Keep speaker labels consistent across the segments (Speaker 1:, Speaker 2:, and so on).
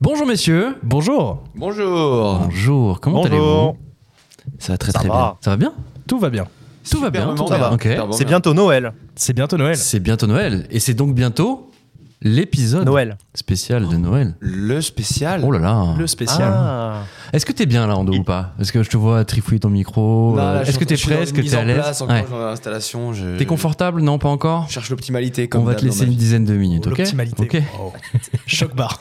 Speaker 1: Bonjour messieurs.
Speaker 2: Bonjour.
Speaker 3: Bonjour.
Speaker 1: Bonjour. Comment allez-vous
Speaker 4: Bonjour.
Speaker 1: Ça va très
Speaker 4: Ça
Speaker 1: très
Speaker 4: va.
Speaker 1: bien. Ça va bien
Speaker 2: Tout va bien.
Speaker 1: Tout va bien.
Speaker 3: Super
Speaker 1: tout
Speaker 3: moment,
Speaker 1: va
Speaker 3: ça
Speaker 1: bien.
Speaker 3: va.
Speaker 1: Ok.
Speaker 3: Super
Speaker 4: C'est
Speaker 3: moment.
Speaker 4: bientôt Noël.
Speaker 2: C'est bientôt Noël.
Speaker 1: C'est bientôt Noël et c'est donc bientôt l'épisode
Speaker 4: Noël.
Speaker 1: spécial de Noël.
Speaker 3: Le spécial.
Speaker 1: Oh là là.
Speaker 2: Le spécial.
Speaker 4: Ah.
Speaker 1: Est-ce que t'es bien là Ando
Speaker 4: Il-
Speaker 1: ou pas Est-ce que je te vois trifouiller ton micro
Speaker 3: Non, là,
Speaker 1: euh,
Speaker 3: je
Speaker 1: Est-ce
Speaker 3: suis
Speaker 1: que
Speaker 3: en-
Speaker 1: t'es
Speaker 3: je suis
Speaker 1: prêt
Speaker 3: dans
Speaker 1: Est-ce
Speaker 3: une
Speaker 1: que
Speaker 3: mise
Speaker 1: t'es à
Speaker 3: en
Speaker 1: l'aise
Speaker 3: place encore,
Speaker 1: Ouais.
Speaker 3: je suis dans l'installation, je-
Speaker 1: T'es confortable Non, pas encore
Speaker 3: Je cherche l'optimalité comme
Speaker 1: On va te
Speaker 3: d'hab dans
Speaker 1: laisser
Speaker 3: ma
Speaker 1: une
Speaker 3: vie.
Speaker 1: dizaine de minutes, ok
Speaker 2: L'optimalité.
Speaker 1: Ok.
Speaker 2: Wow. Choc barre.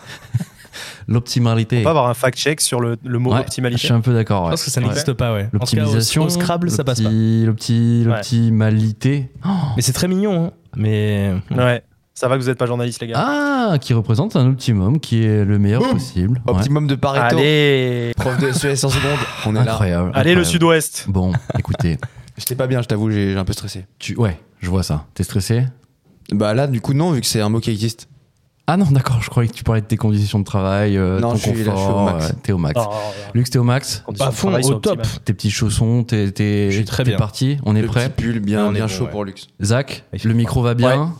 Speaker 1: L'optimalité.
Speaker 4: On peut avoir un fact-check sur le, le mot
Speaker 1: Ouais, Je
Speaker 4: optimalité.
Speaker 1: suis un peu d'accord.
Speaker 2: Je
Speaker 1: ouais.
Speaker 2: pense que ça
Speaker 1: Ouais.
Speaker 2: n'existe pas, ouais. En tout cas, au-
Speaker 1: L'optimisation,
Speaker 2: Au Scrabble, ça passe pas.
Speaker 1: l'opti-
Speaker 4: Ouais.
Speaker 1: L'optimalité. Oh.
Speaker 2: Mais c'est très mignon. hein. Mais
Speaker 4: Ouais. Ça va que vous n'êtes pas journaliste, les gars.
Speaker 1: Ah, qui représente un optimum qui est le meilleur
Speaker 3: Boum.
Speaker 1: possible. Ouais.
Speaker 3: Optimum de Pareto.
Speaker 4: Allez.
Speaker 3: Prof de SES en seconde. On est là.
Speaker 1: Incroyable.
Speaker 4: Allez, le
Speaker 1: incroyable.
Speaker 4: sud-ouest.
Speaker 1: Bon, écoutez,
Speaker 3: J'étais pas bien, je t'avoue, j'ai j'ai un peu stressé.
Speaker 1: tu... ouais, je vois ça. T'es stressé
Speaker 3: Bah là, du coup, non, vu que c'est un mot qui existe.
Speaker 1: Ah non, d'accord, je croyais que tu parlais de tes conditions de travail, euh,
Speaker 3: Non,
Speaker 1: ton
Speaker 3: je suis- là, je suis au
Speaker 1: confort.
Speaker 3: max.
Speaker 1: euh, T'es au max.
Speaker 2: Ah.
Speaker 4: Oh, oh, oh.
Speaker 1: Lux, t'es au max
Speaker 4: Conditions
Speaker 2: à
Speaker 4: de
Speaker 2: fond,
Speaker 4: travail sont
Speaker 2: au top.
Speaker 4: optimales.
Speaker 1: Tes petits chaussons, t'es t'es-
Speaker 2: Je suis très
Speaker 1: t'es
Speaker 2: bien.
Speaker 1: parti, on est
Speaker 3: Le
Speaker 1: prêt.
Speaker 3: petit pull bien,
Speaker 2: On est
Speaker 3: bien
Speaker 2: bon,
Speaker 3: chaud
Speaker 2: ouais.
Speaker 3: pour Luxe.
Speaker 1: Zach,
Speaker 2: Il fait
Speaker 1: le
Speaker 2: froid.
Speaker 1: micro va bien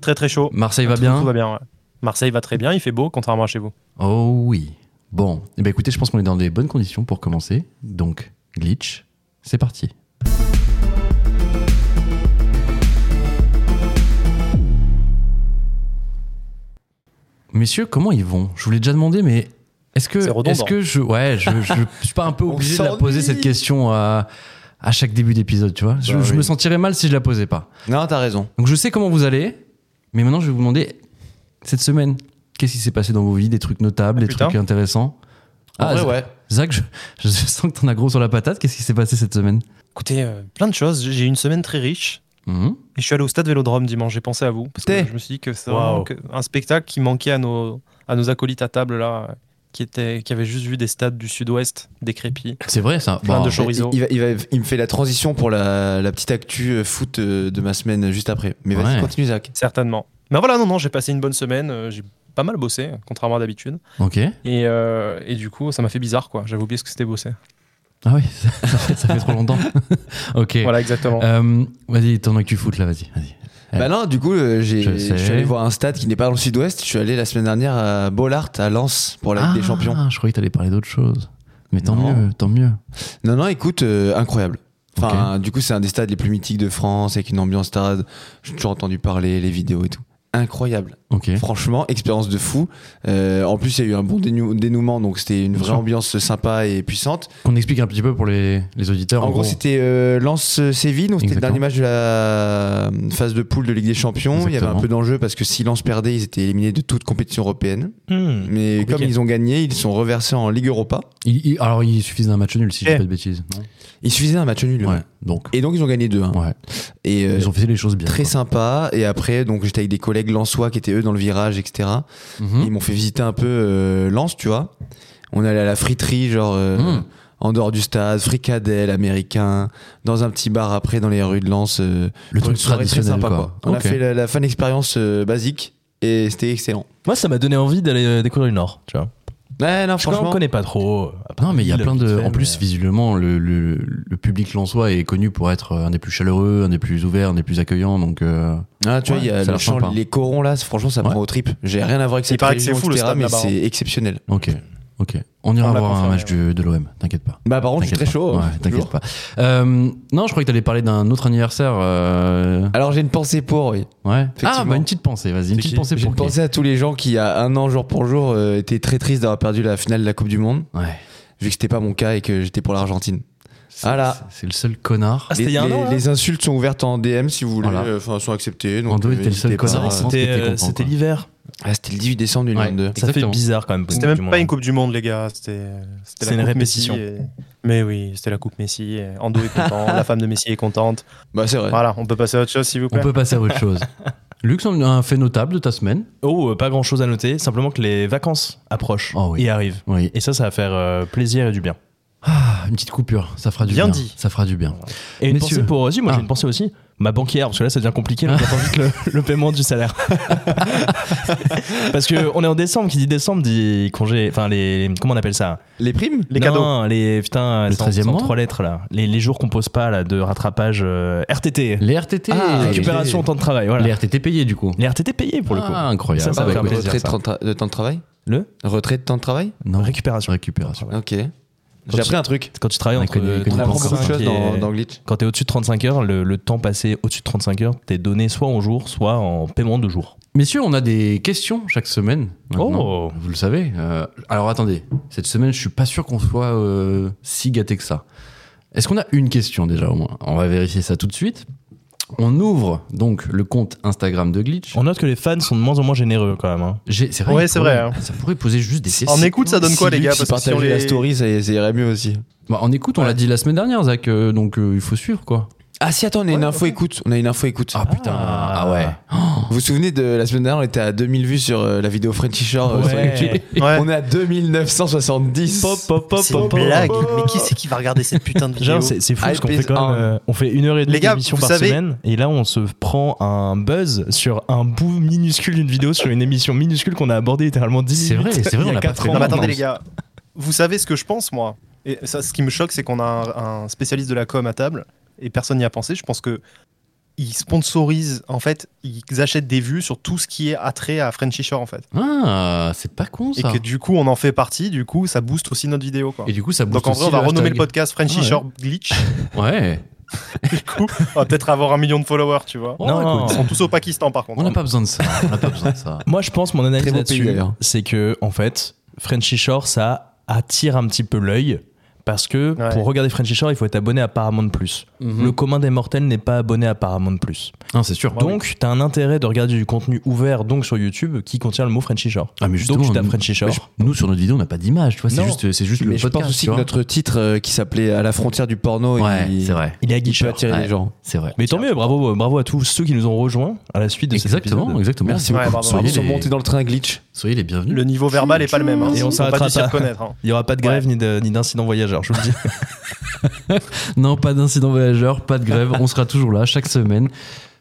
Speaker 4: Très très chaud.
Speaker 1: Marseille va
Speaker 4: Tout-
Speaker 1: bien
Speaker 4: Tout va bien. ouais. Marseille va très bien. Il fait beau, contrairement à chez vous.
Speaker 1: Oh oui. Bon, eh ben écoutez, je pense qu'on est dans des bonnes conditions pour commencer. Donc, glitch, c'est parti. Messieurs, comment ils vont Je vous l'ai déjà demandé, mais est-ce que,
Speaker 4: C'est redondant.
Speaker 1: est-ce que je, ouais, je, je suis pas un peu
Speaker 3: On
Speaker 1: obligé de la
Speaker 3: s'ennuie.
Speaker 1: poser cette question à, à chaque début d'épisode, tu vois Je,
Speaker 3: Bah
Speaker 1: je me
Speaker 3: oui.
Speaker 1: sentirais mal si je la posais pas.
Speaker 3: Non, t'as raison.
Speaker 1: Donc je sais comment vous allez, mais maintenant je vais vous demander cette semaine, qu'est-ce qui s'est passé dans vos vies, des trucs notables,
Speaker 4: Ah,
Speaker 1: des
Speaker 4: putain.
Speaker 1: trucs intéressants. Ah,
Speaker 3: En vrai,
Speaker 1: Z-
Speaker 3: ouais.
Speaker 1: Zach, je, je sens que t'en as gros sur la patate. Qu'est-ce qui s'est passé cette semaine
Speaker 4: Écoutez, euh, plein de choses. J'ai eu une semaine très riche.
Speaker 3: Hmm?
Speaker 1: Mhm.
Speaker 4: Et je suis allé au stade Vélodrome dimanche. J'ai pensé à vous. Parce que
Speaker 3: T'es.
Speaker 4: je me suis dit que c'est
Speaker 2: Wow.
Speaker 4: vraiment que- un spectacle qui manquait à nos, à nos acolytes à table là. euh, Qui, étaient, qui avaient juste vu des stades du sud-ouest décrépits.
Speaker 1: C'est vrai ça.
Speaker 4: Plein
Speaker 1: Bah,
Speaker 4: de Chorizo.
Speaker 3: Il, il va- il va- il me fait la transition pour la, la petite actu euh, foot euh, de ma semaine juste après. Mais vas-y,
Speaker 1: Ouais.
Speaker 3: continue, Zach.
Speaker 4: Certainement. Mais voilà, non, non, j'ai passé une bonne semaine. euh, J'ai pas mal bossé, contrairement à d'habitude.
Speaker 1: Ok.
Speaker 4: Et, euh, et du coup, ça m'a fait bizarre, quoi. J'avais oublié ce que c'était bossé.
Speaker 1: Ah oui, ça, fait, ça fait trop longtemps. ok.
Speaker 4: Voilà, exactement.
Speaker 1: Euh, vas-y, t'en as que tu foutes là, vas-y. vas-y. Ouais.
Speaker 3: Bah non, du coup, euh, j'ai-
Speaker 1: Je
Speaker 3: je,
Speaker 1: sais.
Speaker 3: suis allé voir un stade qui n'est pas dans le sud-ouest. Je suis allé la semaine dernière à Bollard, à Lens, pour la Ligue des Champions.
Speaker 1: Ah, je croyais que t'allais parler d'autre chose. Mais tant
Speaker 3: Non.
Speaker 1: mieux, tant mieux.
Speaker 3: Non, non, écoute, euh, incroyable. Enfin, du coup, c'est un des stades les plus mythiques de France, avec une ambiance stade. J'ai toujours entendu parler, les vidéos et tout. Incroyable.
Speaker 1: Ok.
Speaker 3: Franchement, expérience de fou. Euh, en plus, il y a eu un bon dénou- dénouement, donc c'était une vraie
Speaker 1: sûr.
Speaker 3: ambiance sympa et puissante.
Speaker 1: Qu'on explique un petit peu pour les, les auditeurs.
Speaker 3: en gros, c'était euh, Lens-Séville, donc c'était le
Speaker 1: Exactement.
Speaker 3: dernier match de la euh, phase de poule de Ligue des Champions. Il y avait
Speaker 1: Exactement.
Speaker 3: un peu d'enjeu parce que si Lens perdait, ils étaient éliminés de toute compétition européenne.
Speaker 2: Hmm.
Speaker 3: Mais
Speaker 2: Compliqué.
Speaker 3: comme ils ont gagné, ils sont reversés en Ligue Europa.
Speaker 1: Il- il- alors, il suffit d'un match nul, si je dis
Speaker 4: Eh.
Speaker 1: pas de bêtises. non
Speaker 3: Il suffisait d'un match nul. hein.
Speaker 1: Ouais. Donc,
Speaker 3: Et donc, ils ont gagné 2-1.
Speaker 1: ouais.
Speaker 3: Et euh,
Speaker 1: Ils ont hein. fait les choses bien.
Speaker 3: très
Speaker 1: quoi.
Speaker 3: sympa. Et après, donc j'étais avec des collègues lensois qui étaient eux dans le virage, etc.
Speaker 1: Mhm.
Speaker 3: Ils m'ont fait visiter un peu euh, Lens, tu vois. On est allé à la friterie, genre euh,
Speaker 1: Mhm.
Speaker 3: en dehors du stade, fricadelle, américain, dans un petit bar après dans les rues de Lens. euh,
Speaker 1: Le
Speaker 3: pour
Speaker 1: truc
Speaker 3: une soirée très
Speaker 1: traditionnel,
Speaker 3: sympa,
Speaker 1: quoi.
Speaker 3: On
Speaker 1: Ok.
Speaker 3: a fait la, la fan expérience euh, basique et c'était excellent.
Speaker 2: Moi, ça m'a donné envie d'aller euh, découvrir le Nord, tu vois.
Speaker 3: Ouais, non,
Speaker 2: Je ne
Speaker 3: franchement.
Speaker 2: connais pas trop. à part
Speaker 1: Non, mais il y a
Speaker 2: Lille,
Speaker 1: plein
Speaker 2: vite
Speaker 1: de.
Speaker 2: fait,
Speaker 1: En plus,
Speaker 2: mais-
Speaker 1: visuellement, le, le- le public lensois est connu pour être un des plus chaleureux, un des plus ouverts, un des plus accueillants. Donc, euh,
Speaker 3: Ah, tu vois, il y
Speaker 1: Ouais,
Speaker 3: a
Speaker 1: ça a
Speaker 3: le
Speaker 1: l'air
Speaker 3: chant,
Speaker 1: sympa.
Speaker 3: les corons là, franchement, ça
Speaker 1: Ouais.
Speaker 3: prend aux tripes. J'ai rien à voir avec cette
Speaker 4: paraît que c'est
Speaker 3: religion,
Speaker 4: fou, le
Speaker 3: etc.,
Speaker 4: stade,
Speaker 3: mais
Speaker 4: là-bas,
Speaker 3: c'est exceptionnel.
Speaker 1: ok. Ok. On ira
Speaker 4: On me l'a
Speaker 1: voir un
Speaker 4: confirmé,
Speaker 1: match du- de l'OM, t'inquiète pas.
Speaker 3: Bah, par contre, je suis
Speaker 1: T'inquiète
Speaker 3: très
Speaker 1: pas.
Speaker 3: chaud. hein,
Speaker 1: Ouais, t'inquiète
Speaker 3: toujours.
Speaker 1: pas. Euh, non, je croyais que t'allais parler d'un autre anniversaire. euh,
Speaker 3: Alors, j'ai une pensée pour, oui.
Speaker 1: Ouais. Ah,
Speaker 3: Effectivement.
Speaker 1: bah une petite pensée, vas-y. Une
Speaker 2: C'est
Speaker 1: petite
Speaker 2: qui
Speaker 1: pensée
Speaker 3: J'ai
Speaker 1: pour qui
Speaker 3: pensé à tous les gens qui, il y a un an, jour pour jour, euh, étaient très tristes d'avoir perdu la finale de la Coupe du Monde,
Speaker 1: Ouais.
Speaker 3: vu que c'était pas mon cas et que j'étais pour l'Argentine.
Speaker 1: C'est-
Speaker 3: Voilà.
Speaker 1: c'est- C'est le seul connard.
Speaker 2: Ah, c'était
Speaker 3: les,
Speaker 2: il y a un
Speaker 3: les-
Speaker 2: an, là
Speaker 3: les insultes sont ouvertes en DM si vous voulez,
Speaker 1: Voilà.
Speaker 3: euh, enfin sont acceptées. Donc,
Speaker 1: Ando
Speaker 3: euh,
Speaker 1: était le seul
Speaker 3: n'hésitez pas.
Speaker 1: connard en
Speaker 2: Ah,
Speaker 1: France.
Speaker 2: C'était
Speaker 1: t'es
Speaker 2: euh,
Speaker 1: content,
Speaker 2: c'était
Speaker 1: quoi.
Speaker 2: l'hiver.
Speaker 3: Ah, c'était le 18 décembre
Speaker 1: Ouais.
Speaker 3: 2022.
Speaker 2: Ça fait
Speaker 1: Exactement.
Speaker 2: bizarre quand même.
Speaker 4: C'était même pas une Coupe du Monde, les gars. C'était c'était la
Speaker 2: C'est une
Speaker 4: coupe
Speaker 2: répétition.
Speaker 4: Messi et- Mais oui, c'était la Coupe Messi. et Ando est content, la femme de Messi est contente.
Speaker 3: Bah, c'est vrai.
Speaker 4: Voilà, on peut passer à autre chose, s'il vous
Speaker 1: On
Speaker 4: plaît.
Speaker 1: peut passer à autre chose. Lux, un fait notable de ta semaine
Speaker 2: Oh, euh, pas grand chose à noter. Simplement que les vacances approchent
Speaker 1: Oh oui.
Speaker 2: et arrivent.
Speaker 1: Oui. Ah,
Speaker 2: Et ça, ça va faire euh, plaisir et du bien.
Speaker 1: Une petite coupure, ça fera du bien.
Speaker 4: Bien dit.
Speaker 1: Ça fera du bien.
Speaker 2: Et une
Speaker 1: Messieurs.
Speaker 2: pensée pour aussi, moi
Speaker 1: Ah.
Speaker 2: j'ai une pensée aussi. Ma banquière, parce que là ça devient compliqué, donc j'attends juste le, le paiement du salaire. parce que on est en décembre, qui dit décembre dit congé, enfin les comment on appelle ça
Speaker 3: Les primes
Speaker 4: Les
Speaker 2: Non,
Speaker 4: cadeaux.
Speaker 2: les putain,
Speaker 1: Le
Speaker 2: c'est en-
Speaker 1: 13e
Speaker 2: c'est en
Speaker 1: mois
Speaker 2: trois lettres là, les, les jours qu'on pose pas là de rattrapage euh, RTT,
Speaker 1: Les RTT.
Speaker 3: Ah,
Speaker 1: les-
Speaker 3: récupère-
Speaker 2: récupération au temps de travail, voilà.
Speaker 1: Les
Speaker 2: Les,
Speaker 1: RTT payés du coup.
Speaker 2: RTT payés pour le
Speaker 1: Ah,
Speaker 2: coup.
Speaker 1: incroyable.
Speaker 2: Ça, ça
Speaker 1: Ah,
Speaker 2: va
Speaker 1: bah,
Speaker 2: faire
Speaker 1: écoutez,
Speaker 2: plaisir,
Speaker 3: Retrait de
Speaker 2: ça.
Speaker 3: tra- de temps de travail
Speaker 2: Le
Speaker 3: Retrait de temps de travail
Speaker 1: Non,
Speaker 2: Récupération.
Speaker 1: récupération.
Speaker 3: Ok. J'ai
Speaker 2: tu-
Speaker 3: appris un truc.
Speaker 2: Quand tu travailles
Speaker 1: On
Speaker 2: entre.
Speaker 1: connaît- on
Speaker 3: On
Speaker 1: connaît
Speaker 3: apprend
Speaker 1: pas
Speaker 2: 35
Speaker 3: beaucoup de choses
Speaker 2: et-
Speaker 3: dans, dans Glitch.
Speaker 2: Quand t'es au-dessus de 35 heures, le, le temps passé au-dessus de 35 heures, t'es donné soit en jour, soit en paiement de jour.
Speaker 1: Messieurs, on a des questions chaque semaine. maintenant.
Speaker 2: Oh.
Speaker 1: Vous le savez. Euh, alors attendez, cette semaine, je suis pas sûr qu'on soit euh, si gâté que ça. Est-ce qu'on a une question déjà au moins On va vérifier ça tout de suite. On ouvre donc le compte Instagram de Glitch.
Speaker 2: On note que les fans sont de moins en moins généreux quand même. hein.
Speaker 1: J'ai- C'est vrai,
Speaker 4: Ouais,
Speaker 1: il
Speaker 4: c'est
Speaker 1: pourrait-
Speaker 4: vrai,
Speaker 1: Ça pourrait poser juste des questions.
Speaker 4: En écoute, ça donne quoi, les gars
Speaker 3: Si
Speaker 4: Parce que si on
Speaker 3: partageait la
Speaker 4: les
Speaker 3: story, ça, y- ça irait mieux aussi.
Speaker 1: Bah, en écoute, on
Speaker 4: Ouais.
Speaker 1: l'a dit la semaine dernière, Zach. euh, donc euh, il faut suivre quoi.
Speaker 3: Ah si, attends, on a une info écoute. On a une info écoute.
Speaker 1: Ah putain.
Speaker 2: Ah.
Speaker 1: Ah ouais.
Speaker 3: Vous vous souvenez de la semaine dernière, on était à 2000 vues sur euh, la vidéo Frenchy Shore
Speaker 1: Oh,
Speaker 3: euh, sur
Speaker 2: Ouais.
Speaker 3: YouTube.
Speaker 4: Ouais.
Speaker 3: On est à 2970.
Speaker 2: Pop, pop, pop,
Speaker 5: C'est une
Speaker 2: pop, pop.
Speaker 5: blague. Mais qui c'est qui va regarder cette putain de vidéo
Speaker 2: Genre, c'est c'est fou parce
Speaker 3: Hype
Speaker 2: qu'on
Speaker 3: is
Speaker 2: fait quand même,
Speaker 3: on.
Speaker 2: euh, on fait une heure et demie
Speaker 4: Les gars,
Speaker 2: d'émission
Speaker 4: vous
Speaker 2: par
Speaker 4: savez-
Speaker 2: semaine et là on se prend un buzz sur un bout minuscule d'une vidéo sur une émission minuscule qu'on a abordée littéralement 10
Speaker 1: C'est vrai,
Speaker 2: minutes
Speaker 1: c'est vrai,
Speaker 2: il
Speaker 1: on
Speaker 2: y a
Speaker 1: l'a pas
Speaker 2: quatre
Speaker 1: fait.
Speaker 2: ans.
Speaker 4: Non, mais
Speaker 1: Non,
Speaker 4: attendez,
Speaker 1: non.
Speaker 4: les gars. Vous savez ce que je pense, moi. Et ça, ce qui me choque, c'est qu'on a un, un spécialiste de la com à table et personne n'y a pensé. Je pense que ils sponsorisent, en fait, ils achètent des vues sur tout ce qui est attrait à Frenchy Shore, en fait.
Speaker 1: Ah, c'est pas con
Speaker 4: Et
Speaker 1: ça.
Speaker 4: que du coup, on en fait partie. Du coup, ça booste aussi notre vidéo, quoi.
Speaker 1: Et du coup, ça booste
Speaker 4: Donc en vrai,
Speaker 1: aussi
Speaker 4: on va
Speaker 1: le
Speaker 4: renommer le
Speaker 1: hashtag.
Speaker 4: podcast Frenchy
Speaker 1: Ouais.
Speaker 4: Shore Glitch.
Speaker 1: Ouais.
Speaker 4: du coup, on va peut-être avoir un million de followers, tu vois.
Speaker 1: Oh,
Speaker 2: Non,
Speaker 1: écoute,
Speaker 2: non.
Speaker 4: Ils sont tous au Pakistan, par contre. hein.
Speaker 1: On n'a pas besoin de ça. On n'a pas besoin de ça.
Speaker 2: Moi je pense mon analyse
Speaker 3: Très beau pays,
Speaker 2: là-dessus
Speaker 3: d'ailleurs.
Speaker 2: c'est que en fait Frenchy Shore ça attire un petit peu l'œil parce que
Speaker 4: Ouais.
Speaker 2: pour regarder Frenchy Shore il faut être abonné à Paramount+. Plus.
Speaker 1: Mhm.
Speaker 2: Le commun des mortels n'est pas abonné à Paramount+. Plus.
Speaker 1: Non, c'est sûr.
Speaker 2: donc t'as un intérêt de regarder du contenu ouvert donc sur YouTube qui contient le mot Frenchy Shore.
Speaker 1: Ah, mais justement,
Speaker 2: donc tu tapes
Speaker 1: nous-
Speaker 2: Frenchy Shore.
Speaker 1: Mais je- nous, sur notre vidéo, on n'a pas d'image, tu vois. C'est
Speaker 2: Non.
Speaker 1: juste, c'est juste
Speaker 3: Mais
Speaker 1: le
Speaker 3: je pense
Speaker 1: podcast.
Speaker 3: aussi
Speaker 1: tu
Speaker 3: que
Speaker 1: vois.
Speaker 3: notre titre euh, qui s'appelait À la frontière du porno,
Speaker 1: Ouais,
Speaker 3: il,
Speaker 1: c'est vrai.
Speaker 2: Il est à
Speaker 3: il peut
Speaker 2: Guichard.
Speaker 3: attirer
Speaker 1: Ouais.
Speaker 3: les gens.
Speaker 1: C'est vrai.
Speaker 2: Mais tant mieux, bravo, euh, bravo à tous ceux qui nous ont rejoints à la suite de cet
Speaker 1: Exactement,
Speaker 2: épisode.
Speaker 1: exactement.
Speaker 3: Merci
Speaker 4: Ouais,
Speaker 3: beaucoup.
Speaker 4: bravo.
Speaker 3: Soyez-
Speaker 1: Soyez
Speaker 3: Ils sont
Speaker 1: les-
Speaker 3: montés dans le train glitch.
Speaker 1: Soyez les bienvenus.
Speaker 4: Le niveau verbal est pas le même. hein.
Speaker 2: Et on
Speaker 4: Ils sont pas
Speaker 2: s'arrêtera
Speaker 4: tous s'y
Speaker 2: pas.
Speaker 4: reconnaître. hein.
Speaker 2: Il n'y aura pas de grève ni de- ni d'incident voyageur, je vous le dis.
Speaker 1: Non, pas d'incident voyageur, pas de grève. on sera toujours là chaque semaine,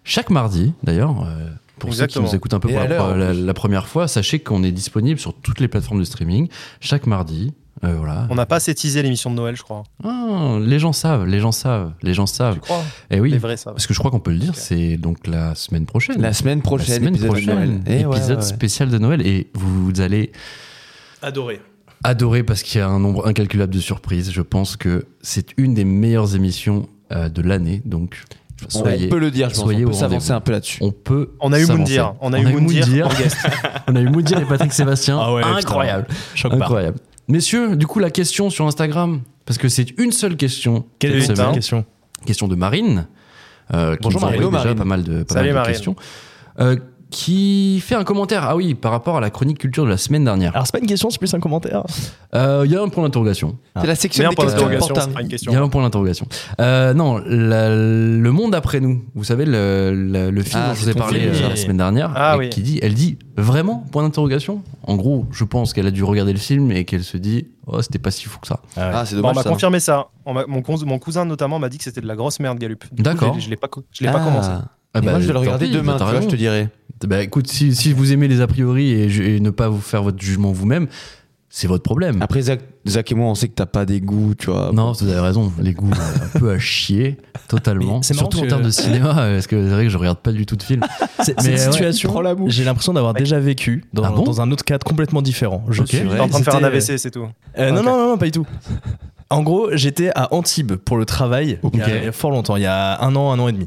Speaker 1: chaque mardi d'ailleurs. euh, Pour
Speaker 4: Exactement.
Speaker 1: ceux qui nous écoutent un peu
Speaker 3: Et
Speaker 1: pour
Speaker 3: à
Speaker 1: la,
Speaker 3: l'heure, en
Speaker 1: la- la première fois, sachez qu'on est disponible sur toutes les plateformes de streaming chaque mardi. Euh, voilà.
Speaker 4: On n'a pas assez teasé l'émission de Noël, je crois.
Speaker 1: Ah, les gens savent, les gens savent, les gens savent.
Speaker 4: Tu crois
Speaker 1: Et oui,
Speaker 4: Les vrais savent.
Speaker 1: parce que je crois qu'on peut le dire,
Speaker 4: Ok.
Speaker 1: c'est donc la semaine prochaine.
Speaker 3: La semaine prochaine,
Speaker 1: Hmm. La semaine
Speaker 3: épisode de
Speaker 1: prochaine,
Speaker 3: Noël. Eh ouais,
Speaker 1: épisode
Speaker 3: ouais, ouais.
Speaker 1: spécial de Noël. Et vous, vous allez
Speaker 2: Adoré.
Speaker 1: adorer parce qu'il y a un nombre incalculable de surprises. Je pense que c'est une des meilleures émissions euh, de l'année. Donc,
Speaker 3: On
Speaker 1: soyez.
Speaker 3: peut le dire, je pense.
Speaker 1: soyez
Speaker 3: On peut
Speaker 1: au
Speaker 3: s'avancer
Speaker 1: rendez-vous.
Speaker 3: un peu là-dessus.
Speaker 1: On peut.
Speaker 4: On a eu
Speaker 1: s'avancer.
Speaker 4: Moundir. On a eu Moundir en guest.
Speaker 1: on a eu Moundir et Patrick Sébastien.
Speaker 2: Ah ouais, putain.
Speaker 1: incroyable.
Speaker 2: Choc par.
Speaker 1: Incroyable. Messieurs, du coup, la question sur Instagram, parce que c'est une seule question.
Speaker 2: Quelle
Speaker 1: cette
Speaker 2: est
Speaker 1: semaine.
Speaker 2: la question
Speaker 1: question de Marine, euh, qui
Speaker 2: Bonjour
Speaker 1: nous a
Speaker 2: Marine.
Speaker 1: envoyé déjà
Speaker 3: Marine.
Speaker 1: pas mal de, pas
Speaker 4: Salut
Speaker 1: mal de
Speaker 4: Marine.
Speaker 1: questions, euh, qui fait un commentaire, ah oui, par rapport à la chronique culture de la semaine dernière.
Speaker 2: Alors, c'est pas une question, c'est plus un commentaire.
Speaker 1: Euh, Il y a un point d'interrogation.
Speaker 3: C'est la
Speaker 4: Mais
Speaker 3: section
Speaker 4: un
Speaker 3: des
Speaker 4: point
Speaker 3: questions
Speaker 4: d'interrogation, c'est
Speaker 3: portables.
Speaker 4: pas une
Speaker 1: Il y a
Speaker 4: question.
Speaker 1: un point d'interrogation. Euh, non, la- le monde après nous. Vous savez, le, le- le film
Speaker 3: Ah,
Speaker 1: dont je
Speaker 3: c'est
Speaker 1: vous ai
Speaker 3: ton
Speaker 1: parlé
Speaker 2: film,
Speaker 1: euh,
Speaker 2: oui.
Speaker 1: la semaine dernière,
Speaker 4: Ah
Speaker 1: et
Speaker 4: oui.
Speaker 1: qui dit, elle dit vraiment point d'interrogation. En gros, je pense qu'elle a dû regarder le film et qu'elle se dit, oh, c'était pas si fou que ça.
Speaker 3: Ah, c'est
Speaker 4: Bon, on
Speaker 3: dommage.
Speaker 4: m'a
Speaker 3: ça.
Speaker 4: confirmé ça. On m'a- mon, cous- mon cousin notamment m'a dit que c'était de la grosse merde, Galup. Du coup,
Speaker 1: D'accord.
Speaker 4: Je l'ai- je l'ai pas, co- je l'ai pas commencé.
Speaker 3: Ah.
Speaker 1: Ah
Speaker 3: Et
Speaker 1: bah,
Speaker 3: moi, je vais le
Speaker 1: tant
Speaker 3: regarder
Speaker 1: pis,
Speaker 3: demain,
Speaker 1: t'as
Speaker 3: tu vois, je
Speaker 1: raison.
Speaker 3: te dirai.
Speaker 1: Bah écoute, si, si vous aimez les a priori et, ju- et ne pas vous faire votre jugement vous-même, c'est votre problème.
Speaker 2: Ah,
Speaker 3: Après, Zach, Zach et moi, on sait que t'as pas des goûts, tu vois.
Speaker 1: non, vous avez raison, les goûts euh, un peu à chier, totalement.
Speaker 2: Mais c'est marrant
Speaker 1: Surtout en
Speaker 2: que-
Speaker 1: termes de cinéma, euh, parce que c'est vrai que je regarde pas du tout de films.
Speaker 2: Ah, C'est-
Speaker 1: Mais
Speaker 2: Cette
Speaker 1: ouais.
Speaker 2: situation, j'ai l'impression d'avoir déjà vécu dans,
Speaker 1: Ah bon
Speaker 2: dans un autre cadre complètement différent. Je
Speaker 1: Ok.
Speaker 2: suis
Speaker 1: T'es
Speaker 4: T'es en train de faire un
Speaker 2: c'était-
Speaker 4: AVC, c'est tout.
Speaker 2: Euh, non,
Speaker 4: Ok.
Speaker 2: non, non, non, pas du tout. En gros, j'étais à Antibes pour le travail il y a-
Speaker 1: Ok.
Speaker 2: il y a fort longtemps, il y a un an, un an et demi.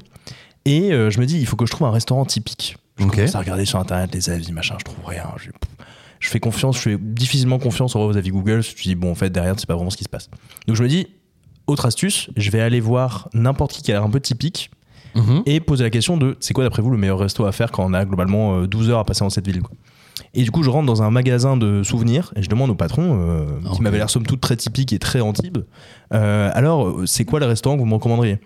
Speaker 2: Et euh, je me dis, il faut que je trouve un restaurant typique. Je
Speaker 1: Ok.
Speaker 2: commence à regarder sur internet les avis, machin, je trouve rien. Je, je fais confiance, je fais difficilement confiance aux avis Google. Je me dis, bon, en fait, derrière, c'est pas vraiment ce qui se passe. Donc je me dis, autre astuce, je vais aller voir n'importe qui qui a l'air un peu typique
Speaker 1: Mhm.
Speaker 2: et poser la question de c'est quoi d'après vous le meilleur resto à faire quand on a globalement euh, 12 heures à passer dans cette ville quoi. Et du coup, je rentre dans un magasin de souvenirs et je demande au patron, euh,
Speaker 1: Ok.
Speaker 2: qui m'avait l'air somme toute très typique et très antibes, euh, alors euh, c'est quoi le restaurant que vous me recommanderiez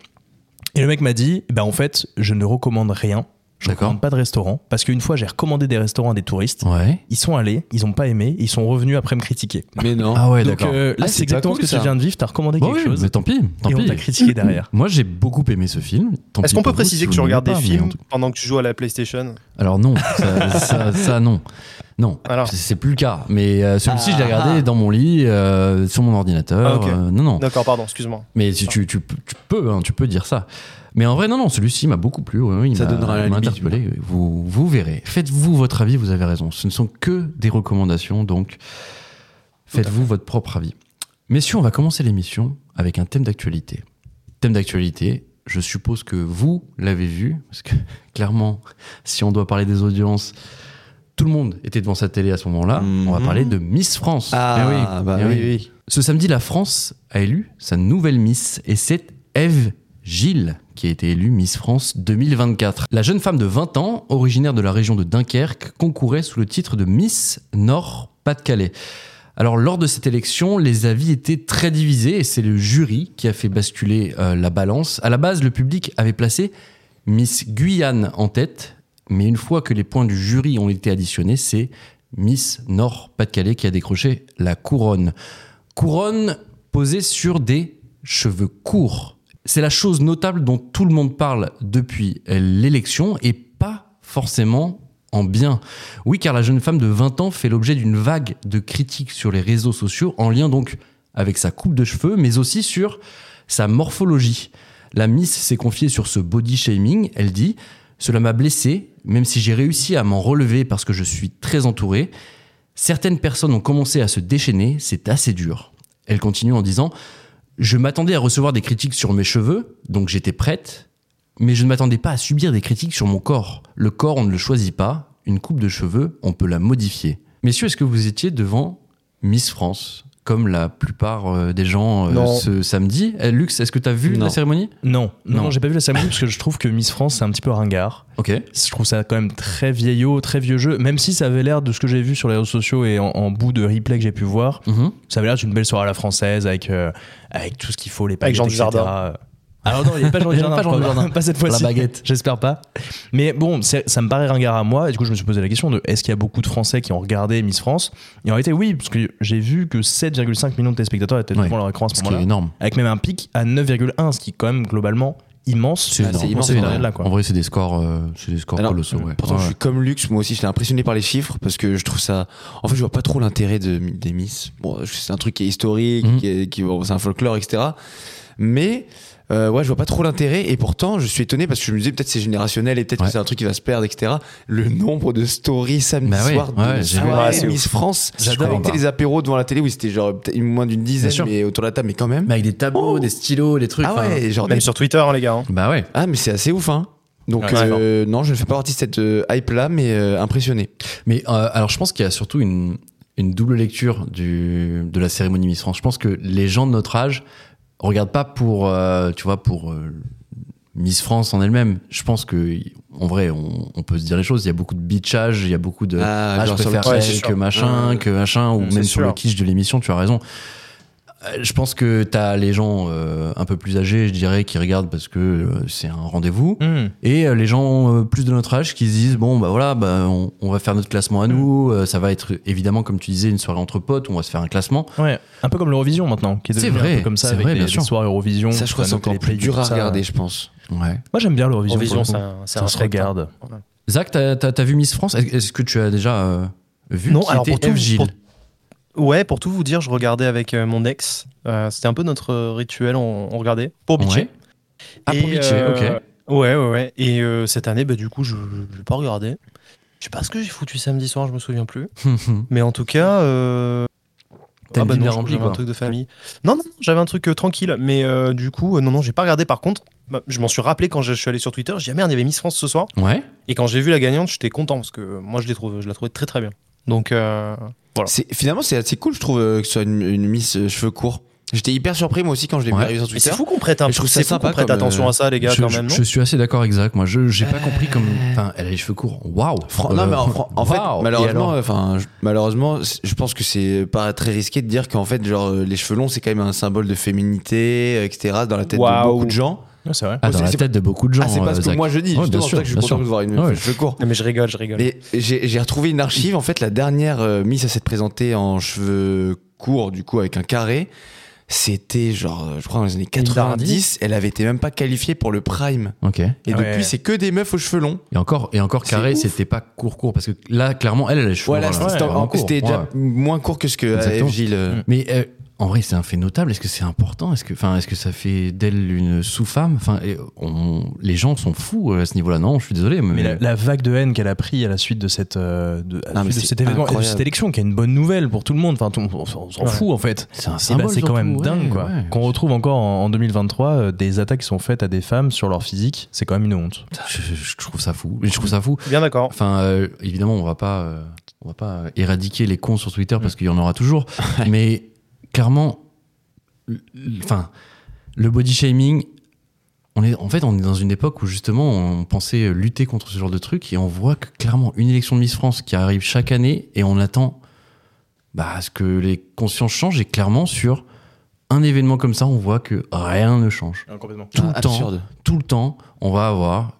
Speaker 2: Et le mec m'a dit, bah en fait, je ne recommande rien, je ne
Speaker 1: D'accord.
Speaker 2: recommande pas de restaurant, parce qu'une fois j'ai recommandé des restaurants à des touristes,
Speaker 1: Ouais.
Speaker 2: ils sont allés, ils n'ont pas aimé, ils sont revenus après me critiquer.
Speaker 3: Mais non.
Speaker 1: Ah ouais,
Speaker 2: Donc
Speaker 1: d'accord.
Speaker 2: euh, là,
Speaker 3: Ah, c'est
Speaker 2: c'est
Speaker 3: pas
Speaker 2: exactement
Speaker 3: cool,
Speaker 2: ce que
Speaker 3: ça.
Speaker 2: tu viens de vivre, t'as recommandé
Speaker 1: Bah
Speaker 2: quelque
Speaker 1: oui,
Speaker 2: chose
Speaker 1: mais tant pis, tant
Speaker 2: et on
Speaker 1: pis.
Speaker 2: t'a critiqué derrière.
Speaker 1: Moi j'ai beaucoup aimé ce film. tant
Speaker 4: Est-ce
Speaker 1: pis
Speaker 4: qu'on peut
Speaker 1: pour vous
Speaker 4: préciser
Speaker 1: si
Speaker 4: que
Speaker 1: vous
Speaker 4: tu regardes
Speaker 1: l'aimez
Speaker 4: des
Speaker 1: pas, mais en
Speaker 4: films
Speaker 1: tout-
Speaker 4: pendant que tu joues à la PlayStation
Speaker 1: Alors non, ça, ça- ça, non. Non,
Speaker 4: Alors.
Speaker 1: c'est- c'est plus le cas. Mais euh, celui-ci, je l'ai regardé dans mon lit, euh, sur mon ordinateur.
Speaker 4: Ah, ok.
Speaker 1: euh, non, non.
Speaker 4: D'accord, pardon, excuse-moi.
Speaker 1: Mais tu, tu, tu, tu peux, hein, tu peux dire ça. Mais en vrai, non, non, celui-ci m'a beaucoup plu. ouais, ouais, il
Speaker 3: Ça
Speaker 1: m'a-
Speaker 3: donnera la
Speaker 1: il m'a
Speaker 3: limite,
Speaker 1: interpellé. Vous, vous verrez. Faites-vous votre avis, vous avez raison. Ce ne sont que des recommandations, donc faites-vous votre propre avis. Messieurs, on va commencer l'émission avec un thème d'actualité. Thème d'actualité, je suppose que vous l'avez vu, parce que clairement, si on doit parler des audiences, tout le monde était devant sa télé à ce moment-là. On va
Speaker 3: Mhm.
Speaker 1: parler de Miss France.
Speaker 3: Ah,
Speaker 1: Eh
Speaker 3: bah
Speaker 1: eh
Speaker 3: oui,
Speaker 1: ce samedi, la France a élu sa nouvelle Miss et c'est Eve Gilles qui a été élue Miss France 2024. La jeune femme de 20 ans, originaire de la région de Dunkerque, concourait sous le titre de Miss Nord-Pas-de-Calais. Alors lors de cette élection, les avis étaient très divisés et c'est le jury qui a fait basculer euh, la balance. À la base, le public avait placé Miss Guyane en tête, mais une fois que les points du jury ont été additionnés, c'est Miss Nord-Pas-de-Calais qui a décroché la couronne couronne posée sur des cheveux courts. C'est la chose notable dont tout le monde parle depuis l'élection et pas forcément en bien. Oui, car la jeune femme de 20 ans fait l'objet d'une vague de critiques sur les réseaux sociaux en lien donc avec sa coupe de cheveux, mais aussi sur sa morphologie. La Miss s'est confiée sur ce body shaming. Elle dit Cela m'a blessée, même si j'ai réussi à m'en relever parce que je suis très entourée. Certaines personnes ont commencé à se déchaîner, c'est assez dur. Elle continue en disant Je m'attendais à recevoir des critiques sur mes cheveux, donc j'étais prête, mais je ne m'attendais pas à subir des critiques sur mon corps. Le corps, on ne le choisit pas, une coupe de cheveux, on peut la modifier. Messieurs, est-ce que vous étiez devant Miss France, comme la plupart euh, des gens euh,
Speaker 4: Non.
Speaker 1: ce samedi Eh, Lux, est-ce que tu as vu
Speaker 3: Non.
Speaker 1: la cérémonie
Speaker 2: Non, non,
Speaker 1: Non.
Speaker 2: j'ai pas vu la cérémonie parce que je trouve que Miss France, c'est un petit peu ringard.
Speaker 1: Ok.
Speaker 2: Je trouve ça quand même très vieillot, très vieux jeu. Même si ça avait l'air de ce que j'ai vu sur les réseaux sociaux et en, en bout de replay que j'ai pu voir,
Speaker 1: Mhm.
Speaker 2: ça avait l'air d'une belle soirée à la française avec, euh, avec tout ce qu'il faut, les
Speaker 4: Avec
Speaker 2: paillettes,
Speaker 4: Jean
Speaker 2: etc.
Speaker 4: Dujardin.
Speaker 2: Alors non, il n'y a pas Jean
Speaker 1: Il y avait
Speaker 2: Dujardin,
Speaker 1: pas Jean
Speaker 2: je crois.
Speaker 1: Dujardin.
Speaker 2: pas cette fois-ci.
Speaker 1: La baguette.
Speaker 2: J'espère pas. Mais bon, c'est- ça me paraît ringard à moi. Et du coup, je me suis posé la question de est-ce qu'il y a beaucoup de Français qui ont regardé Miss France Et en réalité, oui, parce que j'ai vu que 7,5 millions de téléspectateurs étaient
Speaker 1: Ouais.
Speaker 2: devant leur écran à ce
Speaker 1: Ce qui est
Speaker 2: moment-là.
Speaker 1: énorme.
Speaker 2: Avec même un pic à 9,1, ce qui est quand même globalement immense.
Speaker 1: C'est
Speaker 3: Ah,
Speaker 1: énorme.
Speaker 3: c'est immense,
Speaker 1: C'est énorme.
Speaker 2: on est là, quoi.
Speaker 1: En vrai, c'est des scores, euh, c'est des scores
Speaker 3: Alors,
Speaker 1: colossaux. ouais.
Speaker 3: Pourtant,
Speaker 1: Ouais,
Speaker 3: je suis comme Lux, moi aussi, j'étais impressionné par les chiffres parce que je trouve ça. En fait, je vois pas trop l'intérêt de, des Miss. Bon, c'est un truc qui est historique,
Speaker 1: Mhm.
Speaker 3: qui est- qui- bon, c'est un folklore, etc. Mais euh, ouais, je vois pas trop l'intérêt et pourtant, je suis étonné parce que je me disais peut-être c'est générationnel et peut-être
Speaker 1: Ouais.
Speaker 3: que c'est un truc qui va se perdre, etc. Le nombre de stories samedi
Speaker 1: Bah ouais,
Speaker 3: soir de
Speaker 1: ouais, j'ai vu.
Speaker 3: soirée
Speaker 4: Ouais, c'est
Speaker 3: Miss France.
Speaker 1: J'adore.
Speaker 3: Je connectais les apéros devant la télé où c'était genre peut-être moins d'une dizaine
Speaker 1: sûr.
Speaker 3: mais autour de la table, mais quand même.
Speaker 1: Mais avec des tableaux,
Speaker 3: Oh.
Speaker 1: des stylos, des trucs.
Speaker 3: ah
Speaker 1: enfin,
Speaker 3: ouais, genre des
Speaker 4: Même sur Twitter, hein, les gars. hein.
Speaker 1: Bah ouais.
Speaker 3: Ah, mais c'est assez ouf, hein. Donc,
Speaker 2: Ouais, c'est
Speaker 3: euh, non, je ne fais pas partie de cette euh, hype-là, mais euh, impressionné.
Speaker 1: Mais euh, alors, je pense qu'il y a surtout une, une double lecture du, de la cérémonie Miss France. Je pense que les gens de notre âge regardent pas pour, euh, tu vois, pour euh, Miss France en elle-même. Je pense que, en vrai, on, on peut se dire les choses. Il y a beaucoup de bitchage, il y a beaucoup de.
Speaker 3: Ah,
Speaker 1: ah, je
Speaker 3: genre sur le
Speaker 1: préfère
Speaker 4: ouais,
Speaker 1: elle
Speaker 4: c'est
Speaker 1: que
Speaker 4: sûr.
Speaker 1: machin,
Speaker 3: Ouais.
Speaker 1: que machin, ou
Speaker 4: Mm,
Speaker 1: même
Speaker 4: c'est
Speaker 1: sur le
Speaker 4: sûr.
Speaker 1: quiche de l'émission, tu as raison. Euh, Je pense que t'as les gens euh, un peu plus âgés, je dirais, qui regardent parce que euh, c'est un rendez-vous.
Speaker 2: Mhm.
Speaker 1: Et euh, les gens euh, plus de notre âge qui se disent bon bah voilà bah, on, on va faire notre classement à
Speaker 4: Mm.
Speaker 1: nous, euh, ça va être évidemment comme tu disais une soirée entre potes, on va se faire un classement.
Speaker 2: Ouais, un peu comme l'Eurovision maintenant, qui est
Speaker 1: C'est
Speaker 2: devenu
Speaker 1: vrai,
Speaker 2: un peu comme ça
Speaker 1: c'est
Speaker 2: avec
Speaker 1: vrai,
Speaker 2: les,
Speaker 1: bien
Speaker 2: les
Speaker 1: sûr.
Speaker 2: soirées Eurovision.
Speaker 3: Ça, je crois que c'est
Speaker 2: nos
Speaker 3: encore plus
Speaker 2: téléplays,
Speaker 3: dur
Speaker 2: tout
Speaker 3: à
Speaker 2: ça.
Speaker 3: regarder, je pense.
Speaker 1: Ouais.
Speaker 2: Moi j'aime bien l'Eurovision.
Speaker 4: Eurovision,
Speaker 2: pour le
Speaker 4: c'est
Speaker 2: coup.
Speaker 4: un, c'est
Speaker 2: ça
Speaker 4: un
Speaker 2: se
Speaker 1: hein.
Speaker 4: spectre.
Speaker 2: regarde.
Speaker 1: Zach t'as t'as- t'as vu Miss France Est- Est-ce que tu as déjà euh, vu
Speaker 4: Non,
Speaker 1: qui
Speaker 4: alors,
Speaker 1: était
Speaker 4: pour tout-
Speaker 1: Eve Gilles
Speaker 4: pour- Ouais, pour tout vous dire, je regardais avec euh, mon ex. Euh, C'était un peu notre euh, rituel, on, on regardait. Pour bitcher.
Speaker 1: Ouais. Ah pour
Speaker 4: Et,
Speaker 1: bitcher,
Speaker 4: euh,
Speaker 1: ok.
Speaker 4: Ouais, ouais, ouais. Et euh, cette année, bah, du coup, je ne l'ai pas regardé. Je sais pas ce que j'ai foutu samedi soir, je me souviens plus. Mais en tout cas, euh... bah
Speaker 1: T'as une vie bien
Speaker 4: non,
Speaker 1: remplie,
Speaker 4: j'avais un
Speaker 1: quoi.
Speaker 4: truc de famille. Non, non, j'avais un truc euh, tranquille. Mais euh, du coup, euh, non, non, j'ai pas regardé. Par contre, bah, je m'en suis rappelé quand je suis allé sur Twitter. J'ai dit ah, merde, il y avait Miss France ce soir.
Speaker 1: Ouais.
Speaker 4: Et quand j'ai vu la gagnante, j'étais content parce que euh, moi, je, l'ai trouvé, je la trouvais très très bien. Donc, euh, Voilà.
Speaker 3: C'est- Finalement, c'est assez cool, je trouve, euh, que ce soit une, une Miss euh, cheveux courts. J'étais hyper surpris, moi aussi, quand je l'ai
Speaker 1: Ouais.
Speaker 3: vu arriver sur
Speaker 4: mais
Speaker 3: Twitter.
Speaker 4: c'est fou qu'on prête, un...
Speaker 3: Je trouve ça
Speaker 4: c'est fou
Speaker 3: sympa
Speaker 4: qu'on prête
Speaker 3: comme,
Speaker 4: attention
Speaker 3: euh,
Speaker 4: à ça, les gars,
Speaker 1: je,
Speaker 4: quand
Speaker 1: je-
Speaker 4: même. non
Speaker 1: je suis assez d'accord avec Zach. Moi je j'ai pas compris comme enfin, elle a les cheveux courts. Waouh. Euh,
Speaker 3: Fran- non, mais en, fran- en fait,
Speaker 1: Waouh. Et
Speaker 3: malheureusement,
Speaker 1: alors
Speaker 3: enfin, je, malheureusement, c- je pense que c'est pas très risqué de dire qu'en fait, genre, euh, les cheveux longs, c'est quand même un symbole de féminité, euh, etc., dans la tête de
Speaker 4: Waouh.
Speaker 3: beaucoup de gens.
Speaker 2: Ouais, c'est vrai.
Speaker 1: Ah, dans
Speaker 3: c'est-
Speaker 1: la
Speaker 3: c'est-
Speaker 1: tête de beaucoup de gens.
Speaker 3: ah, c'est pas
Speaker 1: euh,
Speaker 3: ce que
Speaker 1: Zach.
Speaker 3: moi je dis,
Speaker 1: Ouais, bien
Speaker 3: justement, c'est
Speaker 1: sûr,
Speaker 3: pour ça que je suis
Speaker 1: bien
Speaker 3: content
Speaker 1: sûr.
Speaker 3: de voir une
Speaker 1: Ouais.
Speaker 3: Miss cheveux courts.
Speaker 4: Non, mais je rigole, je rigole.
Speaker 3: Mais j'ai j'ai retrouvé une archive, en fait, la dernière euh, Miss à s'être présentée en cheveux courts, du coup, avec un carré. C'était genre, je crois, dans les années
Speaker 1: Hilda
Speaker 3: 90, elle avait été même pas qualifiée pour le prime.
Speaker 1: Ok. Et
Speaker 3: Et
Speaker 2: Ouais.
Speaker 3: depuis, c'est que des meufs aux cheveux longs.
Speaker 1: encore, et encore
Speaker 3: C'est
Speaker 1: carré,
Speaker 3: ouf.
Speaker 1: c'était pas court court parce que là, clairement, elle, elle a les cheveux.
Speaker 3: Voilà,
Speaker 1: longs, là.
Speaker 3: c'était
Speaker 1: Ouais,
Speaker 3: en-
Speaker 1: court,
Speaker 3: c'était déjà
Speaker 1: ouais.
Speaker 3: moins court que ce que
Speaker 1: Exactement.
Speaker 3: AF Gilles. euh,
Speaker 1: Mais euh, en vrai, c'est un fait notable. Est-ce que c'est important Est-ce que, enfin, est-ce que ça fait d'elle une sous-femme Enfin, et on- les gens sont fous euh, à ce niveau-là. Non, je suis désolé, mais,
Speaker 2: Mais la, la vague de haine qu'elle a pris à la suite de cette, euh, de, à la
Speaker 3: Non, mais
Speaker 2: suite de
Speaker 3: c'est
Speaker 2: cet événement, et de
Speaker 3: incroyable.
Speaker 2: cette élection, qui est une bonne nouvelle pour tout le monde. Enfin, tout- on, s'en- on s'en
Speaker 4: Ouais.
Speaker 2: fout en fait.
Speaker 1: c'est
Speaker 3: Eh ben,
Speaker 1: un
Speaker 2: Et bah,
Speaker 1: symbole.
Speaker 2: c'est quand
Speaker 1: surtout,
Speaker 2: même
Speaker 1: ouais,
Speaker 2: dingue quoi.
Speaker 1: ouais.
Speaker 2: Qu'on retrouve encore en, en 2023 euh, des attaques qui sont faites à des femmes sur leur physique, c'est quand même une honte.
Speaker 1: Je, je- je trouve ça fou. Mais Je trouve ça fou.
Speaker 4: Bien d'accord.
Speaker 1: Enfin, euh, évidemment, on va pas, euh, on va pas éradiquer les cons sur Twitter parce qu'il y en aura toujours. mais clairement, l- l- enfin, le body shaming. On est, en fait, on est dans une époque où justement on pensait lutter contre ce genre de truc et on voit que clairement une élection de Miss France qui arrive chaque année et on attend bah, à ce que les consciences changent et clairement sur un événement comme ça on voit que rien ne change.
Speaker 2: complètement.
Speaker 1: Tout le temps,
Speaker 3: Ah, absurde.
Speaker 1: tout le temps, on va avoir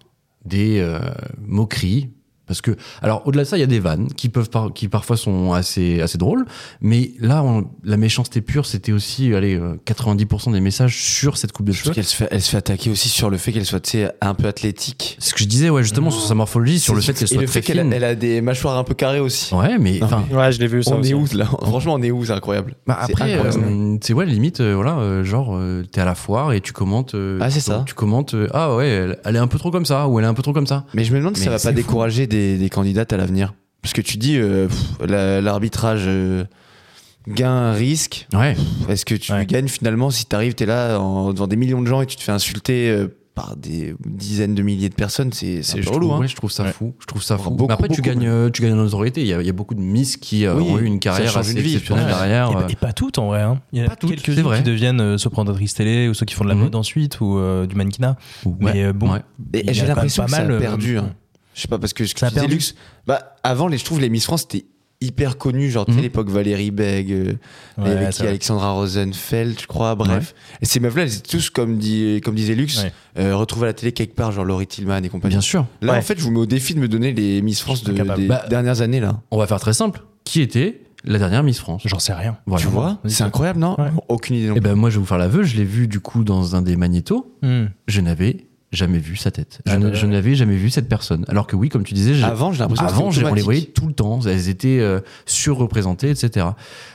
Speaker 1: des euh, moqueries. Parce que, alors, au-delà de ça, il y a des vannes qui peuvent, par- qui parfois sont assez, assez drôles. Mais là, on- la méchanceté pure, c'était aussi, allez, euh, 90% des messages sur cette coupe de
Speaker 3: Parce
Speaker 1: cheveux.
Speaker 3: qu'elle se fait, elle se fait attaquer aussi sur le fait qu'elle soit, tu sais, un peu athlétique.
Speaker 1: C'est ce que je disais, ouais, justement, sur sa morphologie, sur le fait qu'elle
Speaker 3: Et
Speaker 1: soit
Speaker 3: le
Speaker 1: très
Speaker 3: fait qu'elle a-
Speaker 1: fine.
Speaker 3: elle a des mâchoires un peu carrées aussi.
Speaker 1: Ouais, mais
Speaker 3: Non,
Speaker 1: enfin,
Speaker 4: Ouais, je l'ai vu ça.
Speaker 3: On est
Speaker 4: aussi.
Speaker 3: où là Franchement, on est où C'est incroyable.
Speaker 1: bah,
Speaker 3: C'est
Speaker 1: après,
Speaker 3: incroyable.
Speaker 1: euh, c'est ouais, limite, euh, voilà, euh, genre, euh, t'es à la foire et tu commentes. euh,
Speaker 3: Ah, c'est
Speaker 1: donc
Speaker 3: ça.
Speaker 1: Tu commentes, euh, ah ouais, elle, elle est un peu trop comme ça, ou elle est un peu trop comme ça.
Speaker 3: Mais je me demande si
Speaker 1: Mais
Speaker 3: ça va
Speaker 1: c'est
Speaker 3: pas
Speaker 1: fou.
Speaker 3: décourager des, des candidates à l'avenir. Parce que tu dis euh, pff, la- l'arbitrage euh, gain-risque.
Speaker 1: Ouais.
Speaker 3: Est-ce que tu
Speaker 2: Ouais.
Speaker 3: gagnes finalement si t'arrives, t'es là en- devant des millions de gens et tu te fais insulter euh, par des dizaines de milliers de personnes C'est c'est
Speaker 1: Ah, je
Speaker 3: relou.
Speaker 1: trouve-
Speaker 3: hein.
Speaker 1: ouais, je trouve ça
Speaker 2: bah, Ouais.
Speaker 1: fou. Je trouve ça
Speaker 3: Enfin,
Speaker 1: fou.
Speaker 3: beaucoup,
Speaker 1: Mais après, tu
Speaker 3: beaucoup
Speaker 1: gagnes,
Speaker 3: plus.
Speaker 1: euh, tu gagnes en notoriété. Il y, a, il y a beaucoup de Miss qui euh,
Speaker 3: Oui,
Speaker 1: ont eu une
Speaker 3: ça
Speaker 1: carrière
Speaker 3: change
Speaker 1: assez
Speaker 3: une vie, je
Speaker 1: exceptionnelle
Speaker 3: pense.
Speaker 1: derrière.
Speaker 2: Et,
Speaker 1: euh.
Speaker 2: pas- et pas toutes en vrai. hein. Il y a
Speaker 1: Pas toutes,
Speaker 2: quelques
Speaker 1: c'est
Speaker 2: unes
Speaker 1: vrai.
Speaker 2: qui deviennent euh, soprandatrices télé ou ceux qui font de la
Speaker 1: Mhm.
Speaker 2: mode ensuite ou euh, du mannequinat.
Speaker 1: Ou-
Speaker 2: Mais
Speaker 1: ouais,
Speaker 2: euh, bon,
Speaker 1: ouais.
Speaker 3: Et
Speaker 2: Il y
Speaker 3: j'ai
Speaker 2: a
Speaker 3: l'impression
Speaker 2: pas
Speaker 3: que ça
Speaker 2: mal,
Speaker 3: a
Speaker 2: euh,
Speaker 3: perdu. hein. Je sais pas, parce que ce que
Speaker 2: Ça a
Speaker 3: tu disais,
Speaker 2: perdu.
Speaker 3: Lux, bah, avant, les, je trouve les Miss France, c'était hyper connu. Genre, tu sais,
Speaker 1: Mhm.
Speaker 3: l'époque Valérie Beg, euh, il y
Speaker 2: Ouais,
Speaker 3: avait
Speaker 2: c'est
Speaker 3: qui,
Speaker 2: vrai.
Speaker 3: Alexandra Rosenfeld, je crois, bref. Et ces meufs-là, elles étaient tous, comme, dit, comme disait Lux,
Speaker 2: Ouais.
Speaker 3: euh, retrouvées à la télé quelque part, genre Laurie Tillman et compagnie.
Speaker 1: Bien sûr.
Speaker 3: Là,
Speaker 4: Ouais.
Speaker 3: en fait, je vous mets au défi de me donner les Miss France
Speaker 2: suis
Speaker 3: de,
Speaker 2: incapable.
Speaker 3: des
Speaker 1: Bah,
Speaker 3: dernières années, là.
Speaker 1: On va faire très simple. Qui était la dernière Miss France
Speaker 2: j'en sais rien.
Speaker 1: Voilà.
Speaker 3: Tu vois
Speaker 2: Vas-y.
Speaker 3: C'est incroyable, non
Speaker 2: Ouais.
Speaker 3: Aucune idée non
Speaker 1: Eh ben, moi, je vais vous faire l'aveu. Je l'ai vu du coup dans un des magnétos.
Speaker 2: Hmm.
Speaker 1: Je n'avais jamais vu sa tête. Je
Speaker 2: Ah,
Speaker 1: n-
Speaker 2: bah,
Speaker 1: je
Speaker 2: ouais.
Speaker 1: n'avais jamais vu cette personne. Alors que oui, comme tu disais, j'ai-
Speaker 3: Avant, j'ai l'impression que
Speaker 1: ben, Avant,
Speaker 3: c'était
Speaker 1: j'ai- on les voyait
Speaker 3: automatique.
Speaker 1: tout le temps. Elles étaient euh, surreprésentées, etc.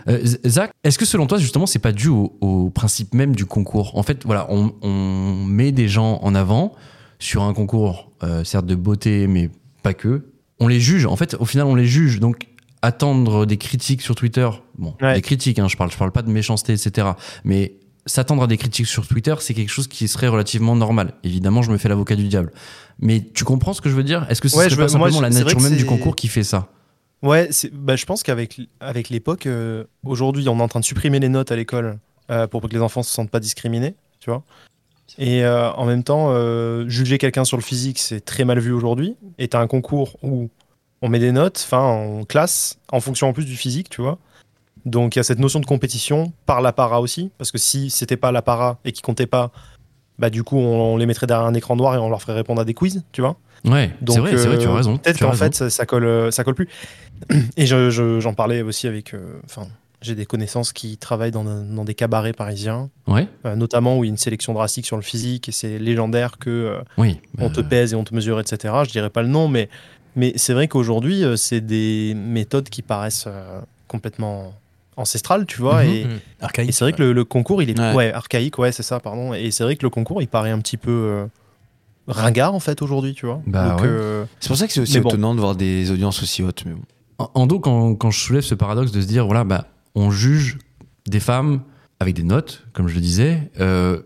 Speaker 1: Euh, Z- Zach, est-ce que selon toi, justement, c'est pas dû au, au principe même du concours En fait, voilà, on, on met des gens en avant sur un concours, euh, certes de beauté, mais pas que. On les juge. En fait, au final, on les juge. Donc, attendre des critiques sur Twitter, bon,
Speaker 4: Ouais.
Speaker 1: des critiques, hein, je parle, je parle pas de méchanceté, etc. Mais s'attendre à des critiques sur Twitter, c'est quelque chose qui serait relativement normal. Évidemment, je me fais l'avocat du diable. Mais tu comprends ce que je veux dire Est-ce que ce
Speaker 4: Ouais,
Speaker 1: serait
Speaker 4: je
Speaker 1: pas
Speaker 4: veux- moi,
Speaker 1: simplement
Speaker 4: je-
Speaker 1: la
Speaker 4: c'est vrai
Speaker 1: nature
Speaker 4: que
Speaker 1: même du
Speaker 4: c'est-
Speaker 1: concours qui fait ça
Speaker 4: Ouais, c'est- bah, je pense qu'avec l- avec l'époque, euh, aujourd'hui, on est en train de supprimer les notes à l'école euh, pour que les enfants se sentent pas discriminés, tu vois. Et euh, en même temps, euh, juger quelqu'un sur le physique, c'est très mal vu aujourd'hui. Et t'as un concours où on met des notes, enfin, on classe en fonction en plus du physique, tu vois. Donc il y a cette notion de compétition par la para aussi, parce que si c'était pas la para et qui comptait pas, bah du coup on, on les mettrait derrière un écran noir et on leur ferait répondre à des quiz, tu vois.
Speaker 1: Ouais, c'est
Speaker 4: Donc,
Speaker 1: vrai, c'est vrai, tu as
Speaker 4: euh,
Speaker 1: raison.
Speaker 4: Peut-être
Speaker 1: tu as
Speaker 4: qu'en
Speaker 1: raison.
Speaker 4: fait, ça, ça colle, euh, ça colle plus. Et je- je- j'en parlais aussi avec. euh, Enfin, j'ai des connaissances qui travaillent dans, dans des cabarets parisiens,
Speaker 1: Ouais,
Speaker 4: euh, notamment où il y a une sélection drastique sur le physique et c'est légendaire que euh,
Speaker 1: oui.
Speaker 4: on te pèse et on te mesure, etc. Je dirais pas le nom, mais mais c'est vrai qu'aujourd'hui, euh, c'est des méthodes qui paraissent euh, complètement ancestrales, tu vois.
Speaker 1: Mhm.
Speaker 4: et,
Speaker 2: Hmm. Archaïque.
Speaker 4: et c'est vrai que le, le concours, il est
Speaker 3: Ouais.
Speaker 4: ouais. archaïque, ouais, c'est ça, pardon. Et c'est vrai que le concours, il paraît un petit peu euh, ringard en fait aujourd'hui, tu vois.
Speaker 1: Bah
Speaker 4: Donc,
Speaker 1: ouais.
Speaker 4: euh,
Speaker 3: C'est pour ça que c'est aussi
Speaker 4: Mais bon.
Speaker 3: étonnant de voir des audiences aussi hautes. Mais bon.
Speaker 1: En- Ando, quand, quand je soulève ce paradoxe de se dire, voilà, bah, on juge des femmes avec des notes, comme je le disais, euh,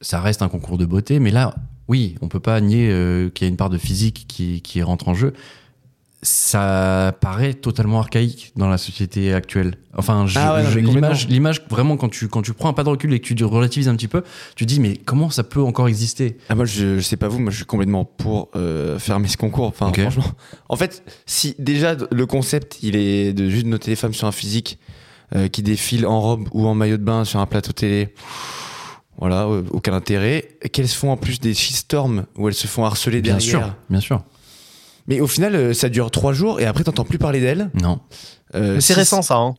Speaker 1: ça reste un concours de beauté, mais là, oui, on peut pas nier euh, qu'il y a une part de physique qui, qui rentre en jeu. Ça paraît totalement archaïque dans la société actuelle. Enfin, je-
Speaker 3: Ah ouais, non,
Speaker 1: je-
Speaker 3: mais
Speaker 1: l'image,
Speaker 3: complètement.
Speaker 1: l'image, vraiment, quand tu, quand tu prends un pas de recul et que tu relativises un petit peu, tu te dis, mais comment ça peut encore exister
Speaker 3: Ah, moi, je, je sais pas vous, moi, je suis complètement pour euh, fermer ce concours. Enfin,
Speaker 1: Ok.
Speaker 3: franchement. En fait, si déjà le concept, il est de juste noter les femmes sur un physique euh, qui défilent en robe ou en maillot de bain sur un plateau télé, voilà, euh, aucun intérêt. Qu'elles se font en plus des shitstorms où elles se font harceler
Speaker 1: Bien
Speaker 3: derrière.
Speaker 1: sûr, bien sûr.
Speaker 3: Mais au final, euh, ça dure trois jours et après, t'entends plus parler d'elles.
Speaker 1: Non.
Speaker 3: Euh,
Speaker 4: mais c'est
Speaker 3: si-
Speaker 4: récent ça, hein.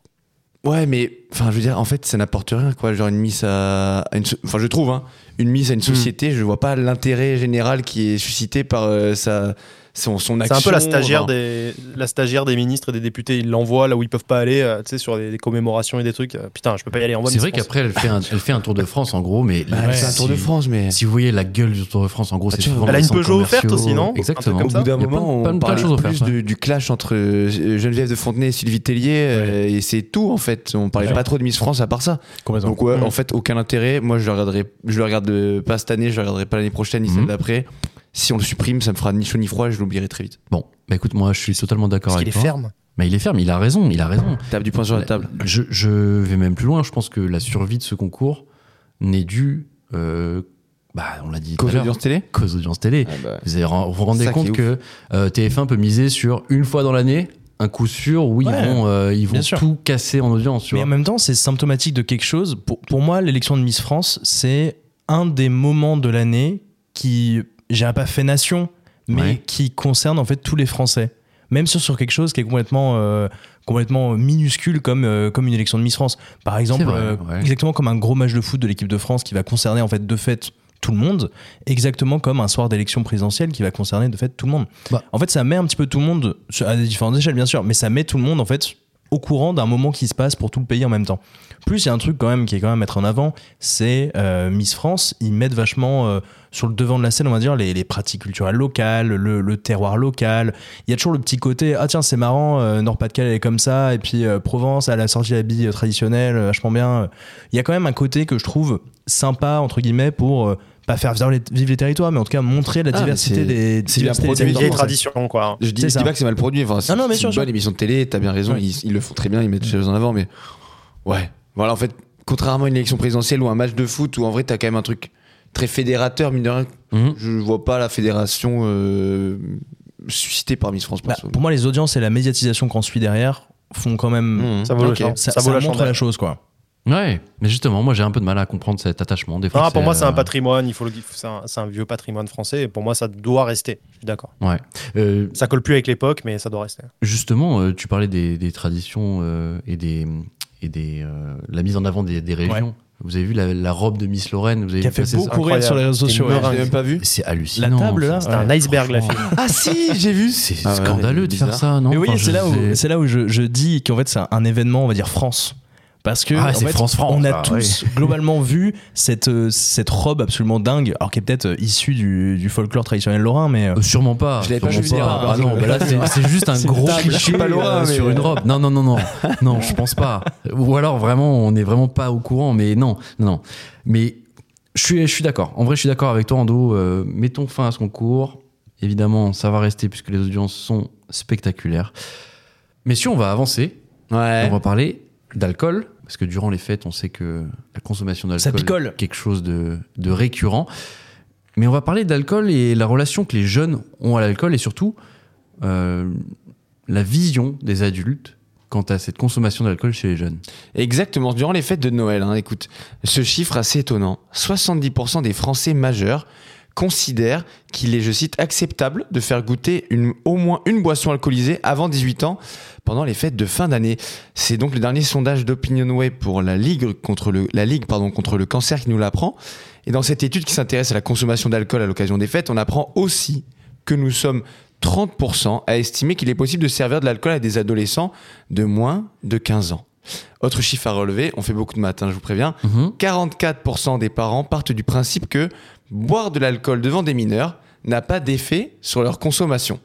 Speaker 3: Ouais, mais enfin, je veux dire, en fait, ça n'apporte rien, quoi. Genre une mise à, à une, so- enfin, je trouve, hein, une mise à une société. Je vois pas l'intérêt général qui est suscité par euh, sa, son, son
Speaker 4: C'est
Speaker 3: action.
Speaker 4: un peu la stagiaire,
Speaker 3: enfin.
Speaker 4: des, la stagiaire des ministres et des députés. Ils l'envoient là où ils peuvent pas aller, euh, tu sais, sur des, des commémorations et des trucs. Euh, Putain, je peux pas y aller en mode.
Speaker 1: C'est vrai
Speaker 4: mais
Speaker 1: qu'après, elle, fait un- elle fait un Tour de France, en gros, mais.
Speaker 3: Bah,
Speaker 1: là,
Speaker 3: c'est un
Speaker 1: si-
Speaker 3: Tour de France, mais.
Speaker 1: Si vous voyez la gueule du Tour de France, en gros, c'est
Speaker 3: tu vois,
Speaker 1: souvent
Speaker 4: Elle a
Speaker 1: les
Speaker 4: une
Speaker 1: centres
Speaker 4: Peugeot offerte
Speaker 1: commerciaux.
Speaker 4: aussi, non
Speaker 1: Exactement.
Speaker 4: Un
Speaker 3: Au
Speaker 4: truc comme
Speaker 3: bout d'un
Speaker 1: Il y a plein- plein de-
Speaker 3: moment, on
Speaker 1: plein de
Speaker 3: parle
Speaker 1: choses offertes,
Speaker 3: plus
Speaker 1: ouais.
Speaker 3: du, du clash entre euh, Geneviève de Fontenay et Sylvie Tellier, euh, et c'est tout en fait. On parlait
Speaker 2: Ouais.
Speaker 3: pas trop de Miss France à part ça.
Speaker 2: Complètement.
Speaker 3: Donc ouais,
Speaker 1: Hmm.
Speaker 4: Mhm.
Speaker 3: en fait, aucun intérêt. Moi, je le regarderai, je le regarde euh, pas cette année, je le regarderai pas l'année prochaine, ni celle
Speaker 1: Mhm.
Speaker 3: d'après. Si on le supprime, ça me fera ni chaud ni froid, je l'oublierai très vite.
Speaker 1: Bon, bah écoute, moi, je suis totalement d'accord
Speaker 4: Parce
Speaker 1: avec
Speaker 4: qu'il est
Speaker 1: toi.
Speaker 4: ferme.
Speaker 1: Mais il est ferme, il a raison, il a raison.
Speaker 3: Tape du poing sur la table.
Speaker 1: Je, je vais même plus loin. Je pense que la survie de ce concours n'est due, euh, bah, on l'a dit
Speaker 3: Cause
Speaker 1: tout à l'heure,
Speaker 3: audience télé
Speaker 1: qu'aux audiences télé.
Speaker 2: Ah bah.
Speaker 1: Vous avez- vous vous rendez
Speaker 3: Ça qui
Speaker 1: compte
Speaker 3: est
Speaker 1: que euh, TF1 peut miser sur une fois dans l'année, un coup sûr où ils
Speaker 2: Ouais,
Speaker 1: vont, euh, ils vont
Speaker 2: bien sûr.
Speaker 1: tout casser en audience. Tu
Speaker 2: Mais en
Speaker 1: vois.
Speaker 2: même temps, c'est symptomatique de quelque chose. Pour, pour moi, l'élection de Miss France, c'est un des moments de l'année qui, j'ai pas fait nation, mais
Speaker 1: Ouais.
Speaker 2: qui concerne en fait tous les Français. Même sur, sur quelque chose qui est complètement, euh, complètement minuscule comme, euh, comme une élection de Miss France. Par exemple,
Speaker 1: vrai,
Speaker 2: euh,
Speaker 1: ouais.
Speaker 2: exactement comme un gros match de foot de l'équipe de France qui va concerner en fait de fait tout le monde, exactement comme un soir d'élection présidentielle qui va concerner de fait tout le monde.
Speaker 1: Bah.
Speaker 2: En fait, ça met un petit peu tout le monde, sur- à des différentes échelles bien sûr, mais ça met tout le monde en fait au courant d'un moment qui se passe pour tout le pays en même temps. Plus, il y a un truc quand même qui est quand même à mettre en avant, c'est euh, Miss France, ils mettent vachement euh, sur le devant de la scène, on va dire, les, les pratiques culturelles locales, le, le terroir local. Il y a toujours le petit côté, ah tiens, c'est marrant, euh, Nord-Pas-de-Calais elle est comme ça, et puis euh, Provence, elle a sorti la bille euh, traditionnelle, euh, vachement bien. Il y a quand même un côté que je trouve sympa, entre guillemets, pour... euh, pas faire vivre les, vivre les territoires, mais en tout cas montrer la
Speaker 3: Ah, mais
Speaker 2: diversité
Speaker 3: c'est-
Speaker 2: des,
Speaker 3: c'est bien
Speaker 2: diversité des
Speaker 3: produit.
Speaker 4: Une
Speaker 3: Évidemment,
Speaker 4: vieille
Speaker 3: ça.
Speaker 4: tradition, quoi.
Speaker 3: Je dis,
Speaker 2: C'est
Speaker 3: je dis
Speaker 2: ça.
Speaker 3: pas que c'est mal produit. Enfin, c'est
Speaker 2: non, mais
Speaker 3: c'est
Speaker 2: sûr,
Speaker 3: une
Speaker 2: sûr.
Speaker 3: bonne émission de télé. T'as bien raison.
Speaker 2: Ouais.
Speaker 3: Ils, ils le font très bien. Ils mettent les choses en avant, mais ouais. Voilà, en fait, contrairement à une élection présidentielle ou un match de foot, où en vrai t'as quand même un truc très fédérateur, mine de rien.
Speaker 1: Mhm.
Speaker 3: Je vois pas la fédération euh, suscitée par Miss France.
Speaker 2: Bah,
Speaker 3: perso.
Speaker 2: pour moi, les audiences et la médiatisation qu'on suit derrière font quand même.
Speaker 3: Mhm.
Speaker 4: Ça vaut le
Speaker 3: Ok.
Speaker 4: temps.
Speaker 2: Ça,
Speaker 4: Ça
Speaker 2: ça
Speaker 4: vaut la
Speaker 2: montre
Speaker 4: chandelle.
Speaker 2: la chose, quoi.
Speaker 1: Ouais, mais justement, moi j'ai un peu de mal à comprendre cet attachement des Français.
Speaker 4: Ah, pour moi, c'est un
Speaker 1: euh,
Speaker 4: patrimoine. Il faut le- c'est un, c'est un vieux patrimoine français. Et pour moi, ça doit rester. Je suis d'accord.
Speaker 1: Ouais. Euh,
Speaker 4: Ça colle plus avec l'époque, mais ça doit rester.
Speaker 1: Justement, euh, tu parlais des, des traditions euh, et des et des euh, la mise en avant des, des régions. Vous avez vu la, la robe de Miss Lorraine, vous avez
Speaker 2: Qui a
Speaker 1: vu
Speaker 2: fait
Speaker 1: passer ça
Speaker 2: beaucoup rire
Speaker 4: incroyable.
Speaker 2: sur les réseaux
Speaker 4: C'est
Speaker 2: sociaux.
Speaker 4: une
Speaker 2: ouais.
Speaker 4: meringue.
Speaker 3: J'ai même pas vu.
Speaker 1: C'est
Speaker 2: La
Speaker 1: hallucinant.
Speaker 2: table, hein. là.
Speaker 4: C'est un
Speaker 2: ouais,
Speaker 4: iceberg, la
Speaker 2: franchement.
Speaker 4: fille.
Speaker 3: Ah si, j'ai vu.
Speaker 1: c'est c'est
Speaker 3: Ah ouais,
Speaker 1: scandaleux de faire
Speaker 3: bizarre.
Speaker 1: ça, non
Speaker 2: Mais oui,
Speaker 1: Enfin,
Speaker 2: c'est
Speaker 1: je-
Speaker 2: là, où- c'est là où je, je dis qu'en fait, c'est un, un événement, on va dire France. Parce que
Speaker 1: Ah,
Speaker 2: en
Speaker 1: c'est
Speaker 2: fait,
Speaker 1: France-France,
Speaker 2: on a
Speaker 1: ah,
Speaker 2: tous globalement vu cette, euh, cette robe absolument dingue, alors qui est peut-être euh, issue du, du folklore traditionnel lorrain, mais euh,
Speaker 1: Euh, Sûrement pas.
Speaker 3: Je l'avais pas
Speaker 1: sûrement
Speaker 3: vu venir,
Speaker 1: Ah
Speaker 3: perso.
Speaker 1: non, bah là c'est- c'est juste un
Speaker 2: hein. C'est
Speaker 1: gros
Speaker 2: une table.
Speaker 1: cliché
Speaker 2: Je suis pas Laura,
Speaker 1: euh,
Speaker 2: mais-
Speaker 1: sur une robe. Non, non, non, non, non, je pense pas. Ou alors vraiment, on n'est vraiment pas au courant. Mais non, non, non. Mais je suis, je suis d'accord. En vrai, je suis d'accord avec toi, Ando. Euh, mettons fin à ce concours. Évidemment, ça va rester puisque les audiences sont spectaculaires. Mais si on va avancer,
Speaker 3: Ouais.
Speaker 2: Eh.
Speaker 1: on va parler d'alcool parce que durant les fêtes, on sait que la consommation
Speaker 2: Ça
Speaker 1: d'alcool
Speaker 2: picole.
Speaker 1: est quelque chose de, de récurrent. Mais on va parler d'alcool et la relation que les jeunes ont à l'alcool et surtout euh, la vision des adultes quant à cette consommation d'alcool chez les jeunes.
Speaker 3: Exactement, durant les fêtes de Noël, hein, écoute, ce chiffre assez étonnant, 70% des Français majeurs considèrent qu'il est, je cite, acceptable de faire goûter une, au moins une boisson alcoolisée avant 18 ans pendant les fêtes de fin d'année. C'est donc le dernier sondage d'OpinionWay pour la Ligue, contre le, la Ligue pardon, contre le cancer qui nous l'apprend. Et dans cette étude qui s'intéresse à la consommation d'alcool à l'occasion des fêtes, on apprend aussi que nous sommes 30% à estimer qu'il est possible de servir de l'alcool à des adolescents de moins de 15 ans. Autre chiffre à relever, on fait beaucoup de maths, hein, je vous préviens.
Speaker 2: Mm-hmm.
Speaker 3: 44% des parents partent du principe que boire de l'alcool devant des mineurs n'a pas d'effet sur leur consommation.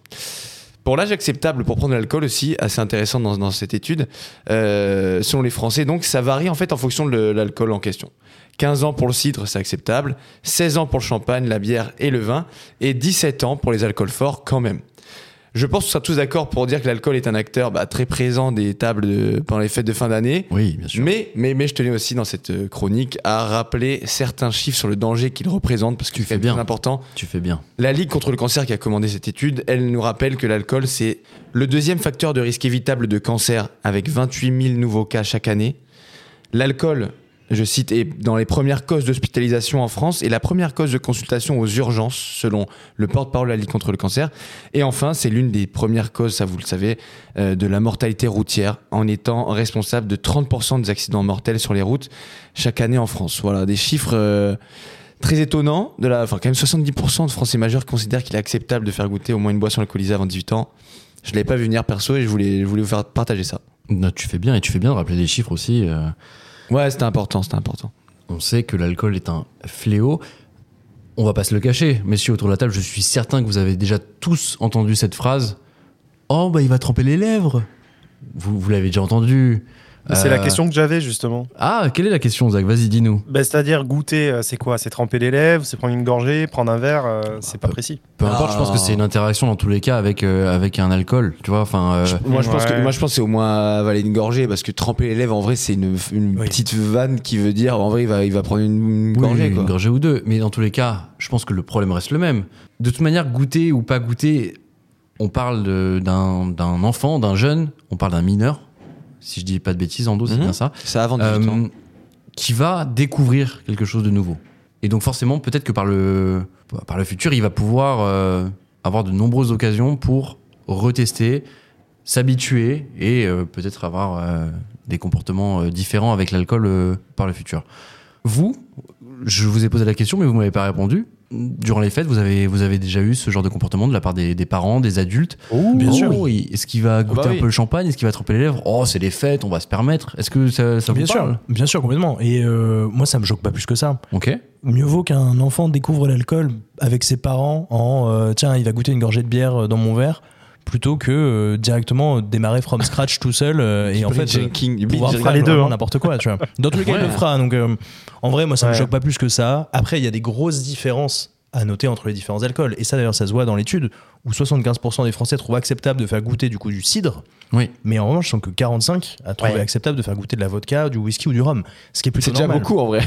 Speaker 3: Pour l'âge acceptable pour prendre de l'alcool aussi, assez intéressant dans, dans cette étude, euh, selon les Français, donc ça varie en fait en fonction de le- l'alcool en question. 15 ans pour le cidre, c'est acceptable, 16 ans pour le champagne, la bière et le vin, et 17 ans pour les alcools forts quand même. Je pense que nous sommes tous d'accord pour dire que l'alcool est un acteur bah, très présent des tables de- pendant les fêtes de fin d'année,
Speaker 1: Oui, bien sûr.
Speaker 3: mais, mais, mais je tenais aussi dans cette euh, chronique à rappeler certains chiffres sur le danger qu'il représente parce que
Speaker 1: Tu fais
Speaker 3: c'est
Speaker 1: Eh bien.
Speaker 3: bien important.
Speaker 1: Tu fais bien.
Speaker 3: La Ligue contre le cancer qui a commandé cette étude, elle nous rappelle que l'alcool, c'est le deuxième facteur de risque évitable de cancer avec 28 000 nouveaux cas chaque année. L'alcool Je cite, est dans les premières causes d'hospitalisation en France et la première cause de consultation aux urgences, selon le porte-parole de la Ligue contre le cancer. Et enfin, c'est l'une des premières causes, ça vous le savez, euh, de la mortalité routière, en étant responsable de 30% des accidents mortels sur les routes chaque année en France. Voilà, des chiffres euh, très étonnants. De la, enfin, quand même 70% de Français majeurs considèrent qu'il est acceptable de faire goûter au moins une boisson alcoolisée avant 18 ans. Je ne l'avais pas vu venir perso et je voulais, je voulais vous faire partager ça.
Speaker 1: Non, tu fais bien et tu fais bien de rappeler des chiffres aussi. euh,
Speaker 3: Ouais, c'était important, c'était important.
Speaker 1: On sait que l'alcool est un fléau. On va pas se le cacher, messieurs autour de la table, je suis certain que vous avez déjà tous entendu cette phrase. Oh bah il va tremper les lèvres. Vous, vous l'avez déjà entendu.
Speaker 4: C'est
Speaker 1: Euh,
Speaker 4: la question que j'avais justement.
Speaker 1: Ah, quelle est la question, Zach Vas-y, dis-nous.
Speaker 4: Bah, C'est-à-dire goûter, euh, c'est quoi C'est tremper les lèvres, c'est prendre une gorgée, prendre un verre, euh, c'est pas
Speaker 1: peu-
Speaker 4: précis.
Speaker 1: Peu importe, je pense
Speaker 4: Ah.
Speaker 1: que c'est une interaction dans tous les cas avec euh, avec un alcool. Tu vois, enfin. euh,
Speaker 3: Moi je, pense que,
Speaker 4: Ouais.
Speaker 3: moi je pense que c'est au moins avaler une gorgée parce que tremper les lèvres en vrai c'est une, une
Speaker 2: Oui.
Speaker 3: petite vanne qui veut dire en vrai il va, il va prendre une, une gorgée
Speaker 1: Oui,
Speaker 3: quoi.
Speaker 1: Une gorgée ou deux. Mais dans tous les cas, je pense que le problème reste le même. De toute manière, goûter ou pas goûter, on parle de- d'un d'un enfant, d'un jeune, on parle d'un mineur. Si je dis pas de bêtises, en dos, c'est
Speaker 3: Mhm.
Speaker 1: bien ça.
Speaker 3: Ça avant de
Speaker 1: Euh, qui va découvrir quelque chose de nouveau. Et donc forcément, peut-être que par le, par le futur, il va pouvoir euh, avoir de nombreuses occasions pour retester, s'habituer et euh, peut-être avoir euh, des comportements euh, différents avec l'alcool euh, par le futur. Vous, je vous ai posé la question, mais vous m'avez pas répondu. Durant les fêtes, vous avez, vous avez déjà eu ce genre de comportement de la part des, des parents, des adultes
Speaker 2: Bien
Speaker 1: Oh,
Speaker 2: sûr.
Speaker 1: il- Est-ce qu'il va goûter
Speaker 3: bah
Speaker 1: un
Speaker 3: oui.
Speaker 1: peu le champagne Est-ce qu'il va tremper les lèvres Oh, c'est les fêtes, on va se permettre. Est-ce que ça, ça vous
Speaker 2: bien
Speaker 1: parle
Speaker 2: sûr, bien sûr, complètement. Et euh, moi, ça me choque pas plus que ça.
Speaker 1: Ok.
Speaker 2: Mieux vaut qu'un enfant découvre l'alcool avec ses parents en euh, tiens, il va goûter une gorgée de bière euh, dans mon verre, plutôt que euh, directement euh, démarrer from scratch tout seul euh, et en fait euh, pouvoir faire les deux n'importe quoi tu vois dans tous les cas il le fera donc euh, en vrai moi ça me
Speaker 4: Ouais.
Speaker 2: choque pas plus que ça après il y a des grosses différences à noter entre les différents alcools et ça d'ailleurs ça se voit dans l'étude où 75% des français trouvent acceptable de faire goûter du coup du cidre
Speaker 1: Oui.
Speaker 2: mais en revanche ils sont que 45 à trouver
Speaker 4: Ouais.
Speaker 2: acceptable de faire goûter de la vodka du whisky ou du rhum ce qui est plutôt
Speaker 3: C'est déjà
Speaker 2: normal
Speaker 3: beaucoup en vrai.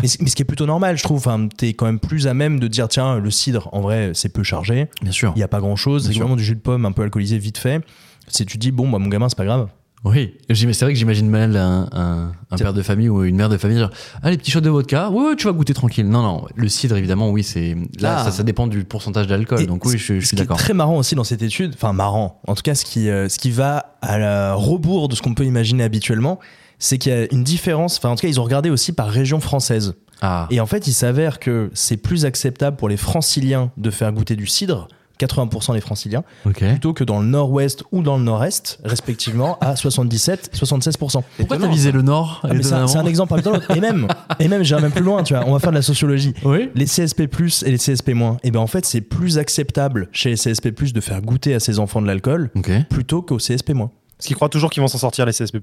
Speaker 2: mais, c- mais ce qui est plutôt normal je trouve enfin t'es quand même plus à même de dire tiens le cidre en vrai c'est peu chargé
Speaker 1: Bien sûr.
Speaker 2: il n'y a pas grand chose
Speaker 1: Bien
Speaker 2: c'est
Speaker 1: sûr.
Speaker 2: vraiment du jus de pomme un peu alcoolisé vite fait si tu te dis bon bah mon gamin c'est pas grave
Speaker 1: Oui. J'im- C'est vrai que j'imagine mal un, un- un père de famille ou une mère de famille dire Ah, les petits shots de vodka, ouais, ouais, tu vas goûter tranquille. Non, non. Le cidre, évidemment, oui, c'est. Là,
Speaker 3: Ah.
Speaker 1: ça, ça dépend du pourcentage d'alcool.
Speaker 2: Et
Speaker 1: Donc, oui, je, je
Speaker 2: ce
Speaker 1: suis
Speaker 2: qui est
Speaker 1: d'accord.
Speaker 2: très marrant aussi dans cette étude, enfin marrant, en tout cas ce qui, euh, ce qui va à la rebours de ce qu'on peut imaginer habituellement, c'est qu'il y a une différence, enfin en tout cas ils ont regardé aussi par région française.
Speaker 1: Ah.
Speaker 2: Et en fait il s'avère que c'est plus acceptable pour les franciliens de faire goûter du cidre, 80% des franciliens,
Speaker 1: Ok.
Speaker 2: plutôt que dans le nord-ouest ou dans le nord-est, respectivement à 77, 76%.
Speaker 1: Pourquoi t'as visé le Nord
Speaker 2: Ah, mais c'est un, c'est un
Speaker 1: étonnamment
Speaker 2: exemple parmi tant d'autres. Et même, et même j'irai même plus loin, tu vois, on va faire de la sociologie
Speaker 1: Oui.
Speaker 2: les CSP+ et les CSP-, et ben en fait, c'est plus acceptable chez les CSP+ de faire goûter à ses enfants de l'alcool
Speaker 1: Ok.
Speaker 2: plutôt qu'aux CSP-.
Speaker 4: Parce qu'ils croient toujours qu'ils vont s'en sortir les CSP+.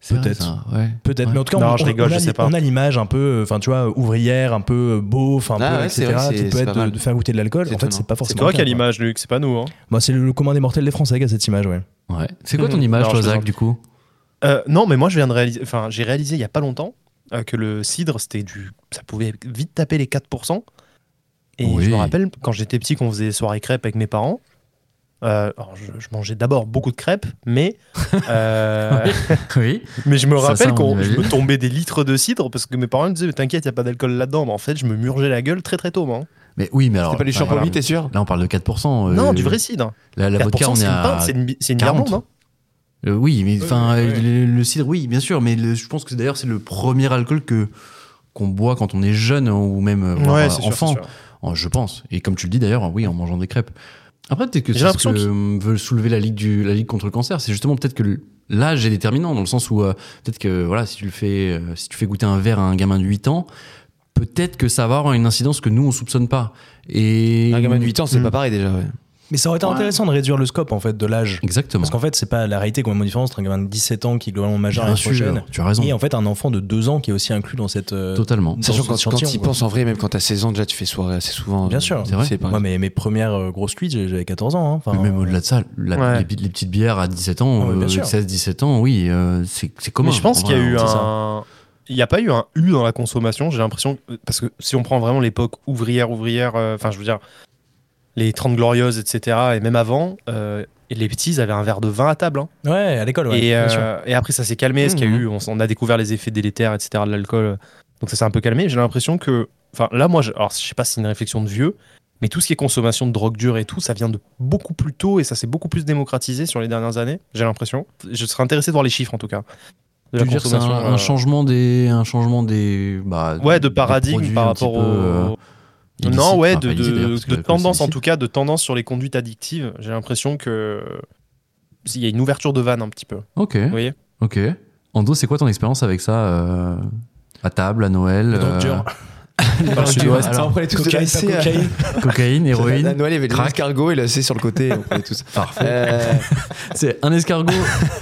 Speaker 1: C'est vrai,
Speaker 2: Peut-être.
Speaker 1: ça, Ouais.
Speaker 2: Peut-être,
Speaker 1: Ouais.
Speaker 2: mais en tout cas,
Speaker 4: Non,
Speaker 2: on,
Speaker 4: je
Speaker 2: on-
Speaker 4: rigole,
Speaker 2: on a,
Speaker 4: je sais pas.
Speaker 2: on a l'image un peu, euh, enfin tu vois, ouvrière, un peu euh, beauf, un
Speaker 3: Ah
Speaker 2: peu,
Speaker 3: ouais, c'est
Speaker 2: etc.
Speaker 3: vrai, c'est-
Speaker 2: Tout peut
Speaker 3: c'est
Speaker 2: être
Speaker 3: pas
Speaker 2: de,
Speaker 3: mal.
Speaker 2: de faire goûter de l'alcool.
Speaker 3: C'est
Speaker 2: En fait,
Speaker 3: étonnant.
Speaker 2: c'est pas
Speaker 4: C'est
Speaker 2: forcément.
Speaker 4: toi
Speaker 2: le
Speaker 4: qui as
Speaker 2: cas, quoi.
Speaker 4: l'image, Luc, c'est pas nous. hein.
Speaker 2: Bah, c'est le, le commun des mortels des Français qui a cette image, ouais.
Speaker 1: Ouais. C'est quoi ton
Speaker 4: Hmm.
Speaker 1: image,
Speaker 4: Non,
Speaker 1: toi,
Speaker 4: je
Speaker 1: Zach,
Speaker 4: plaisante.
Speaker 1: du coup
Speaker 4: Euh, non, mais moi, je viens de réaliser. Enfin, j'ai réalisé il y a pas longtemps euh, que le cidre, c'était du. Ça pouvait vite taper les 4%. Et
Speaker 1: Oui.
Speaker 4: je me rappelle, quand j'étais petit, qu'on faisait des soirées crêpes avec mes parents. euh, alors, je, je mangeais d'abord beaucoup de crêpes, mais. euh,
Speaker 1: Oui.
Speaker 4: mais je me
Speaker 1: Ça, ça,
Speaker 4: rappelle
Speaker 1: on
Speaker 4: qu'on je
Speaker 1: imagine.
Speaker 4: me tombais des litres de cidre parce que mes parents me disaient, mais t'inquiète, il a pas d'alcool là-dedans. Mais en fait, je me murgeais la gueule très très tôt, moi. hein.
Speaker 1: Mais oui, mais alors.
Speaker 3: C'est pas du
Speaker 1: enfin,
Speaker 3: champomis, t'es sûr
Speaker 1: Là, on parle de 4%. euh,
Speaker 4: non, du vrai cidre.
Speaker 1: La, la
Speaker 4: 4%,
Speaker 1: vodka, on est
Speaker 4: c'est une
Speaker 1: à
Speaker 4: pinte, c'est une, bi- c'est une bière
Speaker 1: 40.
Speaker 4: blonde, hein.
Speaker 1: Euh, oui, mais enfin
Speaker 2: oui,
Speaker 1: euh, Le, le cidre, oui, bien sûr, mais le- je pense que d'ailleurs c'est le premier alcool que qu'on boit quand on est jeune ou même euh, voire, euh,
Speaker 4: c'est sûr, c'est
Speaker 1: enfant,
Speaker 4: sûr.
Speaker 1: En- je pense. Et comme tu le dis d'ailleurs, oui, en mangeant des crêpes. Après peut-être que
Speaker 4: J'ai
Speaker 1: c'est ce
Speaker 4: l'impression
Speaker 1: que euh, veut soulever la ligue du la ligue contre le cancer, c'est justement peut-être que l- l'âge est déterminant dans le sens où euh, peut-être que voilà, si tu le fais euh, si tu fais goûter un verre à un gamin de 8 ans, peut-être que ça va avoir une incidence que nous on soupçonne pas. Et
Speaker 3: Un gamin de 8 ans c'est
Speaker 4: Mm.
Speaker 3: pas pareil déjà. ouais.
Speaker 2: Mais ça aurait été
Speaker 1: Ouais.
Speaker 2: intéressant de réduire le scope en fait de l'âge.
Speaker 1: Exactement.
Speaker 2: Parce qu'en fait, c'est pas la réalité complètement différente entre un gamin de 17 ans qui est globalement majeur
Speaker 1: Bien
Speaker 2: l'année
Speaker 1: sûr,
Speaker 2: prochaine
Speaker 1: tu as raison.
Speaker 2: et en fait un enfant de 2 ans qui est aussi inclus dans cette. euh,
Speaker 1: Totalement.
Speaker 2: dans
Speaker 3: Sachant
Speaker 2: ce
Speaker 3: quand, quand
Speaker 2: échantillon,
Speaker 3: tu y
Speaker 2: quoi.
Speaker 3: penses en vrai, même quand t'as 16 ans déjà tu fais soirée assez souvent.
Speaker 2: Bien
Speaker 3: euh,
Speaker 2: sûr,
Speaker 1: c'est vrai.
Speaker 3: c'est pas-
Speaker 2: Moi, mes, mes premières euh, grosses cuites, j'ai- j'avais 14 ans. hein. Enfin,
Speaker 1: Mais même au-delà de ça, la-
Speaker 4: Ouais.
Speaker 1: les, bi- les petites bières à 17 ans,
Speaker 2: Ah ouais, bien
Speaker 1: euh,
Speaker 2: sûr.
Speaker 1: 16-17 ans, oui, euh, c'est c'est commun.
Speaker 4: Mais je
Speaker 1: en
Speaker 4: pense qu'il y a
Speaker 1: vrai,
Speaker 4: eu
Speaker 1: hein.
Speaker 4: un. Il n'y a pas eu un U dans la consommation, j'ai l'impression. Parce que si on prend vraiment l'époque ouvrière, ouvrière, euh, enfin, je veux dire, les 30 Glorieuses, etc., et même avant, euh, Et les petits, ils avaient un verre de vin à table. hein.
Speaker 2: Ouais, à l'école, ouais.
Speaker 4: et,
Speaker 2: bien
Speaker 4: euh,
Speaker 2: sûr.
Speaker 4: et après, ça s'est calmé. parce qu'il y a
Speaker 3: Mhm.
Speaker 4: eu, on, s- on a découvert les effets délétères, etc. de l'alcool. Donc ça s'est un peu calmé. J'ai l'impression que. Enfin, là, moi, je, alors, je sais pas si c'est une réflexion de vieux, mais tout ce qui est consommation de drogue dure et tout, ça vient de beaucoup plus tôt et ça s'est beaucoup plus démocratisé sur les dernières années, j'ai l'impression. Je serais intéressé de voir les chiffres, en tout cas. De
Speaker 1: Tu veux dire que c'est un, un
Speaker 4: euh,
Speaker 1: changement des, un changement des, bah,
Speaker 4: Ouais, de
Speaker 1: des
Speaker 4: paradigme
Speaker 1: produits
Speaker 4: par
Speaker 1: un petit
Speaker 4: rapport
Speaker 1: peu, euh,
Speaker 4: au.
Speaker 1: illicites.
Speaker 4: non, ouais,
Speaker 1: Enfin,
Speaker 4: de,
Speaker 1: pas illicites,
Speaker 4: de-
Speaker 1: d'ailleurs, parce que l'alcool,
Speaker 4: de
Speaker 1: c'est
Speaker 4: tendance, en
Speaker 1: illicite.
Speaker 4: tout cas, de tendance sur les conduites addictives. J'ai l'impression que. Il y a une ouverture de vanne un petit peu.
Speaker 1: Ok.
Speaker 4: Vous voyez
Speaker 1: Ok. Ando, c'est quoi ton expérience avec ça euh, À table, à Noël
Speaker 2: Le drogue
Speaker 1: euh,
Speaker 2: dure.
Speaker 1: dans le sud-ouest. Alors,
Speaker 3: prenait tous
Speaker 2: Cocaïne,
Speaker 1: euh,
Speaker 2: pas cocaïne.
Speaker 1: cocaïne,
Speaker 3: La
Speaker 1: héroïne.
Speaker 3: Noël, il y avait des
Speaker 1: Crack.
Speaker 3: escargots et là, c'est sur le côté. On prenait tous.
Speaker 1: Parfait.
Speaker 3: Euh,
Speaker 1: C'est un escargot,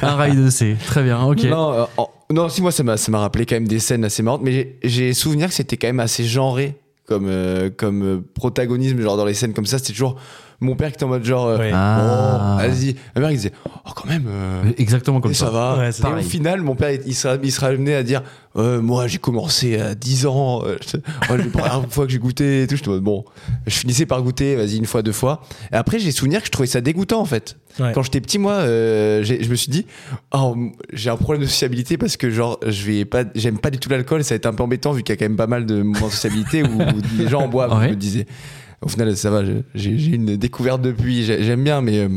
Speaker 1: un rail de C. Très bien, ok.
Speaker 3: Non, euh, en- non, si moi ça m'a ça m'a rappelé quand même des scènes assez marrantes, mais j'ai- j'ai souvenir que c'était quand même assez genré comme euh, comme euh, protagonisme, genre dans les scènes comme ça, c'était toujours mon père qui était en mode genre, euh,
Speaker 2: Ouais.
Speaker 1: Ah.
Speaker 3: oh, vas-y, ma mère il disait, oh quand même, euh,
Speaker 1: Exactement comme
Speaker 3: et ça,
Speaker 1: ça.
Speaker 3: va.
Speaker 2: Ouais, c'est
Speaker 3: et au
Speaker 1: pareil.
Speaker 3: final, mon père il- il sera il sera amené à dire, Euh, moi j'ai commencé à 10 ans, euh, je- moi, la première fois que j'ai goûté, et tout, j'étais en mode, bon, je finissais par goûter, vas-y une fois, deux fois, et après j'ai souvenir que je trouvais ça dégoûtant en fait.
Speaker 2: Ouais.
Speaker 3: Quand j'étais petit, moi, euh, j'ai- je me suis dit, oh, m- j'ai un problème de sociabilité parce que genre, je vais pas, j'aime pas du tout l'alcool et ça va être un peu embêtant vu qu'il y a quand même pas mal de moments de sociabilité où, où les gens en boivent.
Speaker 1: Ouais.
Speaker 3: Je me disais, au final, ça va, je- j'ai j'ai une découverte depuis, j'ai- j'aime bien, mais euh,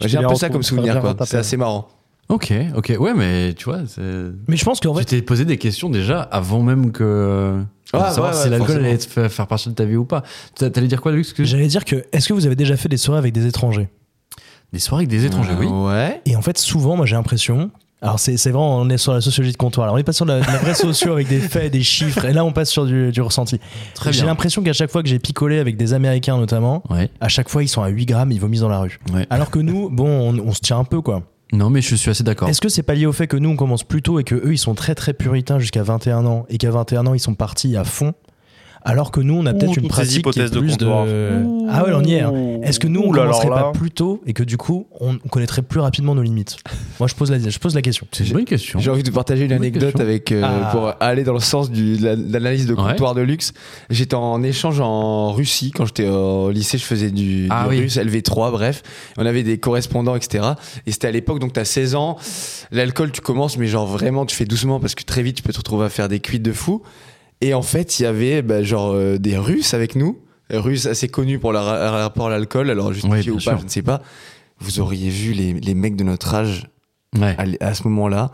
Speaker 4: Tu
Speaker 3: j'ai
Speaker 4: les
Speaker 3: un peu ça
Speaker 4: retrouves,
Speaker 3: comme
Speaker 4: ça va bien
Speaker 3: souvenir, quoi.
Speaker 4: rattraper.
Speaker 3: C'est assez marrant.
Speaker 1: Ok, ok. Ouais, mais tu vois, c'est.
Speaker 2: Mais je pense qu'en
Speaker 1: Tu
Speaker 2: fait,
Speaker 1: t'es posé des questions déjà avant même que. de
Speaker 3: Ouais,
Speaker 2: Ah,
Speaker 1: savoir
Speaker 3: ouais,
Speaker 1: si
Speaker 3: ouais,
Speaker 1: l'alcool
Speaker 3: forcément.
Speaker 1: allait te fa- faire partie de ta vie ou pas. T'a- T'allais dire quoi, Luc que...
Speaker 2: j'allais dire que est-ce que vous avez déjà fait des soirées avec des étrangers
Speaker 1: Des soirées avec des étrangers,
Speaker 2: Ah,
Speaker 1: oui.
Speaker 3: Euh, Ouais.
Speaker 2: Et en fait, souvent, moi, j'ai l'impression. Alors, c'est c'est vraiment, on est sur la sociologie de comptoir. Alors, on est pas sur de la, de la vraie socio avec des faits, des chiffres. Et là, on passe sur du, du ressenti.
Speaker 1: Très
Speaker 2: J'ai
Speaker 1: bien.
Speaker 2: l'impression qu'à chaque fois que j'ai picolé avec des Américains, notamment,
Speaker 1: Ouais,
Speaker 2: à chaque fois, ils sont à 8 grammes, ils vomissent dans la rue.
Speaker 1: ouais.
Speaker 2: Alors que nous, bon, on, on se tient un peu, quoi.
Speaker 1: Non, mais je suis assez d'accord.
Speaker 2: Est-ce que c'est pas lié au fait que nous, on commence plus tôt et que eux, ils sont très, très puritains jusqu'à 21 ans et qu'à 21 ans, ils sont partis à fond alors que nous, on a
Speaker 4: Ouh,
Speaker 2: peut-être une
Speaker 4: toutes ces
Speaker 2: pratique qui est
Speaker 4: hypothèses de
Speaker 2: plus de...
Speaker 4: comptoir.
Speaker 2: Ah ouais, on y est. hein. Est-ce que nous, on
Speaker 4: Ouh là là
Speaker 2: commencerait
Speaker 4: là.
Speaker 2: pas plus tôt et que du coup, on connaîtrait plus rapidement nos limites Moi, je pose la, je pose la question.
Speaker 1: C'est une bonne question.
Speaker 3: J'ai envie de partager une
Speaker 1: Bonne
Speaker 3: anecdote
Speaker 1: question.
Speaker 3: avec euh,
Speaker 2: Ah.
Speaker 3: pour aller dans le sens du- de la- de l'analyse de
Speaker 1: Ouais.
Speaker 3: comptoir de luxe. J'étais en échange en Russie quand j'étais au lycée, je faisais du,
Speaker 1: Ah
Speaker 3: du
Speaker 1: oui.
Speaker 3: russe LV3, bref. On avait des correspondants, etc. Et c'était à l'époque, donc t'as 16 ans, l'alcool tu commences, mais genre vraiment tu fais doucement parce que très vite tu peux te retrouver à faire des cuites de fou. Et en fait, il y avait bah, genre euh, des Russes avec nous, Russes assez connus pour leur leur rapport à l'alcool, alors
Speaker 1: Ouais,
Speaker 3: justifié
Speaker 1: bien
Speaker 3: ou pas,
Speaker 1: sûr.
Speaker 3: je ne sais pas. Vous auriez vu les- les mecs de notre âge
Speaker 1: Ouais.
Speaker 2: ah,
Speaker 3: à, l- à ce moment-là,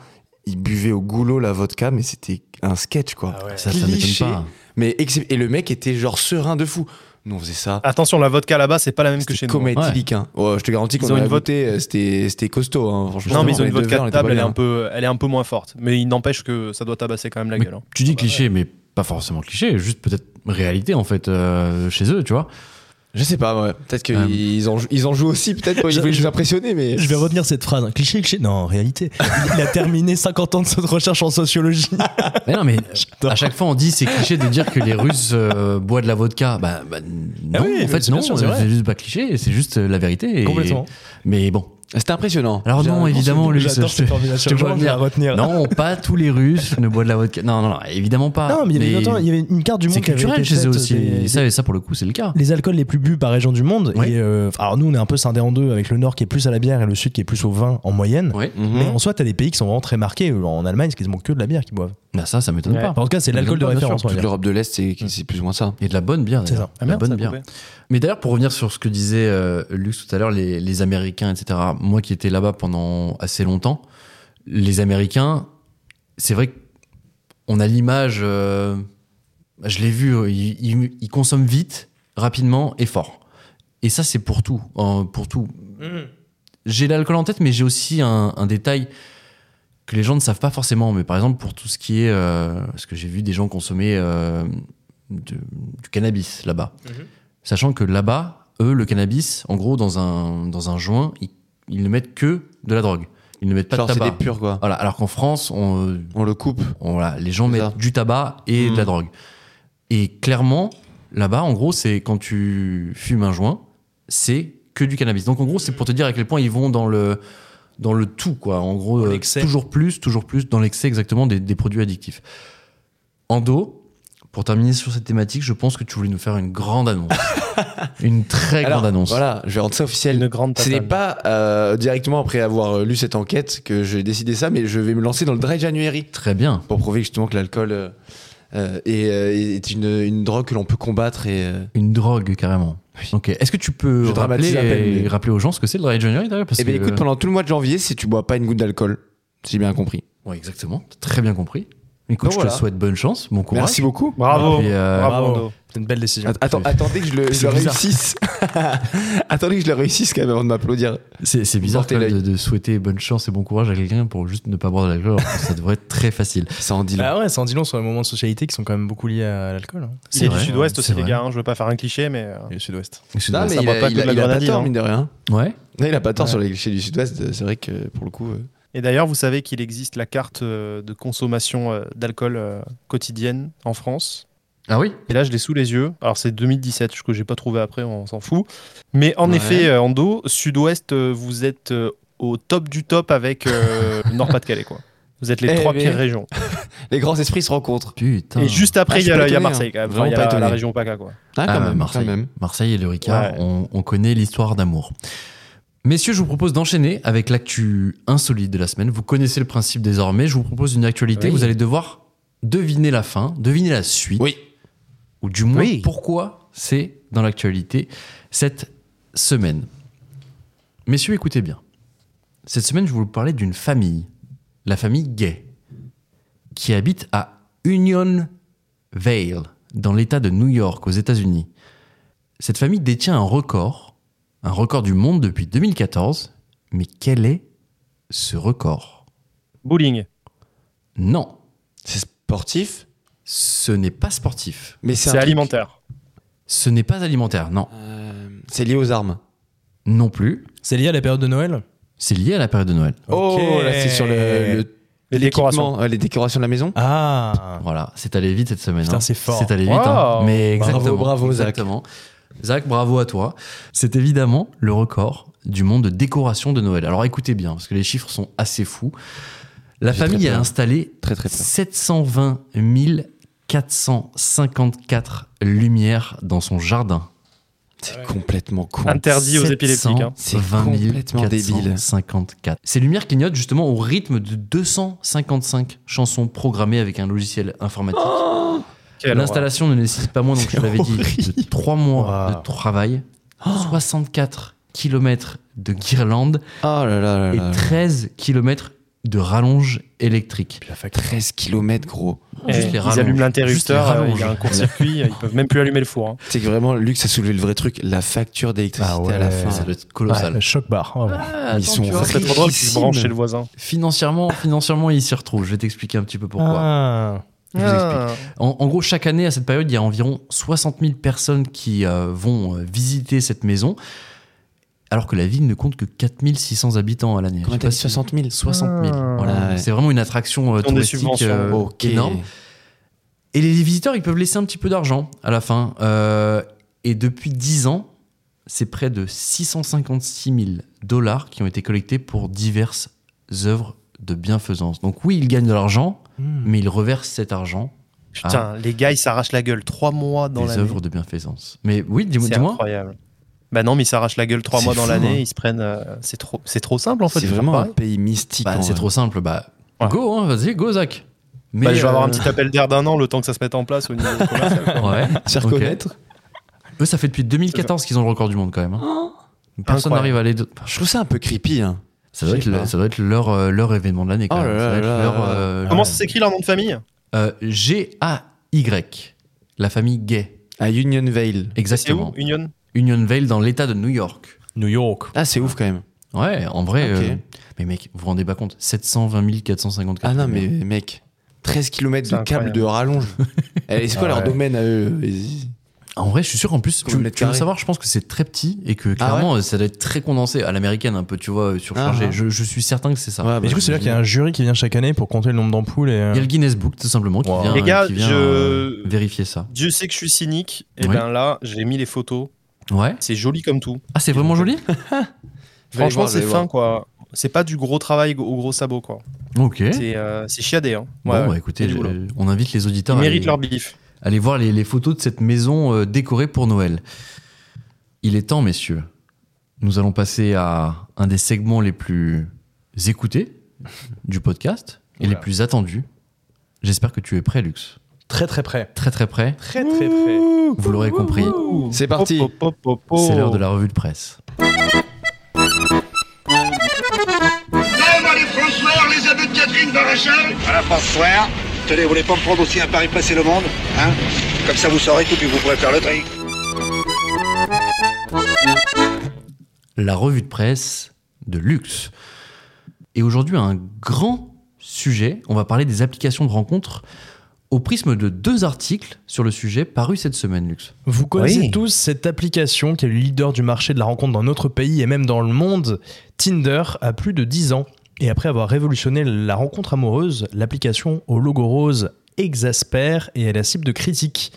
Speaker 3: il buvait au goulot la vodka, mais c'était un sketch, quoi.
Speaker 1: Ça, ça m'étonne
Speaker 3: cliché.
Speaker 1: pas.
Speaker 3: Ah Mais excep- et le mec était genre serein de fou. Nous, on faisait ça.
Speaker 4: Attention, la vodka là-bas, Ah, c'est pas la même que chez
Speaker 3: C'était
Speaker 4: nous.
Speaker 3: comme
Speaker 4: hein.
Speaker 3: éthylique, hein. Oh, je te garantis
Speaker 4: Ils
Speaker 3: qu'on
Speaker 4: ont
Speaker 3: a
Speaker 4: une
Speaker 3: goûté, euh, c'était c'était costaud, hein, franchement.
Speaker 4: Non, mais ils ont
Speaker 3: Les
Speaker 4: une
Speaker 3: deux
Speaker 4: vodka
Speaker 3: verres, on
Speaker 4: de
Speaker 3: était pas
Speaker 4: table, elle est,
Speaker 3: bien.
Speaker 4: un peu, elle est un peu moins forte. Mais il n'empêche que ça doit tabasser quand même la
Speaker 1: Mais
Speaker 4: gueule. hein.
Speaker 1: Tu
Speaker 2: Ah, bah
Speaker 1: dis cliché, mais pas forcément cliché, juste peut-être réalité en fait euh, chez eux, tu vois.
Speaker 3: Je sais pas, ouais. Peut-être qu'ils
Speaker 1: Euh.
Speaker 3: en, jou- ils en jouent aussi, peut-être qu'ils
Speaker 2: Je-
Speaker 3: voulaient
Speaker 2: je-
Speaker 3: nous impressionner, mais.
Speaker 2: Je vais retenir cette phrase. Cliché, cliché. Non, en réalité, il a terminé 50 ans de cette recherche en sociologie.
Speaker 1: Mais non, mais à chaque fois on dit c'est cliché de dire que les Russes euh, boivent de la vodka. Bah, bah, non,
Speaker 2: Eh oui, mais
Speaker 1: en fait
Speaker 2: c'est
Speaker 1: non,
Speaker 2: bien sûr, c'est vrai.
Speaker 1: c'est juste pas cliché, c'est juste euh, la vérité. et-
Speaker 2: Complètement.
Speaker 1: Mais bon.
Speaker 3: C'était impressionnant.
Speaker 1: Alors
Speaker 3: J'ai
Speaker 1: non,
Speaker 3: un-
Speaker 1: évidemment, Luc,
Speaker 2: J'adore
Speaker 1: je te-
Speaker 2: cette formulation.
Speaker 1: je te
Speaker 2: Je
Speaker 1: vois
Speaker 2: vais
Speaker 1: venir.
Speaker 2: la retenir.
Speaker 1: Non, pas tous les Russes ne boivent de la vodka. Non, non, non, évidemment pas.
Speaker 2: Non, mais il y avait, longtemps, il y avait une carte du monde
Speaker 1: c'est
Speaker 2: qui avait
Speaker 1: culturel
Speaker 2: été
Speaker 1: chez eux
Speaker 2: faite
Speaker 1: aussi.
Speaker 2: des-
Speaker 1: Ça, ça, pour le coup, c'est le cas.
Speaker 2: les alcools les plus bu par région du monde.
Speaker 1: Oui.
Speaker 2: Et euh, alors nous, on est un peu scindé en deux avec le nord qui est plus à la bière et le sud qui est plus au vin en moyenne.
Speaker 1: Oui.
Speaker 3: Mhm.
Speaker 2: Mais en soi, t'as des pays qui sont vraiment très marqués. euh, En Allemagne, c'est quasiment que de la bière qu'ils boivent.
Speaker 1: Bah ça, ça m'étonne
Speaker 4: Ouais.
Speaker 1: pas.
Speaker 2: Enfin, en tout cas, c'est
Speaker 1: Bien
Speaker 2: l'alcool de
Speaker 1: sûr, bien sûr.
Speaker 2: référence. on va
Speaker 3: Toute
Speaker 2: dire.
Speaker 3: l'Europe de l'Est, c'est c'est plus ou moins ça.
Speaker 1: Et de la bonne bière.
Speaker 2: C'est
Speaker 1: d'ailleurs.
Speaker 2: ça.
Speaker 1: De la
Speaker 4: merde,
Speaker 1: bonne
Speaker 4: ça a
Speaker 1: bière.
Speaker 4: coupé.
Speaker 1: Mais d'ailleurs, pour revenir sur ce que disait euh, Lux tout à l'heure, les, les Américains, etc. Moi qui étais là-bas pendant assez longtemps, les Américains, c'est vrai qu'on a l'image, euh, je l'ai vu, euh, ils, ils- ils consomment vite, rapidement et fort. Et ça, c'est pour tout. en- pour tout. J'ai l'alcool en tête, mais j'ai aussi un, un détail que les gens ne savent pas forcément. Mais par exemple, pour tout ce qui est. euh, parce que j'ai vu des gens consommer euh, de- du cannabis là-bas. Sachant que là-bas, eux, le cannabis, en gros, dans un, dans un joint, ils, ils ne mettent que de la drogue. Ils ne mettent pas
Speaker 3: Genre,
Speaker 1: de
Speaker 3: c'est
Speaker 1: tabac.
Speaker 3: des purs, quoi.
Speaker 1: Voilà, alors qu'en France, on,
Speaker 3: On le coupe.
Speaker 1: on- voilà, les gens
Speaker 3: C'est
Speaker 1: mettent
Speaker 3: ça.
Speaker 1: du tabac et de la
Speaker 3: Mm.
Speaker 1: drogue. Et clairement, là-bas, en gros, c'est quand tu fumes un joint, c'est que du cannabis. Donc en gros, c'est pour te dire à quel point ils vont dans le dans le tout, quoi. En gros,
Speaker 2: Dans
Speaker 1: euh,
Speaker 2: l'excès.
Speaker 1: toujours plus, toujours plus dans l'excès exactement des, des produits addictifs. En dos, Pour terminer sur cette thématique, je pense que tu voulais nous faire une grande annonce. une très grande annonce.
Speaker 3: Voilà, je vais rendre ça officiel.
Speaker 4: Une grande
Speaker 3: Ce n'est
Speaker 4: tatane.
Speaker 3: pas euh, directement après avoir euh, lu cette enquête que j'ai décidé ça, mais je vais me lancer dans le dry January
Speaker 1: Très bien.
Speaker 3: pour prouver justement que l'alcool euh, euh, est, euh, est une, une drogue que l'on peut combattre et euh,
Speaker 1: Une drogue, carrément. Ok. Est-ce que tu peux
Speaker 3: Je
Speaker 1: rappeler,
Speaker 3: dramatise à peine, mais-
Speaker 1: rappeler aux gens ce que c'est le Dry January d'ailleurs parce
Speaker 3: Eh bien,
Speaker 1: que-
Speaker 3: écoute, pendant tout le mois de janvier, si tu bois pas une goutte d'alcool, si j'ai bien compris.
Speaker 1: Ouais, exactement. T'as Très bien compris. Écoute,
Speaker 3: Donc
Speaker 1: je
Speaker 3: Ben voilà.
Speaker 1: te souhaite bonne chance, bon courage.
Speaker 3: Merci beaucoup.
Speaker 4: Bravo.
Speaker 1: Et puis, euh,
Speaker 4: Bravo.
Speaker 2: bravo.
Speaker 4: Ando.
Speaker 2: C'est une belle décision.
Speaker 3: Att- attends- attendez que je le, je
Speaker 2: C'est
Speaker 3: le
Speaker 2: bizarre.
Speaker 3: réussisse. attendez que je le réussisse quand même avant de m'applaudir.
Speaker 1: C'est, c'est bizarre
Speaker 3: Portez
Speaker 1: quand même de,
Speaker 3: l'œil.
Speaker 1: de souhaiter bonne chance et bon courage à quelqu'un pour juste ne pas boire de l'alcool. alors que ça devrait être très facile.
Speaker 3: Ça en dit long.
Speaker 2: Ah ouais, ça en dit long sur les moments de socialité qui sont quand même beaucoup liés à l'alcool. hein.
Speaker 4: Il est du sud-ouest
Speaker 1: c'est
Speaker 4: aussi, les
Speaker 1: vrai.
Speaker 4: gars. hein. Je veux pas faire un cliché, mais. euh,
Speaker 2: Et le sud-ouest.
Speaker 1: Le
Speaker 3: Non,
Speaker 1: sud-ouest.
Speaker 3: mais
Speaker 4: Ça
Speaker 3: il
Speaker 4: boit
Speaker 3: a,
Speaker 4: pas que
Speaker 3: il a-
Speaker 4: de la
Speaker 3: il a pas
Speaker 4: grenadine,
Speaker 3: tort,
Speaker 4: hein.
Speaker 3: mine de rien.
Speaker 1: Ouais.
Speaker 3: Non, il a pas tort sur les clichés du Sud-Ouest. euh, C'est vrai que pour le coup. euh,
Speaker 4: Et d'ailleurs, vous savez qu'il existe la carte euh, de consommation euh, d'alcool euh, quotidienne en France.
Speaker 1: Ah oui
Speaker 4: Et là, je l'ai sous les yeux. Alors, c'est 2017, ce que j'ai pas trouvé après, on s'en fout. Mais en
Speaker 3: Ouais.
Speaker 4: effet, euh, Ando, Sud-Ouest, euh, vous êtes euh, au top du top avec euh, le Nord-Pas-de-Calais, quoi. Vous êtes les
Speaker 3: Eh
Speaker 4: trois
Speaker 3: ben.
Speaker 4: pires régions.
Speaker 3: Les grands esprits se rencontrent.
Speaker 1: Putain.
Speaker 4: Et juste après,
Speaker 3: Ah, je
Speaker 4: il
Speaker 3: suis
Speaker 4: y a,
Speaker 3: pas
Speaker 4: la- il y a
Speaker 3: étonné,
Speaker 4: Marseille,
Speaker 3: hein.
Speaker 4: quand même.
Speaker 3: Vraiment
Speaker 4: Enfin, il y
Speaker 3: pas
Speaker 4: a
Speaker 3: étonné.
Speaker 4: la région PACA, quoi.
Speaker 3: Ah,
Speaker 1: Ah,
Speaker 3: quand même.
Speaker 1: Marseille.
Speaker 3: quand même.
Speaker 1: Marseille et le Ricard,
Speaker 4: Ouais.
Speaker 1: on, on connaît l'histoire d'amour. Messieurs, je vous propose d'enchaîner avec l'actu insolite de la semaine. Vous connaissez le principe désormais. Je vous propose une actualité.
Speaker 2: Oui.
Speaker 1: Vous allez devoir deviner la fin, deviner la suite,
Speaker 3: Oui.
Speaker 1: ou du moins
Speaker 2: Oui.
Speaker 1: pourquoi c'est dans l'actualité cette semaine. Messieurs, écoutez bien. Cette semaine, je vais vous parler d'une famille, la famille Gay, qui habite à Union Vale, dans l'État de New York, aux États-Unis. Cette famille détient un record, un record du monde depuis 2014. Mais quel est ce record
Speaker 4: Bowling.
Speaker 1: Non,
Speaker 3: C'est sportif,
Speaker 1: ce n'est pas sportif.
Speaker 3: mais c'est
Speaker 4: C'est
Speaker 3: un truc-
Speaker 4: alimentaire.
Speaker 1: Ce n'est pas alimentaire, non.
Speaker 3: Euh, c'est lié aux armes.
Speaker 1: Non plus.
Speaker 2: C'est lié à la période de Noël
Speaker 1: C'est lié à la période de Noël.
Speaker 3: Oh, là, c'est sur le, le-
Speaker 4: Les
Speaker 3: l'équipement,
Speaker 4: décorations.
Speaker 3: euh, les décorations de la maison.
Speaker 2: Ah
Speaker 1: Voilà, c'est allé vite cette semaine.
Speaker 2: Putain,
Speaker 1: hein.
Speaker 2: c'est fort.
Speaker 1: C'est allé vite.
Speaker 4: Wow.
Speaker 1: hein. Mais
Speaker 2: Bravo,
Speaker 1: exactement.
Speaker 3: bravo, Zach.
Speaker 1: exactement. Zach, bravo à toi. C'est évidemment le record du monde de décoration de Noël. Alors écoutez bien, parce que les chiffres sont assez fous. La
Speaker 3: J'ai très
Speaker 1: famille a
Speaker 3: peur.
Speaker 1: installé
Speaker 3: Très très fort.
Speaker 1: 720 454 lumières dans son jardin.
Speaker 3: C'est complètement con.
Speaker 4: Interdit aux épileptiques. hein.
Speaker 1: C'est
Speaker 3: complètement débile.
Speaker 1: 454. Ces lumières clignotent justement au rythme de 255 chansons programmées avec un logiciel informatique.
Speaker 4: Quelle horreur.
Speaker 1: L'installation ne nécessite pas moins, donc je
Speaker 3: C'est
Speaker 1: l'avais dit, de
Speaker 3: horrible.
Speaker 1: 3 mois
Speaker 2: Wow.
Speaker 1: de travail, 64 km de guirlande
Speaker 3: Oh là là là
Speaker 1: et
Speaker 3: là.
Speaker 1: 13 km de rallonge électrique.
Speaker 2: Puis la facture.
Speaker 3: 13 km gros.
Speaker 4: Eh,
Speaker 1: Juste les
Speaker 4: ils
Speaker 1: rallonges.
Speaker 4: allument
Speaker 1: Juste les
Speaker 4: l'interrupteur, euh, il
Speaker 1: rallonges.
Speaker 4: y a un court-circuit, ils peuvent même plus allumer le four. hein.
Speaker 3: C'est que vraiment, Lux a soulevé le vrai truc, la facture d'électricité
Speaker 2: Ah ouais.
Speaker 3: à la fin.
Speaker 1: Ça doit être colossal.
Speaker 2: Ouais, choc oh. barre. vraiment.
Speaker 1: Ah,
Speaker 3: Ils
Speaker 1: attends,
Speaker 3: sont
Speaker 1: tu vois,
Speaker 4: Ça serait trop drôle qu'ils se branchent chez le voisin.
Speaker 1: Financièrement, financièrement, ils s'y retrouvent. Je vais t'expliquer un petit peu pourquoi.
Speaker 2: Ah.
Speaker 1: Je vous En, en gros, chaque année, à cette période, il y a environ 60 000 personnes qui euh, vont euh, visiter cette maison, alors que la ville ne compte que 4 600 habitants à l'année. Je
Speaker 3: Comment
Speaker 1: sais
Speaker 3: t'as
Speaker 1: pas
Speaker 3: dit
Speaker 1: si-
Speaker 3: 60 000
Speaker 1: 60 000.
Speaker 4: Ah.
Speaker 1: Voilà.
Speaker 3: Ouais.
Speaker 1: C'est vraiment une attraction euh,
Speaker 4: Ils ont des
Speaker 1: touristique
Speaker 4: subventions.
Speaker 1: euh,
Speaker 3: Ok.
Speaker 1: énorme. Et les visiteurs, ils peuvent laisser un petit peu d'argent à la fin. Euh, et depuis 10 ans, c'est près de 656 000 dollars qui ont été collectés pour diverses œuvres de bienfaisance. Donc oui, ils gagnent de l'argent,
Speaker 2: Hmm.
Speaker 1: mais ils reversent cet argent
Speaker 4: Putain, les gars, ils s'arrachent la gueule trois mois dans
Speaker 1: des
Speaker 4: l'année.
Speaker 1: œuvres de bienfaisance. Mais oui, dis-moi.
Speaker 4: C'est
Speaker 1: dis-moi.
Speaker 4: incroyable. Bah non, mais ils s'arrachent la gueule trois
Speaker 3: C'est
Speaker 4: mois dans
Speaker 3: fou,
Speaker 4: l'année,
Speaker 3: hein.
Speaker 4: ils se prennent. euh, c'est trop, c'est trop simple en fait.
Speaker 3: C'est
Speaker 4: de faire
Speaker 3: vraiment un
Speaker 4: pareil.
Speaker 3: pays mystique.
Speaker 1: Bah,
Speaker 3: en
Speaker 1: c'est
Speaker 3: vrai.
Speaker 1: trop simple. Bah,
Speaker 4: Ouais.
Speaker 1: Go, hein, vas-y, go, Zach. Mais,
Speaker 4: Bah, je vais avoir un
Speaker 1: euh,
Speaker 4: petit appel d'air d'un an le temps que ça se mette en place au niveau commercial. quoi.
Speaker 1: Ouais.
Speaker 3: Se
Speaker 1: Ok.
Speaker 3: reconnaître.
Speaker 1: Eux, ça fait depuis 2014 qu'ils ont le record du monde quand même. hein. Personne
Speaker 4: Incroyable.
Speaker 1: n'arrive à les. deux.
Speaker 3: Je trouve ça un peu creepy. Hein.
Speaker 1: Ça doit,
Speaker 3: Je
Speaker 1: être
Speaker 3: sais
Speaker 1: le-
Speaker 3: pas.
Speaker 1: ça doit être leur, euh, leur événement de l'année quand
Speaker 3: Oh
Speaker 1: même.
Speaker 3: là
Speaker 1: Ça doit
Speaker 3: là
Speaker 1: être
Speaker 3: là
Speaker 1: leur,
Speaker 3: là là.
Speaker 1: euh,
Speaker 4: Comment ça s'écrit leur nom de famille
Speaker 1: euh, G-A-Y. La famille Gay.
Speaker 3: À Union Vale.
Speaker 4: C'est où
Speaker 1: Exactement.
Speaker 4: Union
Speaker 1: Union Vale dans l'état de New York.
Speaker 2: New York.
Speaker 1: bah,
Speaker 3: Ah, c'est ouf quand même.
Speaker 1: Ouais, en vrai.
Speaker 3: Ok.
Speaker 1: euh, mais mec, vous vous rendez pas compte 720 454.
Speaker 3: Ah non, mais mec, 13 km
Speaker 4: C'est
Speaker 3: de câble
Speaker 4: incroyable.
Speaker 3: de rallonge. Eh, C'est quoi
Speaker 2: Ah
Speaker 3: leur
Speaker 2: ouais.
Speaker 3: domaine à eux Ils-
Speaker 1: En vrai, je suis sûr. En plus,
Speaker 3: Combien de
Speaker 1: tu,
Speaker 3: mètres
Speaker 1: tu veux
Speaker 3: carrés
Speaker 1: savoir, je pense que c'est très petit et
Speaker 4: Ah
Speaker 1: que clairement, euh, ça doit être très condensé à l'américaine, un peu, tu vois, euh, surchargé.
Speaker 3: Ah, ah.
Speaker 1: je, je suis certain que c'est ça.
Speaker 3: Ouais,
Speaker 2: Mais
Speaker 3: bah,
Speaker 2: du coup, c'est-à-dire qu'il y a un jury qui vient chaque année pour compter le nombre d'ampoules et. euh,
Speaker 1: Il y a le Guinness Book, tout simplement, qui
Speaker 2: Wow.
Speaker 1: vient,
Speaker 4: Les gars,
Speaker 1: qui vient,
Speaker 4: je-
Speaker 1: euh, vérifier ça.
Speaker 4: Dieu sait que je suis cynique. Et
Speaker 1: Oui.
Speaker 4: ben là, j'ai mis les photos.
Speaker 1: Ouais.
Speaker 4: C'est joli comme tout.
Speaker 1: Ah, c'est vraiment joli
Speaker 3: Je vais aller
Speaker 4: Franchement,
Speaker 3: voir, je vais
Speaker 4: c'est
Speaker 3: aller
Speaker 4: fin quoi. C'est pas du gros travail au gros sabot quoi.
Speaker 1: Ok.
Speaker 4: C'est euh, c'est chiadé. Hein.
Speaker 1: Eh Bon,
Speaker 4: Ouais,
Speaker 1: bah,
Speaker 4: ouais.
Speaker 1: écoutez,
Speaker 4: C'est du
Speaker 1: je-
Speaker 4: boulot.
Speaker 1: on invite les auditeurs
Speaker 4: Ils
Speaker 1: à
Speaker 4: méritent
Speaker 1: aller,
Speaker 4: leur bif.
Speaker 1: Allez voir les, les photos de cette maison euh, décorée pour Noël. Il est temps, messieurs. Nous allons passer à un des segments les plus écoutés du podcast et les
Speaker 2: Oula.
Speaker 1: plus attendus. J'espère que tu es prêt, Lux.
Speaker 2: Très très près.
Speaker 1: Très très près.
Speaker 2: Très très près.
Speaker 1: Vous l'aurez compris.
Speaker 3: C'est parti.
Speaker 4: Hop, hop, hop, hop, hop.
Speaker 1: C'est l'heure de la revue de presse.
Speaker 6: Même à les François, les aveux de Catherine Barachal À la François Tenez, vous voulez pas me prendre aussi un pari passer le monde Hein Comme ça vous saurez tout puis vous pourrez faire le tri.
Speaker 1: la revue de presse de luxe. Et aujourd'hui, un grand sujet, on va parler des applications de rencontres au prisme de deux articles sur le sujet parus cette semaine, Luxe.
Speaker 2: Vous connaissez
Speaker 5: Oui.
Speaker 2: tous cette application qui est le leader du marché de la rencontre dans notre pays et même dans le monde, Tinder, a plus de 10 ans. Et après avoir révolutionné la rencontre amoureuse, l'application au logo rose exaspère et est la cible de critiques.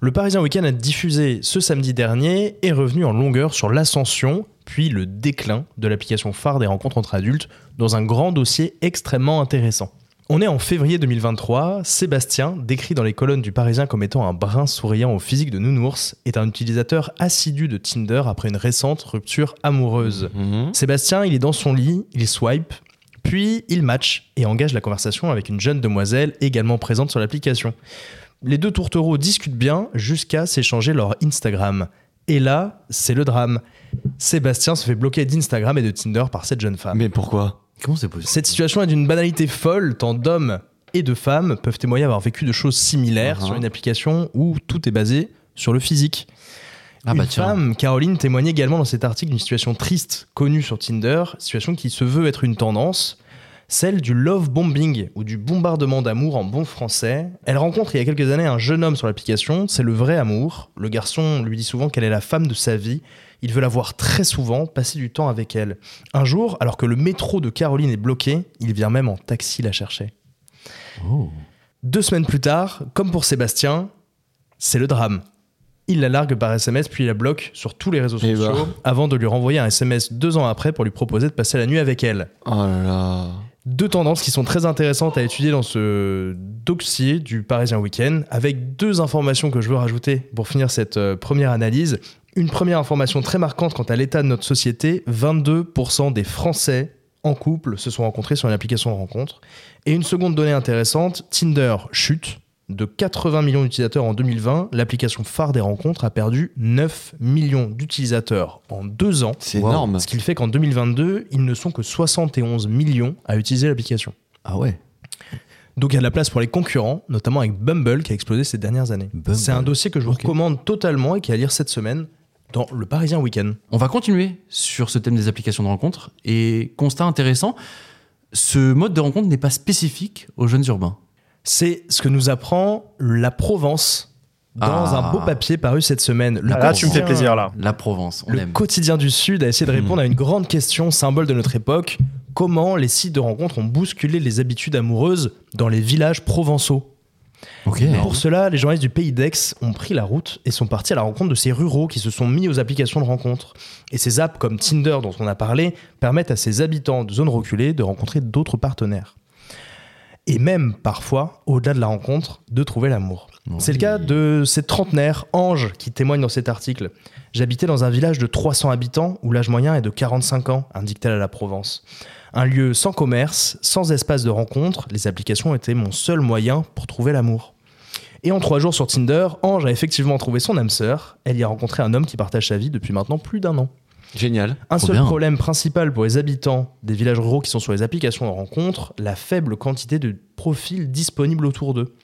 Speaker 2: Le Parisien Week-end a diffusé ce samedi dernier et revenu en longueur sur l'ascension puis le déclin de l'application phare des rencontres entre adultes dans un grand dossier extrêmement intéressant. On est en février 2023, Sébastien, décrit dans les colonnes du Parisien comme étant un brin souriant au physique de nounours, est un utilisateur assidu de Tinder après une récente rupture amoureuse.
Speaker 3: Mhm.
Speaker 2: Sébastien, il est dans son lit, il swipe, puis il match et engage la conversation avec une jeune demoiselle également présente sur l'application. Les deux tourtereaux discutent bien jusqu'à s'échanger leur Instagram. Et là, c'est le drame. Sébastien se fait bloquer d'Instagram et de Tinder par cette jeune femme.
Speaker 3: Ah, Mais pourquoi
Speaker 1: Comment c'est possible
Speaker 2: Cette situation est d'une banalité folle, tant d'hommes et de femmes peuvent témoigner avoir vécu de choses similaires
Speaker 3: Mhm.
Speaker 2: sur une application où tout est basé sur le physique.
Speaker 1: Ah
Speaker 2: une
Speaker 1: bah tiens.
Speaker 2: femme, Caroline, témoignait également dans cet article d'une situation triste connue sur Tinder, situation qui se veut être une tendance, celle du love bombing ou du bombardement d'amour en bon français. Elle rencontre il y a quelques années un jeune homme sur l'application, c'est le vrai amour. Le garçon lui dit souvent qu'elle est la femme de sa vie, il veut la voir très souvent, passer du temps avec elle. Un jour, alors que le métro de Caroline est bloqué, il vient même en taxi la chercher.
Speaker 1: Oh.
Speaker 2: Deux semaines plus tard, comme pour Sébastien, c'est le drame. Il la largue par SMS puis il la bloque sur tous les réseaux
Speaker 3: Eh
Speaker 2: sociaux
Speaker 3: ben.
Speaker 2: avant de lui renvoyer un SMS deux ans après pour lui proposer de passer la nuit avec elle.
Speaker 3: Oh là là.
Speaker 2: Deux tendances qui sont très intéressantes à étudier dans ce dossier du Parisien Week-end, avec deux informations que je veux rajouter pour finir cette euh, première analyse. Une première information très marquante quant à l'état de notre société, 22% des Français en couple se sont rencontrés sur une application de rencontre. Et une seconde donnée intéressante, Tinder chute. De 80 millions d'utilisateurs en 2020, l'application phare des rencontres a perdu 9 millions d'utilisateurs en deux ans.
Speaker 3: C'est
Speaker 1: Wow.
Speaker 3: énorme.
Speaker 2: Ce qui fait qu'en 2022, ils ne sont que 71 millions à utiliser l'application.
Speaker 1: Ah ouais.
Speaker 2: Donc il y a de la place pour les concurrents, notamment avec Bumble qui a explosé ces dernières années.
Speaker 1: Bumble.
Speaker 2: C'est un dossier que je vous
Speaker 1: Ok.
Speaker 2: recommande totalement et qui est à lire cette semaine dans Le Parisien Week-end.
Speaker 1: On va continuer sur ce thème des applications de rencontres et constat intéressant, ce mode de rencontre n'est pas spécifique aux jeunes urbains.
Speaker 2: C'est ce que nous apprend la Provence dans
Speaker 1: Ah.
Speaker 2: un beau papier paru cette semaine. Le
Speaker 1: Ah,
Speaker 4: Là, tu me fais
Speaker 2: quotidien-
Speaker 4: plaisir, là.
Speaker 1: La Provence, on
Speaker 2: Le
Speaker 1: aime. Hmm.
Speaker 2: quotidien du Sud a essayé de répondre à une grande question symbole de notre époque. Comment les sites de rencontres ont bousculé les habitudes amoureuses dans les villages provençaux
Speaker 1: Ok.
Speaker 2: Pour cela, les journalistes du Pays d'Aix ont pris la route et sont partis à la rencontre de ces ruraux qui se sont mis aux applications de rencontres. Et ces apps comme Tinder dont on a parlé permettent à ces habitants de zones reculées de rencontrer d'autres partenaires. Et même parfois, au-delà de la rencontre, de trouver l'amour. C'est le cas de cette trentenaire, Ange, qui témoigne dans cet article. J'habitais dans un village de 300 habitants où l'âge moyen est de 45 ans, indique-t-elle à la Provence. Un lieu sans commerce, sans espace de rencontre, les applications étaient mon seul moyen pour trouver l'amour. Et en trois jours sur Tinder, Ange a effectivement trouvé son âme sœur. Elle y a rencontré un homme qui partage sa vie depuis maintenant plus d'un an.
Speaker 3: Génial.
Speaker 2: Un
Speaker 1: Trop
Speaker 2: seul
Speaker 1: bien.
Speaker 2: problème principal pour les habitants des villages ruraux qui sont sur les applications de rencontre, la faible quantité de profils disponibles autour d'eux.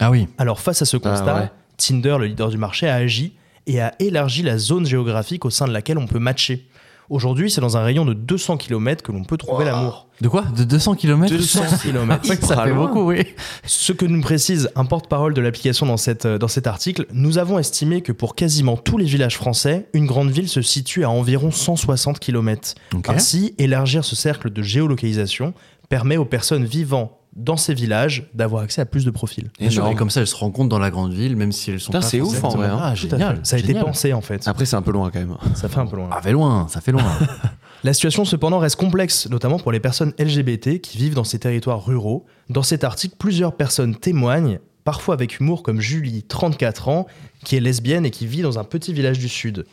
Speaker 1: Ah oui.
Speaker 2: Alors face à ce constat,
Speaker 3: ouais.
Speaker 2: Tinder, le leader du marché, a agi et a élargi la zone géographique au sein de laquelle on peut matcher. Aujourd'hui, c'est dans un rayon de 200 km que l'on peut trouver l'amour.
Speaker 1: De quoi De 200 km
Speaker 3: 200
Speaker 2: km.
Speaker 1: Ça fait beaucoup, oui.
Speaker 2: Ce que nous précise un porte-parole de l'application dans, cette, euh, dans cet article, nous avons estimé que pour quasiment tous les villages français, une grande ville se situe à environ 160 km.
Speaker 1: Ok.
Speaker 2: Ainsi, élargir ce cercle de géolocalisation permet aux personnes vivant dans ces villages d'avoir accès à plus de profils.
Speaker 1: Bien sûr,
Speaker 3: Énorme.
Speaker 1: et comme ça, elles se rencontrent dans la grande ville, même si elles sont
Speaker 3: Putain,
Speaker 1: pas
Speaker 3: c'est ouf,
Speaker 1: forcément-
Speaker 3: en vrai, hein.
Speaker 1: Ah,
Speaker 2: Tout à
Speaker 1: génial.
Speaker 2: fait. Ah. Ça a été
Speaker 1: génial.
Speaker 2: pensé en fait.
Speaker 3: Après, c'est un peu loin quand même.
Speaker 2: Ça fait un peu loin.
Speaker 1: Ah, fait loin, ça fait loin.
Speaker 2: La situation cependant reste complexe, notamment pour les personnes LGBT qui vivent dans ces territoires ruraux. Dans cet article, plusieurs personnes témoignent parfois avec humour, comme Julie, 34 ans, qui est lesbienne et qui vit dans un petit village du Sud.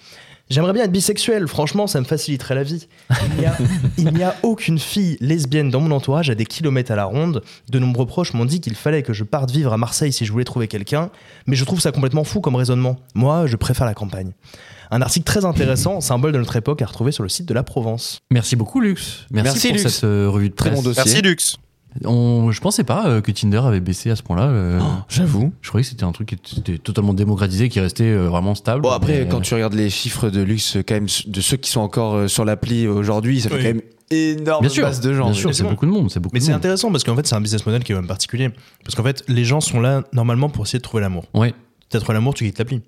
Speaker 2: J'aimerais bien être bisexuel, franchement, ça me faciliterait la vie. Il n'y a, il n'y a aucune fille lesbienne dans mon entourage à des kilomètres à la ronde. De nombreux proches m'ont dit qu'il fallait que je parte vivre à Marseille si je voulais trouver quelqu'un, mais je trouve ça complètement fou comme raisonnement. Moi, je préfère la campagne. Un article très intéressant, symbole de notre époque, à retrouver sur le site de la Provence.
Speaker 1: Merci beaucoup, Lux. Merci,
Speaker 3: Merci,
Speaker 1: pour
Speaker 3: Lux.
Speaker 1: cette euh, revue de
Speaker 3: Très
Speaker 1: presse.
Speaker 3: bon dossier. Oh,
Speaker 4: Merci Lux.
Speaker 1: On- je pensais pas euh, que Tinder avait baissé à ce point-là. euh,
Speaker 3: J'avoue.
Speaker 1: je croyais que c'était un truc qui était totalement démocratisé, qui restait euh, vraiment stable.
Speaker 3: Bon, après,
Speaker 1: mais-
Speaker 3: quand tu regardes les chiffres de luxe, quand même, de ceux qui sont encore euh, sur l'appli aujourd'hui, ça fait
Speaker 2: Oui.
Speaker 3: quand même énorme
Speaker 1: Bien sûr,
Speaker 3: masse de gens.
Speaker 1: bien sûr, c'est
Speaker 2: Évidemment.
Speaker 1: beaucoup de monde, c'est beaucoup
Speaker 2: Mais
Speaker 1: de
Speaker 2: c'est
Speaker 1: monde.
Speaker 2: intéressant parce qu'en fait, c'est un business model qui est même particulier. Parce qu'en fait, les gens sont là normalement pour essayer de trouver l'amour.
Speaker 1: Ouais.
Speaker 2: T'as trouvé l'amour, tu quittes l'appli.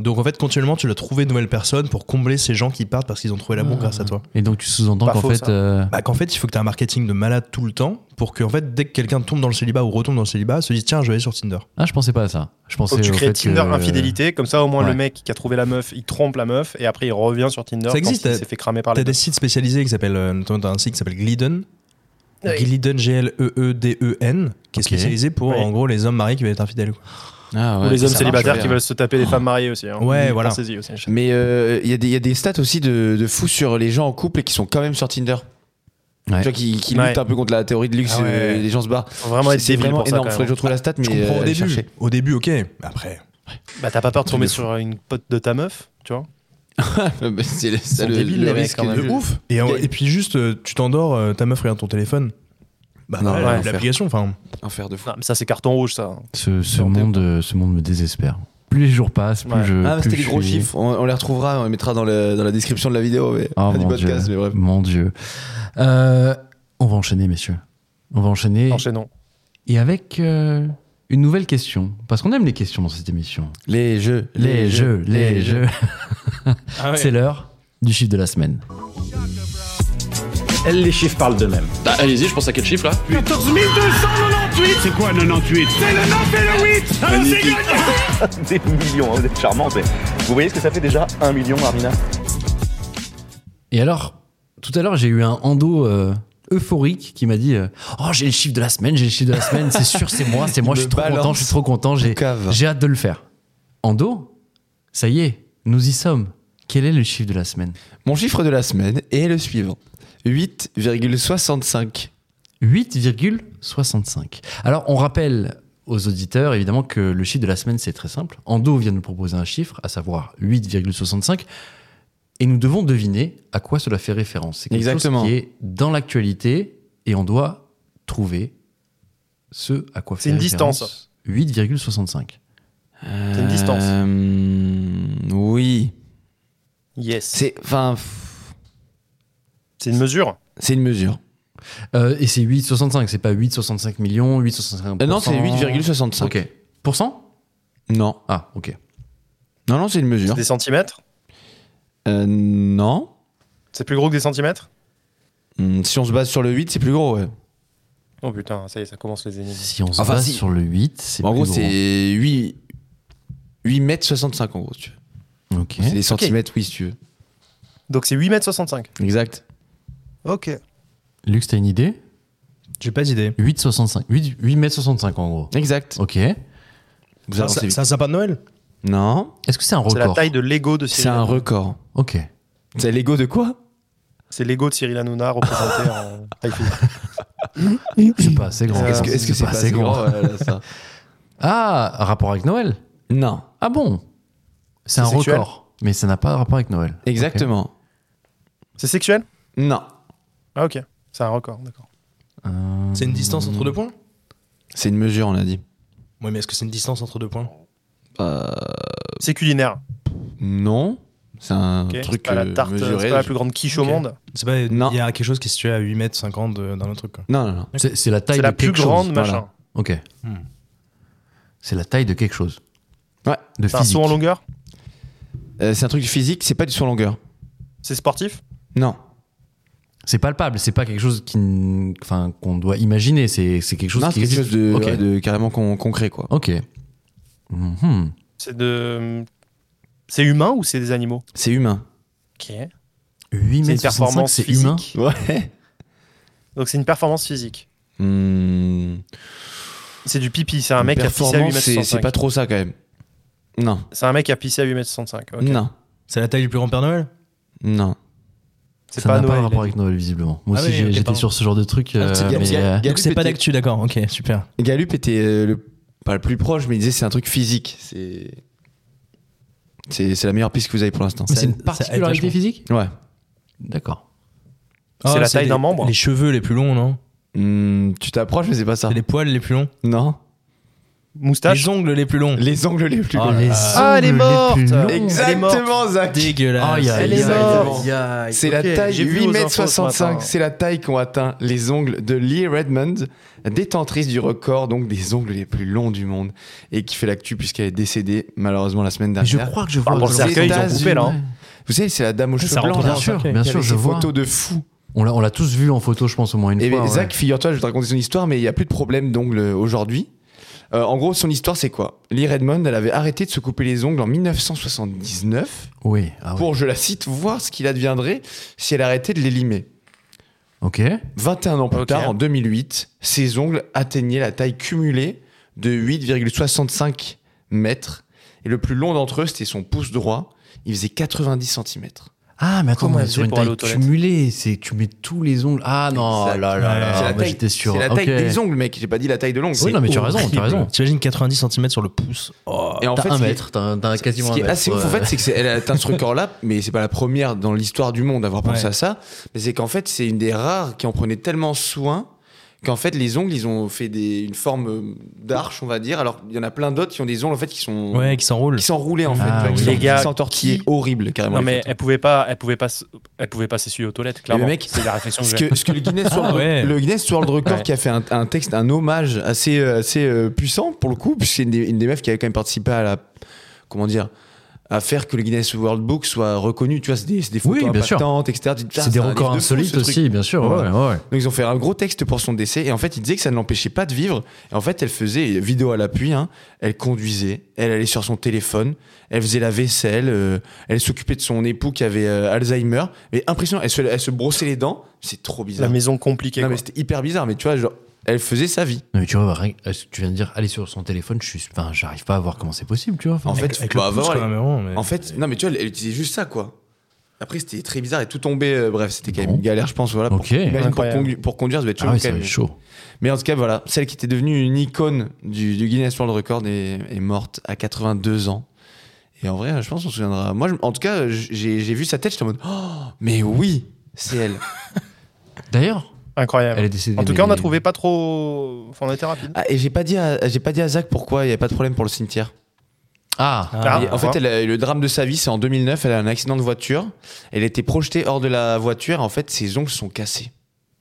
Speaker 2: Donc en fait, continuellement, tu dois trouver de nouvelles personnes pour combler ces gens qui partent parce qu'ils ont trouvé l'amour grâce à toi.
Speaker 1: Et donc tu sous-entends
Speaker 4: Pas
Speaker 1: qu'en
Speaker 4: faux,
Speaker 1: fait,
Speaker 4: ça.
Speaker 1: euh,
Speaker 2: Bah qu'en fait, il faut que tu un marketing de malade tout le temps pour que en fait, dès que quelqu'un tombe dans le célibat ou retombe dans le célibat, se dise tiens, je vais aller sur Tinder.
Speaker 1: ah, je pensais pas à ça. Je pensais
Speaker 4: Faut que tu
Speaker 1: au
Speaker 4: crées
Speaker 1: fait euh,
Speaker 4: Tinder
Speaker 2: euh,
Speaker 1: que-
Speaker 4: infidélité, comme ça au moins
Speaker 1: ouais.
Speaker 4: le mec qui a trouvé la meuf, il trompe la meuf et après il revient sur Tinder.
Speaker 2: Ça
Speaker 4: quand
Speaker 2: existe,
Speaker 4: il
Speaker 2: t'as-
Speaker 4: s'est fait cramer par
Speaker 2: T'as
Speaker 4: les
Speaker 2: des
Speaker 4: meufs.
Speaker 2: sites spécialisés qui s'appellent, euh, notamment t'as un site qui s'appelle Glidden. Glidden, G-L-E-E-D-E-N, E qui est
Speaker 1: Ok.
Speaker 2: spécialisé pour
Speaker 4: Oui.
Speaker 2: en gros les hommes mariés qui veulent être infidèles.
Speaker 4: Ou les hommes
Speaker 3: ça marche
Speaker 4: célibataires
Speaker 3: bien.
Speaker 4: qui veulent se taper les femmes mariées aussi. hein.
Speaker 2: Ouais,
Speaker 4: Oui,
Speaker 2: voilà.
Speaker 4: pensez-y aussi.
Speaker 3: Mais euh, il y, a des- y a des stats aussi de, de fous sur les gens en couple et qui sont quand même sur Tinder.
Speaker 1: Ouais.
Speaker 3: Tu vois, qui, qui
Speaker 4: Ouais.
Speaker 3: luttent un peu contre la théorie de luxe,
Speaker 2: Ah ouais.
Speaker 3: euh, les gens se barrent.
Speaker 4: Faut vraiment
Speaker 3: C'est-
Speaker 4: être
Speaker 3: c'est
Speaker 4: Ah, débile
Speaker 3: vraiment
Speaker 4: pour ça.
Speaker 3: énorme.
Speaker 4: quand
Speaker 3: Faudrait que
Speaker 4: même.
Speaker 3: je retrouve la stat, mais
Speaker 2: Je comprends
Speaker 3: euh,
Speaker 2: au
Speaker 3: aller
Speaker 2: début.
Speaker 3: chercher.
Speaker 2: Au début, ok. Après,
Speaker 4: Bah t'as pas peur
Speaker 3: Truc
Speaker 4: de
Speaker 3: de
Speaker 4: tomber
Speaker 3: fou.
Speaker 4: sur une pote de ta meuf, tu vois
Speaker 3: Mais c'est le, ça,
Speaker 4: sont
Speaker 3: le-
Speaker 4: débiles,
Speaker 3: le
Speaker 4: les mecs, hein,
Speaker 3: risque
Speaker 4: quand
Speaker 3: de
Speaker 4: même.
Speaker 3: ouf.
Speaker 2: Et, en-
Speaker 3: Y a-
Speaker 2: et puis juste, euh, tu t'endors, euh, ta meuf regarde ton téléphone. Bah
Speaker 3: Non,
Speaker 2: voilà,
Speaker 4: ouais,
Speaker 2: la- l'application, enfin.
Speaker 3: Enfer de fou.
Speaker 4: Non, mais ça c'est carton rouge ça.
Speaker 1: Ce, ce
Speaker 4: Sur tes-
Speaker 1: monde, euh, ce monde me désespère. Plus les jours passent, plus
Speaker 4: Ouais.
Speaker 1: je.
Speaker 3: Ah, mais
Speaker 1: plus
Speaker 3: c'était les
Speaker 1: je
Speaker 3: gros
Speaker 1: suis-
Speaker 3: chiffres. On, on les retrouvera, on les mettra dans, le- dans la description de la vidéo, mais,
Speaker 1: Ah,
Speaker 3: du
Speaker 1: mon
Speaker 3: podcast,
Speaker 1: Dieu.
Speaker 3: mais bref.
Speaker 1: Mon Dieu. Euh, on va enchaîner, messieurs. On va enchaîner.
Speaker 4: Enchaînons.
Speaker 1: Et avec euh, une nouvelle question. Parce qu'on aime les questions dans cette émission.
Speaker 3: Les jeux,
Speaker 1: Les, jeux, les jeux.
Speaker 2: Ah
Speaker 1: C'est l'heure du chiffre de la semaine.
Speaker 7: Bah, allez-y, je pense à quel chiffre là
Speaker 8: 98 C'est quoi 98 C'est le 9 et le 8 Alors c'est gagné
Speaker 9: des millions, hein, vous êtes charmants, mais vous voyez ce que ça fait déjà un million, Armina
Speaker 1: Et alors, tout à l'heure, j'ai eu un endo euh, euphorique qui m'a dit euh, Oh, j'ai le chiffre de la semaine, j'ai le chiffre de la semaine, c'est sûr, c'est moi, c'est moi, je suis
Speaker 3: Le
Speaker 1: trop content,
Speaker 3: balance
Speaker 1: je suis trop content, j'ai
Speaker 3: cave.
Speaker 1: j'ai hâte de le faire. Endo, ça y est, nous y sommes. Quel est le chiffre de la semaine
Speaker 3: Mon chiffre de la semaine est le suivant 8,65.
Speaker 1: 8,65. Alors, on rappelle aux auditeurs, évidemment, que le chiffre de la semaine, c'est très simple. Ando vient de nous proposer un chiffre, à savoir 8,65. Et nous devons deviner à quoi cela fait référence. C'est quelque
Speaker 3: Exactement.
Speaker 1: chose qui est dans l'actualité et on doit trouver ce à quoi fait
Speaker 4: C'est une
Speaker 1: référence. C'est une distance. 8,65.
Speaker 4: C'est une distance.
Speaker 3: Euh, oui.
Speaker 4: Yes.
Speaker 3: C'est enfin, pff,
Speaker 4: C'est une mesure.
Speaker 3: c'est une mesure.
Speaker 1: Euh, et c'est 8,65, c'est pas 8,65 millions, 8,65
Speaker 3: Euh, non, c'est 8,65.
Speaker 1: Ok. Pourcent
Speaker 3: Non.
Speaker 1: Ah, ok.
Speaker 3: Non, non, c'est une mesure.
Speaker 4: C'est des centimètres
Speaker 3: Euh, non.
Speaker 4: C'est plus gros que des centimètres
Speaker 3: Hmm, si on se base sur le 8, c'est plus gros, ouais.
Speaker 4: Oh putain, ça y est, ça commence les énigmes.
Speaker 1: Si on se
Speaker 3: Enfin,
Speaker 1: base
Speaker 3: si.
Speaker 1: sur le 8, c'est
Speaker 3: En
Speaker 1: plus
Speaker 3: gros,
Speaker 1: gros.
Speaker 3: c'est 8, 8 mètres 65, en gros, si tu veux.
Speaker 1: Ok.
Speaker 3: C'est des centimètres, oui, si tu veux.
Speaker 4: Donc c'est 8 mètres 65.
Speaker 3: Exact.
Speaker 4: Ok.
Speaker 1: Lux, t'as une idée
Speaker 2: J'ai pas d'idée.
Speaker 1: 8,65. 8, 8 mètres 65 en gros.
Speaker 3: Exact.
Speaker 1: Ok. Est-ce
Speaker 3: Vous
Speaker 2: Ça,
Speaker 3: avancez
Speaker 2: ça-
Speaker 3: vite.
Speaker 2: C'est un sapin de Noël
Speaker 3: Non.
Speaker 1: que c'est un
Speaker 4: C'est
Speaker 1: record
Speaker 4: la taille de l'ego de
Speaker 3: C'est
Speaker 4: Cyril.
Speaker 3: un
Speaker 4: Hanouna.
Speaker 3: record.
Speaker 1: Ok.
Speaker 3: C'est l'ego de quoi
Speaker 4: C'est l'ego de Cyril Hanouna représenté en taille fine.
Speaker 1: C'est pas assez grand.
Speaker 4: Est-ce que-
Speaker 3: Est-ce que Euh, c'est pas assez grand voilà, ça
Speaker 1: Ah, rapport avec Noël
Speaker 3: Non.
Speaker 1: Ah bon C'est
Speaker 4: C'est
Speaker 1: un
Speaker 4: sexuel
Speaker 1: record. Mais ça n'a pas de rapport avec Noël.
Speaker 3: Exactement.
Speaker 4: C'est sexuel
Speaker 3: Non.
Speaker 4: Ah ok. C'est un record, d'accord.
Speaker 1: Ok. Euh,
Speaker 2: C'est une distance entre deux points
Speaker 3: C'est une mesure, on a dit.
Speaker 2: Ouais, mais est-ce que c'est une distance entre deux points
Speaker 1: Euh,
Speaker 4: C'est culinaire.
Speaker 3: Euh, Non. C'est un
Speaker 4: ok C'est
Speaker 3: truc
Speaker 4: pas la
Speaker 3: euh,
Speaker 4: tarte, euh,
Speaker 3: mesuré.
Speaker 4: c'est pas la plus grande quiche au
Speaker 2: Ok.
Speaker 4: monde.
Speaker 2: C'est pas. Il
Speaker 3: Non.
Speaker 2: y a quelque chose qui se situe à 8 mètres 50 de- dans le truc, quoi.
Speaker 3: Non, non, non.
Speaker 1: C'est c'est la taille
Speaker 4: C'est
Speaker 1: de
Speaker 4: la plus
Speaker 1: quelque chose.
Speaker 4: grande
Speaker 1: voilà.
Speaker 4: machin.
Speaker 1: Ok.
Speaker 2: Hmm.
Speaker 1: C'est la taille de quelque chose.
Speaker 3: Ouais.
Speaker 1: De
Speaker 4: C'est un
Speaker 1: physique.
Speaker 4: saut en longueur
Speaker 3: Euh, c'est un truc physique, c'est pas du son longueur.
Speaker 4: C'est sportif
Speaker 3: Non.
Speaker 1: C'est palpable. C'est pas quelque chose qui, n- enfin, qu'on doit imaginer. C'est c'est quelque chose
Speaker 3: Non,
Speaker 1: qui
Speaker 3: c'est quelque
Speaker 1: existe.
Speaker 3: chose de,
Speaker 1: Ok.
Speaker 3: ouais, de carrément con- concret, quoi.
Speaker 1: Ok. Mhm.
Speaker 4: C'est de. C'est humain ou c'est des animaux
Speaker 3: C'est humain.
Speaker 4: Ok. C'est
Speaker 1: 8
Speaker 4: une
Speaker 1: mètres 65,
Speaker 4: performance
Speaker 1: c'est
Speaker 4: physique.
Speaker 1: humain.
Speaker 3: Ouais.
Speaker 4: Donc c'est une performance physique.
Speaker 3: Hmm.
Speaker 4: C'est du pipi, c'est un mec qui a pissé à
Speaker 3: Performance, c'est- c'est
Speaker 4: 8m65.
Speaker 3: pas trop ça quand même. Non,
Speaker 4: C'est un mec qui a pissé à 8m65. ok.
Speaker 3: non,
Speaker 2: C'est la taille du plus grand Père Noël
Speaker 3: non.
Speaker 4: C'est
Speaker 1: Ça
Speaker 4: pas
Speaker 1: n'a pas
Speaker 4: Noël.
Speaker 1: un rapport avec Noël, visiblement. Moi
Speaker 2: Ah
Speaker 1: aussi,
Speaker 2: oui,
Speaker 1: j'ai-
Speaker 2: ok,
Speaker 1: j'étais
Speaker 2: pardon.
Speaker 1: sur ce genre de truc. euh,
Speaker 2: c'est-
Speaker 1: mais,
Speaker 3: Galup,
Speaker 1: euh,
Speaker 3: Galup
Speaker 2: Donc c'est pas
Speaker 3: était-
Speaker 2: d'actu, d'accord, ok, super.
Speaker 3: Galup était euh, le, pas le plus proche, mais il disait c'est un truc physique. C'est c'est c'est la meilleure piste que vous avez pour l'instant.
Speaker 1: mais c'est une
Speaker 2: ça-
Speaker 1: particularité
Speaker 2: ça-
Speaker 1: physique
Speaker 3: Ouais.
Speaker 1: D'accord.
Speaker 4: C'est
Speaker 2: Ah,
Speaker 4: la taille
Speaker 2: les-
Speaker 4: d'un membre.
Speaker 2: Les cheveux les plus longs, non
Speaker 3: Hmm, tu t'approches, mais c'est pas ça.
Speaker 2: C'est les poils les plus longs
Speaker 3: Non.
Speaker 4: Moustache
Speaker 2: Les ongles les plus longs
Speaker 3: Les ongles les plus.
Speaker 2: Ah,
Speaker 3: gros.
Speaker 2: là là.
Speaker 4: Ah, elle est
Speaker 1: ongles les
Speaker 4: morte
Speaker 1: plus longs.
Speaker 3: Exactement, Zach.
Speaker 2: Dégueulasse
Speaker 1: Aïe, aïe,
Speaker 3: Elle
Speaker 1: aïe,
Speaker 3: est
Speaker 1: aïe,
Speaker 3: morte.
Speaker 1: aïe, aïe.
Speaker 3: C'est
Speaker 4: Ok,
Speaker 3: la taille
Speaker 4: j'ai vu aux infos ce
Speaker 3: 8m65,
Speaker 4: matin.
Speaker 3: c'est la taille qu'ont atteint les ongles de Lee Redmond, détentrice du record donc des ongles les plus longs du monde et qui fait l'actu puisqu'elle est décédée malheureusement la semaine
Speaker 1: Mais Je
Speaker 3: dernière.
Speaker 1: crois que je
Speaker 4: Ah,
Speaker 1: vois.
Speaker 4: bon,
Speaker 1: je
Speaker 4: le
Speaker 1: vois.
Speaker 4: cercueil, ils ont coupé là. hein.
Speaker 3: Vous savez, c'est la dame aux cheveux
Speaker 2: Ça rentre
Speaker 3: blancs.
Speaker 2: dans
Speaker 3: là,
Speaker 1: Bien sûr,
Speaker 2: ok.
Speaker 1: bien
Speaker 3: qui
Speaker 1: sûr,
Speaker 3: avait
Speaker 1: je
Speaker 3: ses
Speaker 1: vois.
Speaker 3: photos de fou.
Speaker 1: On l'a- on l'a tous vu en photo, je pense, au moins une
Speaker 3: Et
Speaker 1: fois.
Speaker 3: ben,
Speaker 1: ouais.
Speaker 3: Zach, figure-toi, je vais te raconter son histoire, mais il n'y a plus de problème d'ongles aujourd'hui. Euh, en gros, son histoire, c'est quoi Lee Redmond, elle avait arrêté de se couper les ongles en 1979
Speaker 1: Oui, ah ouais.
Speaker 3: pour, je la cite, voir ce qu'il adviendrait si elle arrêtait de les limer.
Speaker 1: Ok.
Speaker 3: 21 ans plus
Speaker 4: Ok.
Speaker 3: tard, en 2008, ses ongles atteignaient la taille cumulée de 8,65 mètres. Et le plus long d'entre eux, c'était son pouce droit. Il faisait 90 cm.
Speaker 1: Ah, mais attends,
Speaker 4: Comment
Speaker 1: on est
Speaker 4: elle
Speaker 1: sur
Speaker 4: fait
Speaker 1: une
Speaker 4: pour aller
Speaker 1: taille
Speaker 4: aux toilettes
Speaker 1: cumulée. C'est tu mets tous les ongles. Ah non,
Speaker 3: Exact.
Speaker 1: là là là.
Speaker 3: c'est la
Speaker 1: Ah, moi,
Speaker 3: taille,
Speaker 1: J'étais sûr.
Speaker 3: c'est la taille
Speaker 1: Ok.
Speaker 3: des ongles, mec. J'ai pas dit la taille de l'ongle.
Speaker 1: Oui, non, mais tu as raison, tu as
Speaker 2: Horrible.
Speaker 1: raison.
Speaker 2: T'imagines 90 cm sur le pouce Oh.
Speaker 3: Et en
Speaker 1: T'as
Speaker 3: fait,
Speaker 1: un
Speaker 3: ce qui est-
Speaker 1: mètre, t'as t'as quasiment
Speaker 3: Ce
Speaker 1: un
Speaker 3: qui est
Speaker 1: mètre.
Speaker 3: assez ouf, en
Speaker 1: ouais.
Speaker 3: fait, c'est qu'elle a atteint ce record-là, mais c'est pas la première dans l'histoire du monde à avoir pensé
Speaker 2: Ouais.
Speaker 3: à ça. Mais c'est qu'en fait, c'est une des rares qui en prenait tellement soin qu'en fait, les ongles, ils ont fait des, une forme euh, d'arche, on va dire. Alors, il y en a plein d'autres qui ont des ongles, en fait, qui sont.
Speaker 2: Ouais, qui s'enroule.
Speaker 3: Qui s'enroulaient en fait,
Speaker 1: Ah,
Speaker 3: tu vois,
Speaker 1: oui.
Speaker 3: qui
Speaker 1: Les
Speaker 3: sont-
Speaker 4: gars,
Speaker 3: qui s'entortillaient,
Speaker 4: qui-
Speaker 3: horrible carrément.
Speaker 4: Non
Speaker 3: les
Speaker 4: mais
Speaker 3: photos.
Speaker 4: elle pouvait pas, elle pouvait pas, s- elle pouvait pas s'essuyer aux toilettes. Clairement,
Speaker 3: mec,
Speaker 4: c'est la réflexion que
Speaker 3: ce
Speaker 4: j'ai.
Speaker 3: que, ce que le Guinness World,
Speaker 2: Ah ouais.
Speaker 3: le Guinness World Record
Speaker 4: Ouais.
Speaker 3: qui a fait un, un texte, un hommage assez, euh, assez euh, puissant pour le coup, puisque c'est une, des- une des meufs qui avait quand même participé à la, comment dire, à faire que le Guinness World Book soit reconnu. Tu vois, c'est des, c'est des
Speaker 1: Oui,
Speaker 3: photos
Speaker 1: bien sûr.
Speaker 3: impactantes, etc. Tu te dis, putain,
Speaker 1: C'est des
Speaker 3: un
Speaker 1: records
Speaker 3: livre de fou,
Speaker 1: insolites
Speaker 3: ce truc.
Speaker 1: aussi, bien sûr. Ouais,
Speaker 3: Voilà.
Speaker 1: ouais.
Speaker 3: Donc ils ont fait un gros texte pour son décès et en fait il disait que ça ne l'empêchait pas de vivre. Et en fait elle faisait vidéo à l'appui, hein, elle conduisait, elle allait sur son téléphone, elle faisait la vaisselle, euh, elle s'occupait de son époux qui avait euh, Alzheimer. Mais impressionnant, elle se, elle se brossait les dents, c'est trop
Speaker 4: La
Speaker 3: bizarre.
Speaker 4: maison compliquée.
Speaker 3: Non, mais
Speaker 4: quoi.
Speaker 3: c'était hyper bizarre, mais tu vois, genre, elle faisait sa vie.
Speaker 1: Non, mais tu vois, rien- euh, tu viens de dire, aller sur son téléphone, je suis, enfin, j'arrive pas à voir comment c'est possible, tu vois. Enfin,
Speaker 3: En fait,
Speaker 2: Avec
Speaker 3: bah,
Speaker 2: le pouce,
Speaker 3: voilà.
Speaker 2: quand même, vraiment, mais-
Speaker 3: en fait, non, mais tu vois, elle, elle utilisait juste ça, quoi. Après, c'était très bizarre et tout tombait. euh, bref, c'était quand même
Speaker 1: Bon.
Speaker 3: une galère, je pense. Voilà,
Speaker 1: Ok.
Speaker 3: pour, imagine pour,
Speaker 4: Incroyable.
Speaker 3: condu- pour conduire, ça doit être
Speaker 1: ah
Speaker 3: chelou
Speaker 1: oui,
Speaker 3: quand
Speaker 1: ça va
Speaker 3: même.
Speaker 1: être chaud.
Speaker 3: Mais en tout cas, voilà, celle qui était devenue une icône du, du Guinness World Record est, est morte à 82 ans. Et en vrai, je pense qu'on se souviendra. Moi, je- en tout cas, j'ai j'ai vu sa tête, j'étais en mode Oh, mais oui, c'est elle.
Speaker 1: D'ailleurs,
Speaker 4: Incroyable.
Speaker 1: elle est décédée.
Speaker 4: En tout cas, on
Speaker 1: mais-
Speaker 4: a trouvé pas trop. Enfin, on était rapide.
Speaker 3: Ah, et j'ai pas, dit à- j'ai pas dit à Zach pourquoi il n'y a pas de problème pour le cimetière.
Speaker 1: Ah,
Speaker 2: Ah,
Speaker 3: Et en fait, elle a- le drame de sa vie, c'est en 2009, elle a un accident de voiture. Elle était projetée hors de la voiture. En fait, ses ongles sont cassés.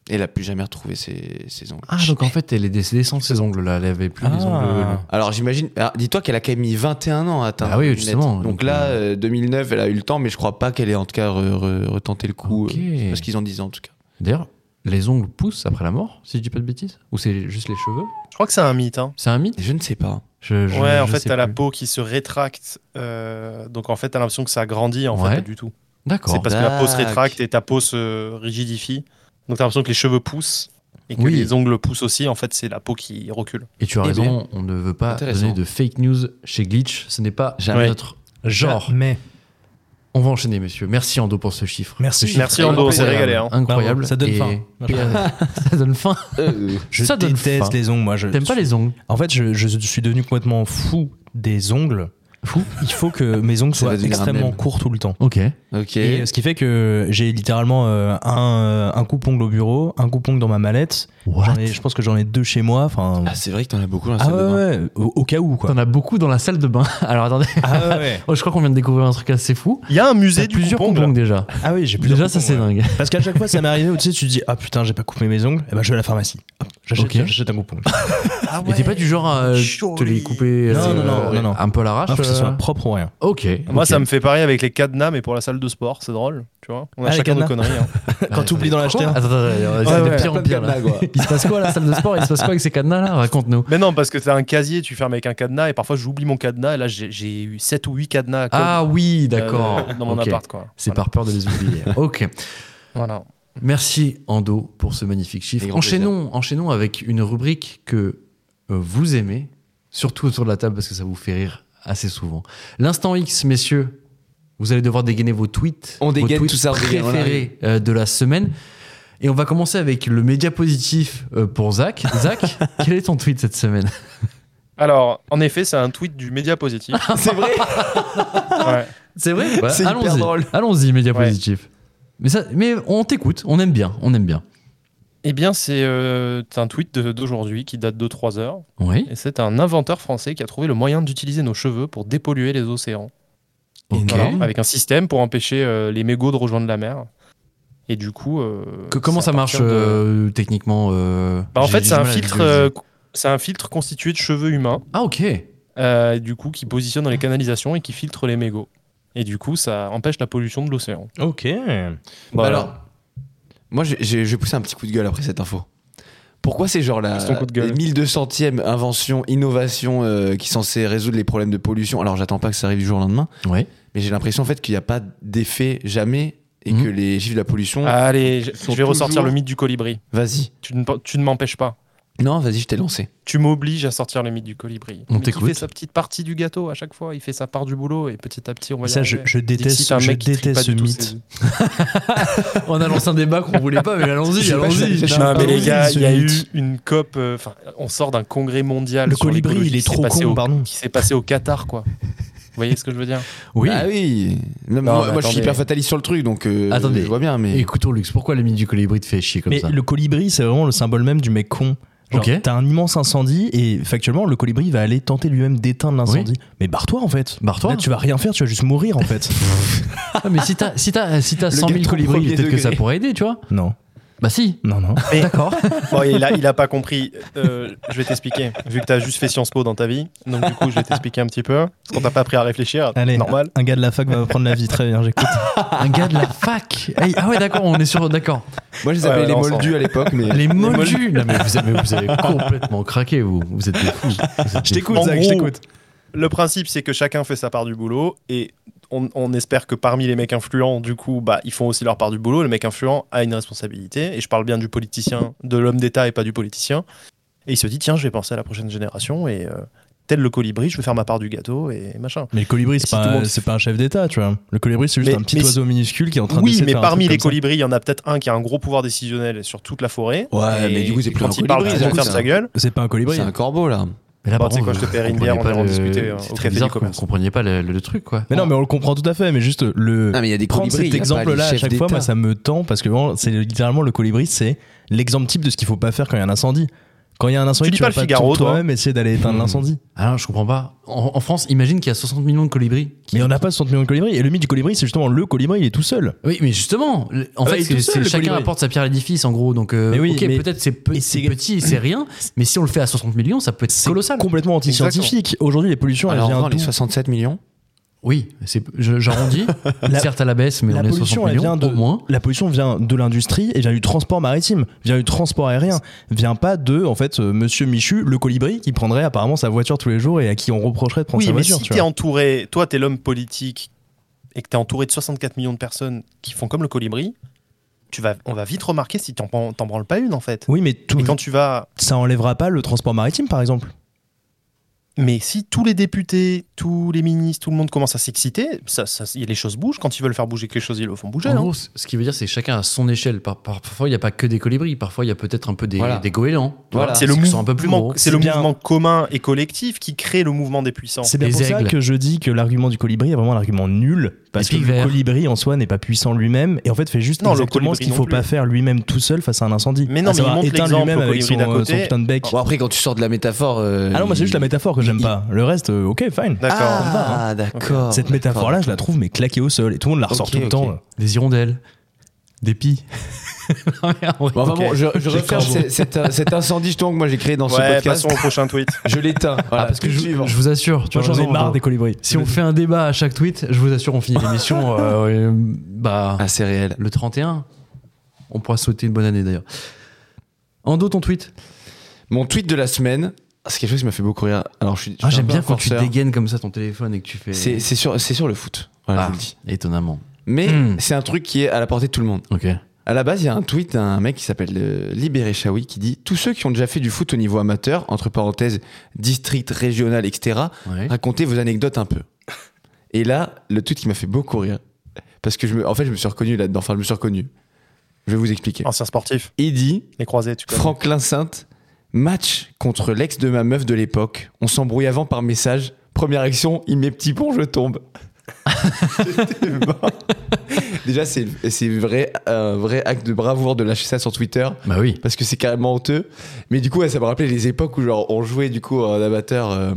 Speaker 3: Et elle a plus jamais retrouvé ses, ses ongles.
Speaker 1: ah, donc en fait, elle est décédée sans ses ongles là. Elle avait plus les
Speaker 2: Ah.
Speaker 1: ongles. euh,
Speaker 3: Alors j'imagine, alors, dis-toi qu'elle a quand même mis 21 ans à atteindre.
Speaker 1: Ah oui,
Speaker 3: la lunette.
Speaker 1: justement. Donc,
Speaker 3: Donc là,
Speaker 1: euh,
Speaker 3: euh, 2009, elle a eu le temps, mais je crois pas qu'elle ait en tout cas re- re- retenté le coup.
Speaker 1: Ok.
Speaker 3: euh, Parce qu'ils en disent en tout cas.
Speaker 1: D'ailleurs, les ongles poussent après la mort, si je dis pas de bêtises Ou c'est juste les cheveux
Speaker 4: Je crois que c'est un mythe. hein.
Speaker 1: C'est un mythe
Speaker 3: Je ne sais pas.
Speaker 1: Je- je-
Speaker 4: ouais, en
Speaker 1: je
Speaker 4: fait,
Speaker 1: sais
Speaker 4: t'as la
Speaker 1: plus.
Speaker 4: peau qui se rétracte. euh, donc, en fait, t'as l'impression que ça grandit. En
Speaker 1: Ouais.
Speaker 4: fait, pas du tout.
Speaker 1: D'accord.
Speaker 4: C'est parce que la peau se
Speaker 3: Dac.
Speaker 4: rétracte et ta peau se rigidifie. Donc, t'as l'impression que les cheveux poussent et que
Speaker 1: Oui.
Speaker 4: les ongles poussent aussi. En fait, c'est la peau qui recule.
Speaker 1: Et tu as
Speaker 3: Eh
Speaker 1: raison, on ne veut pas
Speaker 3: Intéressant.
Speaker 1: donner de fake news chez Glitch. Ce n'est pas
Speaker 3: Jamais.
Speaker 1: notre
Speaker 2: genre.
Speaker 1: genre.
Speaker 2: Mais
Speaker 1: On va enchaîner, messieurs. Merci Ando pour ce chiffre.
Speaker 2: Merci.
Speaker 1: Ce chiffre
Speaker 4: Merci,
Speaker 1: est
Speaker 4: Ando, on s'est
Speaker 1: incroyable.
Speaker 4: régalé, hein.
Speaker 1: Incroyable.
Speaker 2: Bravo, ça donne
Speaker 1: Et-
Speaker 2: faim.
Speaker 1: ça donne faim.
Speaker 3: Euh,
Speaker 2: je
Speaker 1: Ça donne faim.
Speaker 2: déteste les ongles, moi. je-
Speaker 1: T'aimes pas les ongles
Speaker 2: En fait, je, je suis devenu complètement fou des ongles. Fou. Il faut que mes ongles
Speaker 3: Ça va
Speaker 2: soient
Speaker 3: devenir un
Speaker 2: extrêmement
Speaker 3: mème.
Speaker 2: courts tout le temps.
Speaker 1: Ok.
Speaker 3: euh. ok.
Speaker 2: Et euh, ce qui fait que j'ai littéralement euh, un, euh, un coupe-ongle au bureau, un coupe-ongle dans ma mallette. J'en
Speaker 1: What
Speaker 2: ai- je pense que j'en ai deux chez moi. Enfin,
Speaker 3: Ah, c'est vrai que t'en as beaucoup dans la
Speaker 2: ah
Speaker 3: salle
Speaker 2: ouais,
Speaker 3: de bain.
Speaker 2: ouais, au, au cas où quoi.
Speaker 1: T'en as beaucoup dans la salle de bain. Alors attendez.
Speaker 2: Ah ouais, ouais.
Speaker 1: Oh, je crois qu'on vient de découvrir un truc assez fou.
Speaker 4: Il y a un
Speaker 1: T'as
Speaker 4: musée du
Speaker 1: plusieurs
Speaker 4: coupe-ongle.
Speaker 1: ongles déjà.
Speaker 2: Ah oui, j'ai plusieurs
Speaker 1: Déjà, ça
Speaker 2: coupe-ongles,
Speaker 1: c'est
Speaker 2: ouais.
Speaker 1: dingue.
Speaker 2: Parce qu'à chaque fois, ça m'est arrivé où tu sais, tu te dis ah putain, j'ai pas coupé mes ongles. Eh ben, je vais à la pharmacie. Hop, J'achète
Speaker 1: Ok.
Speaker 2: j'achète un coupe-ongle.
Speaker 5: Ah
Speaker 1: Et t'es pas du genre à euh,
Speaker 5: Chaud,
Speaker 1: te les
Speaker 5: lui.
Speaker 1: couper
Speaker 2: Non,
Speaker 1: euh,
Speaker 2: non, non, non, non.
Speaker 1: un peu à l'arrache
Speaker 2: Ah, faut que ça
Speaker 1: euh,
Speaker 2: soit propre ou rien.
Speaker 1: Ok.
Speaker 4: Moi,
Speaker 1: ok.
Speaker 4: ça me fait pareil avec les cadenas, mais pour la salle de sport, c'est drôle. Tu vois, on a
Speaker 2: Ah, les
Speaker 4: chacun nos
Speaker 2: cadenas.
Speaker 4: conneries. hein.
Speaker 2: Quand t'oublies d'en acheter un.
Speaker 1: Attends, attends, attends, c'est
Speaker 3: Ouais,
Speaker 1: de
Speaker 3: ouais,
Speaker 1: pire en
Speaker 3: plein de
Speaker 1: pire. là.
Speaker 3: cadenas, quoi.
Speaker 1: Il se passe quoi à la salle de sport Il se passe quoi avec ces cadenas là Raconte-nous.
Speaker 4: Mais non, parce que t'as un casier, tu fermes avec un cadenas, et parfois j'oublie mon cadenas, et là j'ai- j'ai eu 7 ou 8 cadenas à code,
Speaker 1: Ah oui, d'accord.
Speaker 4: euh, dans mon
Speaker 1: Ok.
Speaker 4: appart. Quoi.
Speaker 1: C'est
Speaker 4: Voilà.
Speaker 1: par peur de les oublier. ok.
Speaker 4: Voilà.
Speaker 1: Merci Ando pour ce magnifique
Speaker 3: Avec
Speaker 1: chiffre.
Speaker 3: grand
Speaker 1: Enchaînons, enchaînons avec une rubrique que euh, vous aimez, surtout autour de la table parce que ça vous fait rire assez souvent. L'instant X, messieurs, vous allez devoir dégainer vos tweets,
Speaker 3: On dégaine
Speaker 1: vos tweets
Speaker 3: tout ça, on dégaine, on arrive.
Speaker 1: préférés euh, de la semaine. Et on va commencer avec le média positif euh, pour Zach. Zach, quel est ton tweet cette semaine
Speaker 4: Alors, en effet, c'est un tweet du média positif.
Speaker 3: C'est vrai
Speaker 4: Ouais.
Speaker 1: C'est vrai Bah,
Speaker 3: C'est hyper drôle.
Speaker 1: Allons-y, allons-y, média
Speaker 4: Ouais.
Speaker 1: positif. Mais, ça, mais on t'écoute, on aime bien, on aime bien.
Speaker 4: Eh bien, c'est euh, un tweet de- d'aujourd'hui qui date de 3 heures.
Speaker 1: Oui.
Speaker 4: Et c'est un inventeur français qui a trouvé le moyen d'utiliser nos cheveux pour dépolluer les océans.
Speaker 1: Ok.
Speaker 4: Voilà, avec un système pour empêcher euh, les mégots de rejoindre la mer. Et du coup. euh,
Speaker 1: Que- comment
Speaker 4: c'est à
Speaker 1: ça marche
Speaker 4: partir de-
Speaker 1: euh, techniquement euh,
Speaker 4: Bah, en
Speaker 1: j'ai-
Speaker 4: fait,
Speaker 1: j'ai
Speaker 4: c'est
Speaker 1: du
Speaker 4: un,
Speaker 1: mal à
Speaker 4: filtre,
Speaker 1: visualiser.
Speaker 4: euh, co- c'est un filtre constitué de cheveux humains,
Speaker 1: Ah ok.
Speaker 4: euh, du coup, qui positionne dans les canalisations et qui filtre les mégots. Et du coup, ça empêche la pollution de l'océan.
Speaker 2: Ok.
Speaker 4: Voilà.
Speaker 3: Bah Alors, moi, j'ai- j'ai- je vais pousser un petit coup de gueule après cette info. Pourquoi c'est genre la
Speaker 4: Pousse ton coup de gueule.
Speaker 3: 1200e invention, innovation euh, qui est censée résoudre les problèmes de pollution Alors, j'attends pas que ça arrive du jour au lendemain,
Speaker 1: Ouais.
Speaker 3: mais j'ai l'impression en fait qu'il n'y a pas d'effet jamais et
Speaker 1: Mhm.
Speaker 3: que les chiffres de la pollution.
Speaker 4: Allez, je, je vais
Speaker 3: toujours-
Speaker 4: ressortir le mythe du colibri.
Speaker 3: Vas-y.
Speaker 4: Tu ne, tu ne m'empêches pas.
Speaker 3: Non, vas-y, je t'ai lancé.
Speaker 4: Tu m'obliges à sortir le mythe du colibri.
Speaker 1: On
Speaker 4: Mais qui
Speaker 1: t'écoute.
Speaker 4: fait sa petite partie du gâteau à chaque fois. Il fait sa part du boulot et petit à petit, on va y
Speaker 2: Ça, je,
Speaker 4: arriver.
Speaker 2: je
Speaker 4: Dixit,
Speaker 2: déteste,
Speaker 4: un
Speaker 2: je
Speaker 4: mec qui trie
Speaker 2: déteste
Speaker 4: pas
Speaker 2: ce
Speaker 4: du tout
Speaker 2: mythe.
Speaker 4: ses-
Speaker 1: On a lancé un débat qu'on voulait pas, mais allons-y,
Speaker 3: sais pas, je-
Speaker 1: allons-y.
Speaker 3: je-
Speaker 4: Non,
Speaker 2: pas
Speaker 4: mais les
Speaker 2: où
Speaker 4: gars,
Speaker 2: il se
Speaker 4: il y a eu
Speaker 2: lutte.
Speaker 4: une COP. euh, Enfin, on sort d'un congrès mondial.
Speaker 2: Le
Speaker 4: sur
Speaker 2: colibri,
Speaker 4: l'écologie
Speaker 2: il est
Speaker 4: qui s'est
Speaker 2: trop
Speaker 4: passé
Speaker 2: con,
Speaker 4: au-
Speaker 2: pardon.
Speaker 4: Qui s'est passé au Qatar, quoi. Vous voyez ce que je veux dire
Speaker 1: Oui.
Speaker 3: Ah oui. Non,
Speaker 4: Non,
Speaker 3: moi,
Speaker 4: mais
Speaker 3: moi, je suis
Speaker 4: attendez.
Speaker 3: hyper fataliste sur le truc, donc euh,
Speaker 1: Attendez.
Speaker 3: je vois bien, mais.
Speaker 1: Écoutons Lux, pourquoi la mine du colibri te fait chier comme
Speaker 2: Mais
Speaker 1: ça
Speaker 2: le colibri, c'est vraiment le symbole même du mec con. Genre,
Speaker 1: Ok.
Speaker 2: t'as un immense incendie et factuellement, le colibri va aller tenter lui-même d'éteindre l'incendie. Mais barre-toi en fait.
Speaker 1: Barre-toi.
Speaker 2: Là, tu vas rien faire, tu vas juste mourir en fait.
Speaker 1: Ah, mais si t'as si t'as- si t'as
Speaker 3: Le
Speaker 1: 100 000
Speaker 3: gâteau
Speaker 1: colibris,
Speaker 3: premier
Speaker 1: peut-être que
Speaker 3: degré.
Speaker 1: ça pourrait aider, tu vois
Speaker 2: non,
Speaker 1: Bah si.
Speaker 2: non, non.
Speaker 1: D'accord.
Speaker 4: Bon, il a, il a pas compris. Euh, je vais t'expliquer. Vu que t'as juste fait Sciences Po dans ta vie, donc du coup, je vais t'expliquer un petit peu. Parce qu'on t'a pas appris à réfléchir.
Speaker 2: Allez,
Speaker 4: normal.
Speaker 2: un gars de la fac va prendre la vie. Très bien, j'écoute.
Speaker 1: Un gars de la fac. Hey, ah ouais, d'accord, on est sur. D'accord.
Speaker 3: Moi, je les
Speaker 4: Ouais,
Speaker 3: appelais
Speaker 4: ouais,
Speaker 3: les
Speaker 4: non, on s'en
Speaker 3: moldus à l'époque, mais.
Speaker 1: Les moldus. Non, mais vous avez, vous avez complètement craqué, vous. Vous êtes des fous. Vous êtes des
Speaker 2: t'écoute,
Speaker 1: fous.
Speaker 4: Zach,
Speaker 1: En
Speaker 4: je
Speaker 1: gros,
Speaker 4: t'écoute. Le principe, c'est que chacun fait sa part du boulot et on, on espère que parmi les mecs influents, du coup, bah, ils font aussi leur part du boulot. Le mec influent a une responsabilité et je parle bien du politicien, de l'homme d'État et pas du politicien. Et il se dit tiens, je vais penser à la prochaine génération et euh, tel le colibri, je vais faire ma part du gâteau et machin.
Speaker 2: Mais le colibri, c'est
Speaker 4: Si tout
Speaker 2: pas,
Speaker 4: le monde-
Speaker 2: c'est pas un chef d'État, tu vois. Le colibri, c'est juste
Speaker 4: Mais-
Speaker 2: un petit
Speaker 4: mais si-
Speaker 2: oiseau minuscule qui est en train
Speaker 4: Oui,
Speaker 2: d'essayer de
Speaker 4: mais
Speaker 2: faire un
Speaker 4: parmi
Speaker 2: truc
Speaker 4: les
Speaker 2: comme ça.
Speaker 4: colibris, il y en a peut-être un qui a un gros pouvoir décisionnel sur toute la forêt.
Speaker 3: Ouais,
Speaker 4: Et
Speaker 3: mais du coup, c'est plus
Speaker 4: quand
Speaker 3: un
Speaker 4: il parle,
Speaker 3: colibri,
Speaker 4: tu vas
Speaker 3: du coup,
Speaker 4: fermer
Speaker 3: c'est
Speaker 4: ta
Speaker 3: un-
Speaker 4: gueule.
Speaker 2: C'est pas un colibri.
Speaker 3: C'est un corbeau, là.
Speaker 2: Ah,
Speaker 1: Mais là,
Speaker 4: Bon,
Speaker 1: par
Speaker 4: Oh, tu sais
Speaker 1: contre,
Speaker 4: quoi, je te paierai une
Speaker 1: vous
Speaker 4: bière,
Speaker 1: comprenez
Speaker 4: on ira en
Speaker 1: pas le-
Speaker 4: discuter, euh,
Speaker 1: C'est
Speaker 4: au
Speaker 1: très
Speaker 4: café
Speaker 1: bizarre que
Speaker 4: du
Speaker 1: vous
Speaker 4: commerce.
Speaker 1: compreniez pas le, le truc, quoi.
Speaker 2: Mais non, mais on le comprend tout à fait, mais juste le.
Speaker 4: Ah,
Speaker 3: Non, mais il y a des
Speaker 2: Prendre
Speaker 3: colibris. il
Speaker 2: cet
Speaker 3: y a pas les
Speaker 2: exemple-là à
Speaker 3: chefs
Speaker 2: chaque fois,
Speaker 3: d'État.
Speaker 2: moi, ça me tend parce que vraiment, c'est littéralement le colibri, c'est l'exemple type de ce qu'il faut pas faire quand il y a un incendie. Quand il y a un incendie,
Speaker 4: lis
Speaker 2: tu vas
Speaker 4: pas le
Speaker 2: pas
Speaker 4: Figaro, toi
Speaker 2: toi-même essayer d'aller éteindre
Speaker 3: Hmm.
Speaker 2: l'incendie.
Speaker 1: Alors, Ah je comprends pas. En, en France, imagine qu'il y a 60 millions de colibris. qui-
Speaker 2: Mais on n'a pas 60 millions de colibris. Et le mythe du colibri, c'est justement le colibri, il est tout seul.
Speaker 1: Oui, mais justement, le- en
Speaker 2: Ah,
Speaker 1: fait,
Speaker 2: il est
Speaker 1: c'est-
Speaker 2: tout seul,
Speaker 1: c'est
Speaker 2: le
Speaker 1: chacun
Speaker 2: colibri.
Speaker 1: apporte sa pierre à l'édifice, en gros. Donc, euh,
Speaker 2: Mais oui,
Speaker 1: ok,
Speaker 2: mais-
Speaker 1: peut-être c'est pe-
Speaker 2: mais
Speaker 1: c'est
Speaker 2: c'est-
Speaker 1: petit, c'est rien. Mais si on le fait à 60 millions, ça peut être
Speaker 2: C'est
Speaker 1: colossal.
Speaker 2: complètement anti-scientifique. Aujourd'hui, les pollutions, elles
Speaker 3: Alors,
Speaker 2: viennent
Speaker 3: les
Speaker 2: d'où
Speaker 3: 67 millions
Speaker 1: Oui, c'est- je- j'arrondis.
Speaker 2: La-
Speaker 1: certes à la baisse, mais
Speaker 2: la
Speaker 1: on est à 60
Speaker 2: pollution, elle
Speaker 1: millions
Speaker 2: vient de-
Speaker 1: au moins.
Speaker 2: La pollution vient de l'industrie et vient du transport maritime, vient du transport aérien, vient pas de, en fait, euh, monsieur Michu, le colibri, qui prendrait apparemment sa voiture tous les jours et à qui on reprocherait de prendre
Speaker 4: Oui,
Speaker 2: sa
Speaker 4: mais
Speaker 2: voiture.
Speaker 4: si
Speaker 2: tu
Speaker 4: t'es
Speaker 2: vois.
Speaker 4: entouré, toi t'es l'homme politique et que t'es entouré de 64 millions de personnes qui font comme le colibri, tu vas, on va vite remarquer si t'en prends- t'en branles pas une en fait.
Speaker 2: Oui, mais tout,
Speaker 4: Et quand tu vas,
Speaker 2: ça enlèvera pas le transport maritime, par exemple.
Speaker 4: mais si tous les députés, tous les ministres, tout le monde commence à s'exciter, ça, ça- y- les choses bougent. Quand ils veulent faire bouger quelque chose, ils le font bouger.
Speaker 1: En
Speaker 4: hein.
Speaker 1: gros, c- ce qui veut dire, c'est chacun à son échelle. Par- par- parfois, il n'y a pas que des colibris. Parfois, il y a peut-être un peu des,
Speaker 3: Voilà.
Speaker 1: des goélands. tu
Speaker 3: Voilà.
Speaker 1: vois,
Speaker 4: c'est le,
Speaker 1: qui sont un peu plus
Speaker 4: mouvement-
Speaker 1: gros.
Speaker 4: c'est le
Speaker 2: C'est bien.
Speaker 4: mouvement commun et collectif qui crée le mouvement des puissants.
Speaker 2: C'est bien
Speaker 1: Les
Speaker 2: pour ça
Speaker 1: aigles.
Speaker 2: que je dis que l'argument du colibri est vraiment un argument nul
Speaker 1: Les
Speaker 2: parce que
Speaker 1: pics
Speaker 2: le
Speaker 1: verts.
Speaker 2: colibri en soi n'est pas puissant lui-même et en fait fait juste
Speaker 4: Non, le
Speaker 2: exactement
Speaker 4: colibri
Speaker 2: ce qu'il
Speaker 4: non
Speaker 2: faut
Speaker 4: plus.
Speaker 2: pas faire lui-même tout seul face à un incendie.
Speaker 4: Mais non,
Speaker 2: À
Speaker 4: mais il
Speaker 2: savoir
Speaker 4: montre
Speaker 2: éteindre
Speaker 4: l'exemple
Speaker 2: lui-même
Speaker 4: au
Speaker 2: avec son,
Speaker 4: colibri d'à
Speaker 2: euh,
Speaker 4: côté. Ah,
Speaker 2: son putain de bec.
Speaker 3: Bon, après, quand tu sors de la métaphore. euh,
Speaker 2: ah non, moi c'est juste la métaphore que j'aime pas. Le reste, euh, ok, fine.
Speaker 4: D'accord.
Speaker 1: hein.
Speaker 3: Ah, d'accord.
Speaker 2: Cette métaphore-là, je la trouve mais claquée au sol et tout le monde la ressort
Speaker 3: Ok,
Speaker 2: tout le
Speaker 3: ok.
Speaker 2: temps. euh. là.
Speaker 1: Des hirondelles. Des pies. Non, mais en vrai,
Speaker 3: Bon, enfin, bon, je,
Speaker 1: J'ai
Speaker 3: je referme
Speaker 1: corbeau.
Speaker 3: ce- cet, euh, cet incendie justement que moi j'ai créé dans ce
Speaker 4: ouais,
Speaker 3: podcast.
Speaker 4: passons au prochain tweet.
Speaker 3: Je l'éteins. Voilà,
Speaker 1: Ah, parce que
Speaker 3: tout
Speaker 1: je,
Speaker 3: suivant.
Speaker 1: je vous assure, tu
Speaker 2: Moi
Speaker 1: vois,
Speaker 2: j'en ai
Speaker 1: raison,
Speaker 2: marre
Speaker 1: genre,
Speaker 2: des colibris.
Speaker 1: Si on fait un débat à chaque tweet, je vous assure, on finit l'émission. euh, euh, bah,
Speaker 3: Ah, c'est réel.
Speaker 1: le 31, on pourra souhaiter une bonne année d'ailleurs. Endo, ton tweet
Speaker 3: Mon tweet de la semaine, ah, c'est quelque chose qui m'a fait beaucoup rire. Alors, je suis. je
Speaker 1: Ah,
Speaker 3: suis un
Speaker 1: J'aime
Speaker 3: peu
Speaker 1: bien
Speaker 3: un
Speaker 1: quand tu
Speaker 3: forceur.
Speaker 1: dégaines comme ça ton téléphone et que tu fais.
Speaker 3: C'est c'est sur, c'est sur le foot. Voilà,
Speaker 1: Ah,
Speaker 3: je vous le dis.
Speaker 1: étonnamment.
Speaker 3: Mais
Speaker 1: Hmm.
Speaker 3: c'est un truc qui est à la portée de tout le monde.
Speaker 1: Ok.
Speaker 3: À la base, il y a un tweet d'un mec qui s'appelle euh, Libéré Chaoui qui dit Tous ceux qui ont déjà fait du foot au niveau amateur, entre parenthèses, district, régional, etc.,
Speaker 1: Ouais.
Speaker 3: racontez vos anecdotes un peu. Et là, le tweet qui m'a fait beaucoup rire, parce que je me, en fait, je me suis reconnu là-dedans. Enfin, je me suis reconnu. Je vais vous expliquer.
Speaker 4: Ancien sportif,
Speaker 3: Il dit
Speaker 4: les croisés, tu connais.
Speaker 3: Franklin Sainte, match contre l'ex de ma meuf de l'époque. On s'embrouille avant par message. Première action, il met petit pont, je tombe. C'était mort. Déjà, c'est c'est vrai, un vrai acte de bravoure de lâcher ça sur Twitter
Speaker 1: Bah oui.
Speaker 3: parce que c'est carrément honteux. Mais du coup, ouais, ça me rappelait les époques où genre, on jouait du coup en amateur, euh,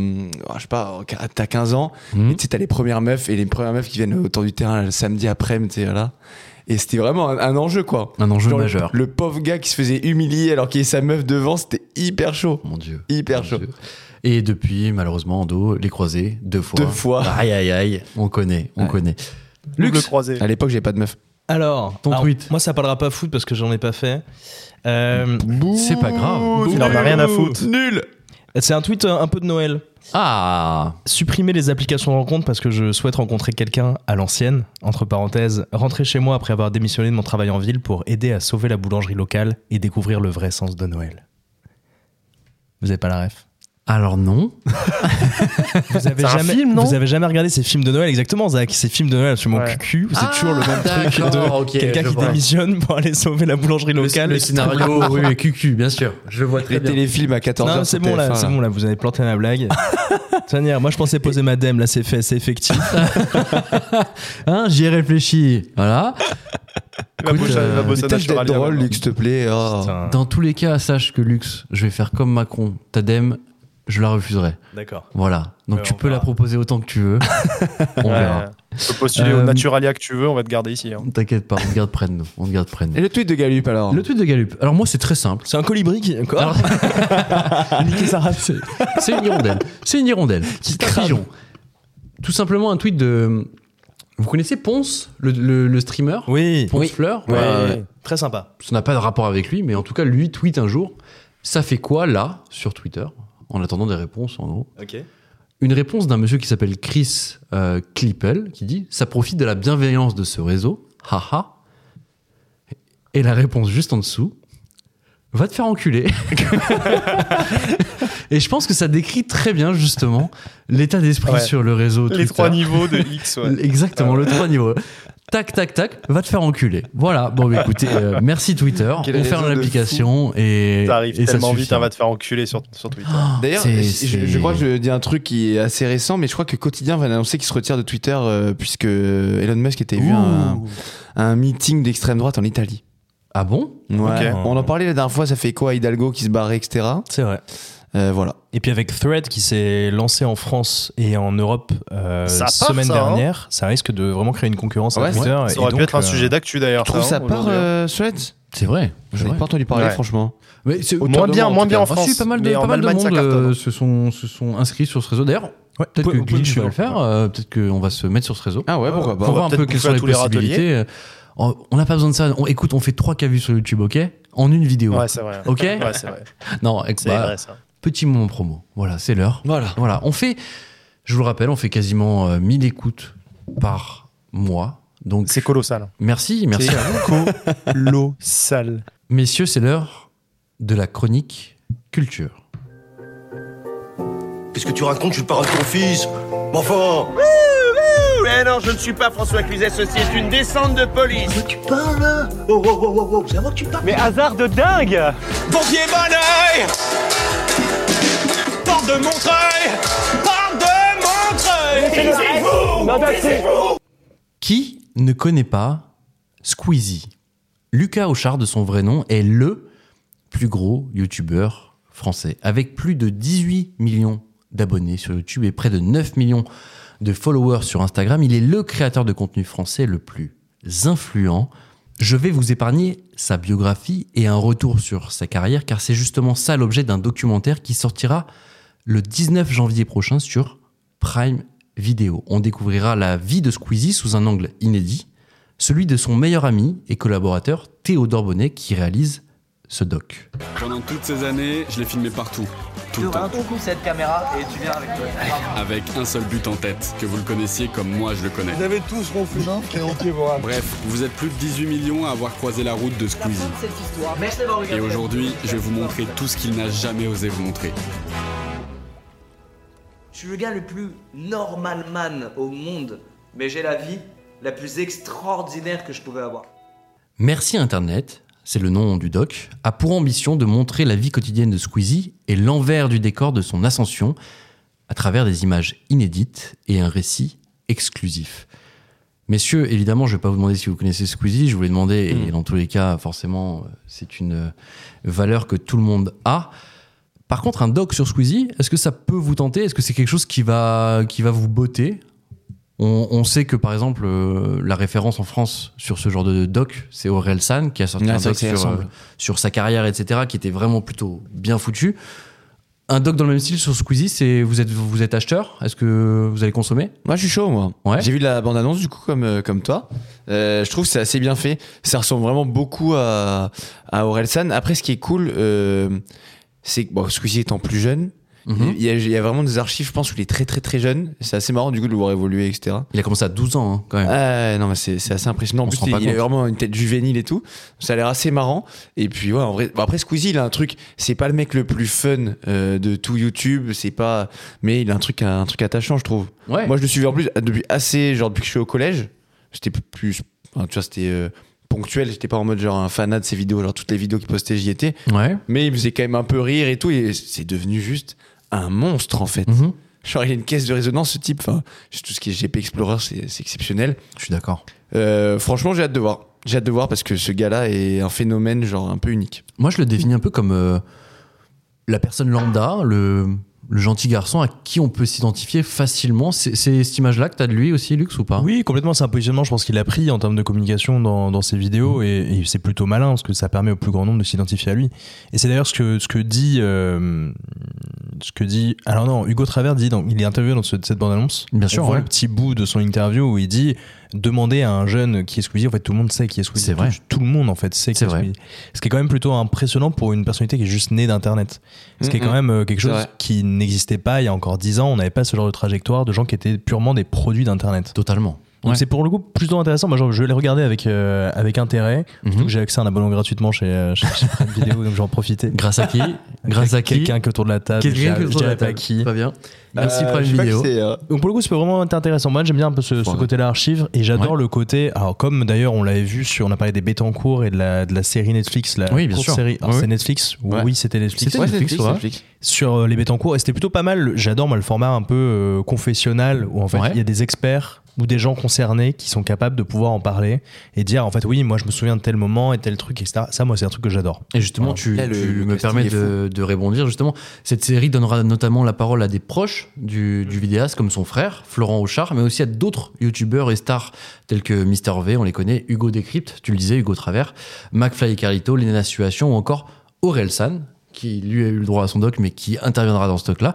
Speaker 3: oh, je sais pas, en- t'as 15 ans,
Speaker 1: Mhm.
Speaker 3: et tu sais, t'as les premières meufs et les premières meufs qui viennent autour du terrain le samedi après, tu sais, voilà. Et c'était vraiment un, un enjeu quoi.
Speaker 1: Un enjeu
Speaker 3: Genre,
Speaker 1: majeur.
Speaker 3: Le pauvre gars qui se faisait humilier alors qu'il y avait sa meuf devant, c'était hyper chaud.
Speaker 1: Mon Dieu.
Speaker 3: Hyper
Speaker 1: Mon
Speaker 3: chaud.
Speaker 1: Dieu. Et depuis, malheureusement, en dos, les croisés, deux fois.
Speaker 3: Deux fois.
Speaker 1: Aïe, aïe, aïe. On connaît, on
Speaker 3: Ouais.
Speaker 1: connaît.
Speaker 4: Double
Speaker 1: Lux.
Speaker 4: croisé.
Speaker 3: À l'époque, j'avais pas de meuf.
Speaker 2: Alors,
Speaker 1: Ton
Speaker 2: alors,
Speaker 1: tweet.
Speaker 2: Moi, ça parlera pas foot parce que j'en ai pas fait. Euh,
Speaker 1: C'est pas grave.
Speaker 4: Il en a rien à foutre.
Speaker 3: Nul
Speaker 2: c'est un tweet euh, un peu de Noël.
Speaker 1: Ah
Speaker 2: Supprimer les applications de rencontre parce que je souhaite rencontrer quelqu'un à l'ancienne. Entre parenthèses, rentrer chez moi après avoir démissionné de mon travail en ville pour aider à sauver la boulangerie locale et découvrir le vrai sens de Noël. Vous avez pas la ref
Speaker 1: Alors non.
Speaker 2: Vous avez
Speaker 4: C'est un
Speaker 2: jamais,
Speaker 4: film, non
Speaker 2: vous avez jamais regardé ces films de Noël exactement, Zach Ces films de Noël sur mon
Speaker 4: Ouais.
Speaker 2: cucu, c'est toujours le même truc de
Speaker 1: d'accord, ok,
Speaker 2: quelqu'un
Speaker 1: je
Speaker 2: qui
Speaker 1: vois.
Speaker 2: démissionne pour aller sauver la boulangerie locale.
Speaker 1: le
Speaker 2: et qui se trouve-
Speaker 1: scénario, oui, oui, cucu, bien sûr. Je vois très
Speaker 3: Les
Speaker 1: bien.
Speaker 3: téléfilms à 14h.
Speaker 2: Non, c'est bon là, c'est bon là, vous avez planté ma blague. Tania, moi je pensais poser madame, là c'est fait, c'est effectif.
Speaker 1: Hein, j'y ai réfléchi. Voilà.
Speaker 4: Va
Speaker 1: Écoute,
Speaker 4: bosser-
Speaker 1: euh,
Speaker 4: va bosser
Speaker 3: Mais
Speaker 4: à
Speaker 3: tâche d'être
Speaker 4: Naturalia,
Speaker 3: drôle,
Speaker 4: maintenant.
Speaker 3: Luc, s'il te plaît. oh.
Speaker 2: Putain.
Speaker 1: Dans tous les cas, sache que Lux, je vais faire comme Macron. Tadem, je la refuserai.
Speaker 2: D'accord.
Speaker 1: Voilà. Donc
Speaker 2: Euh,
Speaker 1: tu
Speaker 2: on
Speaker 1: peux la
Speaker 2: verra.
Speaker 1: proposer autant que tu veux. on
Speaker 4: Ouais.
Speaker 1: verra.
Speaker 4: Tu peux postuler
Speaker 1: Euh,
Speaker 4: au Naturalia que tu veux, on va te garder ici. hein.
Speaker 1: T'inquiète pas, on te garde près de nous. On te garde près de nous.
Speaker 3: Et le tweet de Galup alors
Speaker 1: Le tweet de Galup. Alors moi, c'est très simple.
Speaker 2: C'est un colibri qui. Quoi
Speaker 1: Alors- C'est- C'est une hirondelle. C'est une hirondelle. C'est un pigeon. Tout simplement un tweet de. Vous connaissez Ponce, le, le- le streamer
Speaker 2: Oui.
Speaker 1: Ponce Fleur
Speaker 2: Ouais,
Speaker 1: Euh,
Speaker 2: ouais, ouais. Très sympa.
Speaker 1: ça n'a pas de rapport avec lui, mais en tout cas, lui tweet un jour Ça fait quoi là sur Twitter En attendant des réponses, en gros.
Speaker 2: Ok.
Speaker 1: Une réponse d'un monsieur qui s'appelle Chris euh, Klippel qui dit Ça profite de la bienveillance de ce réseau, haha. Et la réponse juste en dessous Va te faire enculer. Et je pense que ça décrit très bien, justement, l'état d'esprit
Speaker 4: Ouais.
Speaker 1: sur le réseau.
Speaker 4: Les
Speaker 1: Twitter.
Speaker 4: trois niveaux de X, ouais.
Speaker 1: Exactement, le trois niveaux. Tac, tac, tac, va te faire enculer. Voilà, bon, bah, écoutez, euh, merci Twitter.
Speaker 3: Quel
Speaker 1: on ferme
Speaker 3: réseau de
Speaker 1: l'application et.
Speaker 4: Ça arrive
Speaker 1: et
Speaker 4: tellement
Speaker 1: suffit. hein. Ah,
Speaker 4: vite, on va te faire enculer sur, sur Twitter.
Speaker 3: D'ailleurs,
Speaker 1: C'est-
Speaker 3: je,
Speaker 1: c'est-
Speaker 3: je crois que je dis un truc qui est assez récent, mais je crois que Quotidien va annoncer qu'il se retire de Twitter euh, puisque Elon Musk était vu à un, à un meeting d'extrême droite en Italie.
Speaker 1: Ah bon
Speaker 3: Ouais.
Speaker 2: Ok.
Speaker 3: On en parlait la dernière fois, ça fait quoi Hidalgo qui se barrait, etc.
Speaker 2: C'est vrai.
Speaker 3: Euh, voilà.
Speaker 2: Et puis avec Thread qui s'est lancé en France et en Europe euh,
Speaker 4: Ça part,
Speaker 2: semaine
Speaker 4: ça, hein.
Speaker 2: dernière, ça risque de vraiment créer une concurrence
Speaker 3: Ouais,
Speaker 2: à Twitter. et
Speaker 4: Ça aurait pu
Speaker 2: donc,
Speaker 4: être un
Speaker 2: euh,
Speaker 4: sujet d'actu d'ailleurs.
Speaker 3: Je trouve ça
Speaker 4: hein,
Speaker 3: part,
Speaker 4: aujourd'hui.
Speaker 3: euh, Suède
Speaker 1: C'est vrai. c'est
Speaker 3: J'en ai
Speaker 1: vrai.
Speaker 3: pas entendu parler,
Speaker 4: Ouais.
Speaker 3: franchement.
Speaker 1: Mais c'est-
Speaker 4: Autour Moins de bien, moi, en moins tout bien cas. en
Speaker 1: Ah, si,
Speaker 4: France,
Speaker 1: pas mal de,
Speaker 4: mais
Speaker 1: pas
Speaker 4: en
Speaker 1: mal de
Speaker 4: Allemagne, ça
Speaker 1: monde
Speaker 4: cartonne.
Speaker 1: euh, se, sont, se sont inscrits sur ce réseau. D'ailleurs,
Speaker 2: ouais,
Speaker 1: peut-être
Speaker 2: pouvez-
Speaker 1: que
Speaker 2: vous pouvez
Speaker 1: Glitch
Speaker 2: nous
Speaker 1: va le
Speaker 2: suivre.
Speaker 1: faire. euh, peut-être qu'on va se mettre sur ce réseau.
Speaker 3: Ah ouais, pourquoi
Speaker 1: pour
Speaker 3: pas
Speaker 1: voir un
Speaker 4: bah, peut-être
Speaker 1: peu quelles
Speaker 4: bouffer
Speaker 1: sont
Speaker 4: à
Speaker 1: les
Speaker 4: tous les
Speaker 1: possibilités. Euh, On on n'a pas besoin de ça. On, écoute, on fait trois cas vues sur YouTube, ok En une vidéo.
Speaker 4: Ouais, c'est vrai.
Speaker 1: Ok
Speaker 4: Ouais, c'est vrai.
Speaker 1: Non, écoute,
Speaker 4: C'est
Speaker 1: bah,
Speaker 4: vrai, ça.
Speaker 1: petit moment promo. Voilà, c'est l'heure.
Speaker 3: Voilà.
Speaker 1: Voilà, on fait, je vous le rappelle, on fait quasiment euh, 1000 écoutes par mois. Donc,
Speaker 4: C'est
Speaker 1: hein.
Speaker 4: colossal.
Speaker 1: merci, merci. à vous.
Speaker 4: C'est colossal.
Speaker 1: Messieurs, c'est l'heure de la chronique culture.
Speaker 6: Qu'est-ce que tu racontes Je suis le parrain de ton fils. Mais enfin
Speaker 8: Eh non, je ne suis pas François Cluzet, ceci est une descente de police.
Speaker 6: Mais tu parles là Oh, oh, oh, oh, oh, c'est à moi que tu parles.
Speaker 8: Mais hasard de dingue
Speaker 6: Pompier Bonneuil Porte de Montreuil Porte de Montreuil
Speaker 1: Qui ne connaît pas Squeezie Lucas Auchard, de son vrai nom, est le plus gros youtubeur français, avec plus de 18 millions d'abonnés sur YouTube et près de 9 millions de followers sur Instagram. Il est le créateur de contenu français le plus influent. Je vais vous épargner sa biographie et un retour sur sa carrière, car c'est justement ça l'objet d'un documentaire qui sortira le 19 janvier prochain sur Prime Video. On découvrira la vie de Squeezie sous un angle inédit, celui de son meilleur ami et collaborateur Théodore Bonnet qui réalise ce doc.
Speaker 10: Pendant toutes ces années, je l'ai filmé partout.
Speaker 7: tout le temps.
Speaker 5: coup cette caméra et tu viens avec toi.
Speaker 7: Avec un seul but en tête, que vous le connaissiez comme moi je le connais.
Speaker 5: avez tous ronflé. Non, c'est ok, voilà.
Speaker 7: Bref, vous êtes plus de 18 millions à avoir croisé la route de Squeezie.
Speaker 5: Cette histoire. Merci d'avoir
Speaker 7: Et aujourd'hui, je vais vous montrer tout ce qu'il n'a jamais osé vous montrer.
Speaker 5: Je suis le gars le plus normal man au monde, mais j'ai la vie la plus extraordinaire que je pouvais avoir.
Speaker 1: Merci Internet, c'est le nom du doc, a pour ambition de montrer la vie quotidienne de Squeezie et l'envers du décor de son ascension à travers des images inédites et un récit exclusif. Messieurs, évidemment, je ne vais pas vous demander si vous connaissez Squeezie, je vous l'ai demandé,
Speaker 3: Hmm.
Speaker 1: et dans tous les cas, forcément, euh, c'est une euh, valeur que tout le monde a. Par contre, un doc sur Squeezie, est-ce que ça peut vous tenter Est-ce que c'est quelque chose qui va, qui va vous botter on, on sait que par exemple, euh, la référence en France sur ce genre de doc, c'est Aurel San qui a sorti
Speaker 3: Ouais,
Speaker 1: un
Speaker 3: c'est vrai
Speaker 1: doc
Speaker 3: que ça y
Speaker 1: sur,
Speaker 3: ressemble.
Speaker 1: euh, sur sa carrière, etc., qui était vraiment plutôt bien foutu. Un doc dans le même style sur Squeezie, c'est vous êtes, vous êtes acheteur Est-ce que vous allez consommer
Speaker 3: Moi, je suis chaud, moi.
Speaker 1: Ouais.
Speaker 3: J'ai vu la bande-annonce, du coup, comme, euh, comme toi. Euh, je trouve que c'est assez bien fait. Ça ressemble vraiment beaucoup à, à Orelsan. Après, ce qui est cool, euh, c'est que bon, Squeezie étant plus jeune,
Speaker 1: Mhm.
Speaker 3: il, y a, il y a vraiment des archives, je pense, où il est très, très, très jeune. C'est assez marrant, du coup, de le voir évoluer, etc.
Speaker 1: Il a commencé à 12 ans hein, quand même.
Speaker 3: Ah, non, mais c'est c'est assez impressionnant. En
Speaker 1: On
Speaker 3: plus,
Speaker 1: se rend pas
Speaker 3: il a
Speaker 1: compte.
Speaker 3: vraiment une tête juvénile et tout. Ça a l'air assez marrant. Et puis, ouais, en vrai, bon, après, Squeezie, il a un truc. C'est pas le mec le plus fun euh, de tout YouTube. C'est pas, mais il a un truc, un truc attachant, je trouve.
Speaker 1: ouais.
Speaker 3: Moi, je le suivais en plus depuis assez, genre depuis que je suis au collège. C'était plus- plus, enfin, tu vois, c'était euh, ponctuel. J'étais pas en mode genre un fanat de ses vidéos, genre toutes les vidéos qu'il postait, j'y étais.
Speaker 1: ouais.
Speaker 3: Mais il me faisait quand même un peu rire et tout. Et c'est devenu juste un monstre en fait.
Speaker 1: Mhm.
Speaker 3: Genre, il a une caisse de résonance, ce type. Enfin, tout ce qui est GP Explorer, c'est c'est exceptionnel.
Speaker 1: Je suis d'accord.
Speaker 3: Euh, franchement, j'ai hâte de voir. J'ai hâte de voir parce que ce gars-là est un phénomène genre un peu unique.
Speaker 1: Moi, je le définis un peu comme euh, la personne lambda, le, le gentil garçon à qui on peut s'identifier facilement. C'est c'est cette image-là que tu as de lui aussi, Lux, ou pas
Speaker 2: Oui, complètement. C'est un positionnement, je pense qu'il a pris en termes de communication dans, dans ses vidéos
Speaker 1: Mm.
Speaker 2: et, et c'est plutôt malin parce que ça permet au plus grand nombre de s'identifier à lui. Et c'est d'ailleurs ce que, ce que dit. euh, ce que dit. Alors non, Hugo Travers dit. dans- il est interviewé dans ce- cette bande-annonce.
Speaker 1: Bien
Speaker 2: On
Speaker 1: sûr,
Speaker 2: voit
Speaker 1: ouais.
Speaker 2: le petit bout de son interview où il dit Demandez à un jeune qui est Squeezie. En fait, tout le monde sait qui est Squeezie.
Speaker 1: C'est
Speaker 2: Tout-
Speaker 1: vrai.
Speaker 2: Tout, le monde, en fait, sait qui
Speaker 1: C'est
Speaker 2: est
Speaker 1: vrai.
Speaker 2: Squeezie. Ce qui est quand même plutôt impressionnant pour une personnalité qui est juste née d'Internet. Ce qui est
Speaker 3: Mhm.
Speaker 2: quand même euh, quelque
Speaker 3: C'est
Speaker 2: chose
Speaker 3: vrai.
Speaker 2: qui n'existait pas il y a encore 10 ans. On n'avait pas ce genre de trajectoire de gens qui étaient purement des produits d'Internet.
Speaker 1: Totalement.
Speaker 2: Donc
Speaker 1: Ouais.
Speaker 2: c'est pour le coup plutôt intéressant. Moi, genre, je vais les regarder avec, euh, avec intérêt. Surtout
Speaker 1: Mhm.
Speaker 2: que j'ai accès à un abonnement gratuitement chez, euh, chez, chez Prime Video, donc j'en profiter.
Speaker 1: Grâce à qui Grâce à qui
Speaker 2: Quelqu'un qui est autour de la table.
Speaker 1: Quelqu'un
Speaker 2: je-
Speaker 1: qui est
Speaker 2: je
Speaker 1: autour de la
Speaker 2: dirais pas
Speaker 1: table.
Speaker 2: qui.
Speaker 1: Pas bien. Merci
Speaker 3: Euh,
Speaker 1: pour
Speaker 3: je
Speaker 1: une
Speaker 3: sais pas
Speaker 1: vidéo.
Speaker 3: que c'est, euh,
Speaker 2: Donc pour le coup, c'est vraiment intéressant. Moi, j'aime bien un peu ce, ce
Speaker 1: Ouais.
Speaker 2: côté-là archive et j'adore le côté. Alors comme d'ailleurs on l'avait vu sur, on a parlé des Bettencourt et de la, de la série Netflix, la
Speaker 1: Oui, bien
Speaker 2: courte
Speaker 1: sûr.
Speaker 2: série. Alors,
Speaker 1: Ouais.
Speaker 2: c'est Netflix.
Speaker 3: Ouais.
Speaker 2: Oui, c'était Netflix.
Speaker 1: C'était
Speaker 3: ouais,
Speaker 1: Netflix,
Speaker 3: Netflix,
Speaker 1: ouais.
Speaker 3: Netflix.
Speaker 2: sur euh, les Bettencourt et c'était plutôt pas mal. J'adore moi le format un peu euh, confessionnal où en fait il
Speaker 1: Ouais.
Speaker 2: y a des experts ou des gens concernés qui sont capables de pouvoir en parler et dire en fait oui moi je me souviens de tel moment et tel truc etc. Ça moi c'est un truc que j'adore.
Speaker 1: Et justement,
Speaker 3: Voilà.
Speaker 1: tu,
Speaker 3: Là, le-
Speaker 1: tu
Speaker 3: le
Speaker 1: me
Speaker 3: casting
Speaker 1: permets
Speaker 3: est
Speaker 1: de, de rebondir. Justement, cette série donnera notamment la parole à des proches du, du vidéaste, comme son frère, Florent Auchard, mais aussi à d'autres youtubeurs et stars tels que Mister V, on les connaît, Hugo Décrypte, tu le disais, Hugo Travers, McFly et Carlito, Lena Suation ou encore Aurel San, qui lui a eu le droit à son doc, mais qui interviendra dans ce doc-là.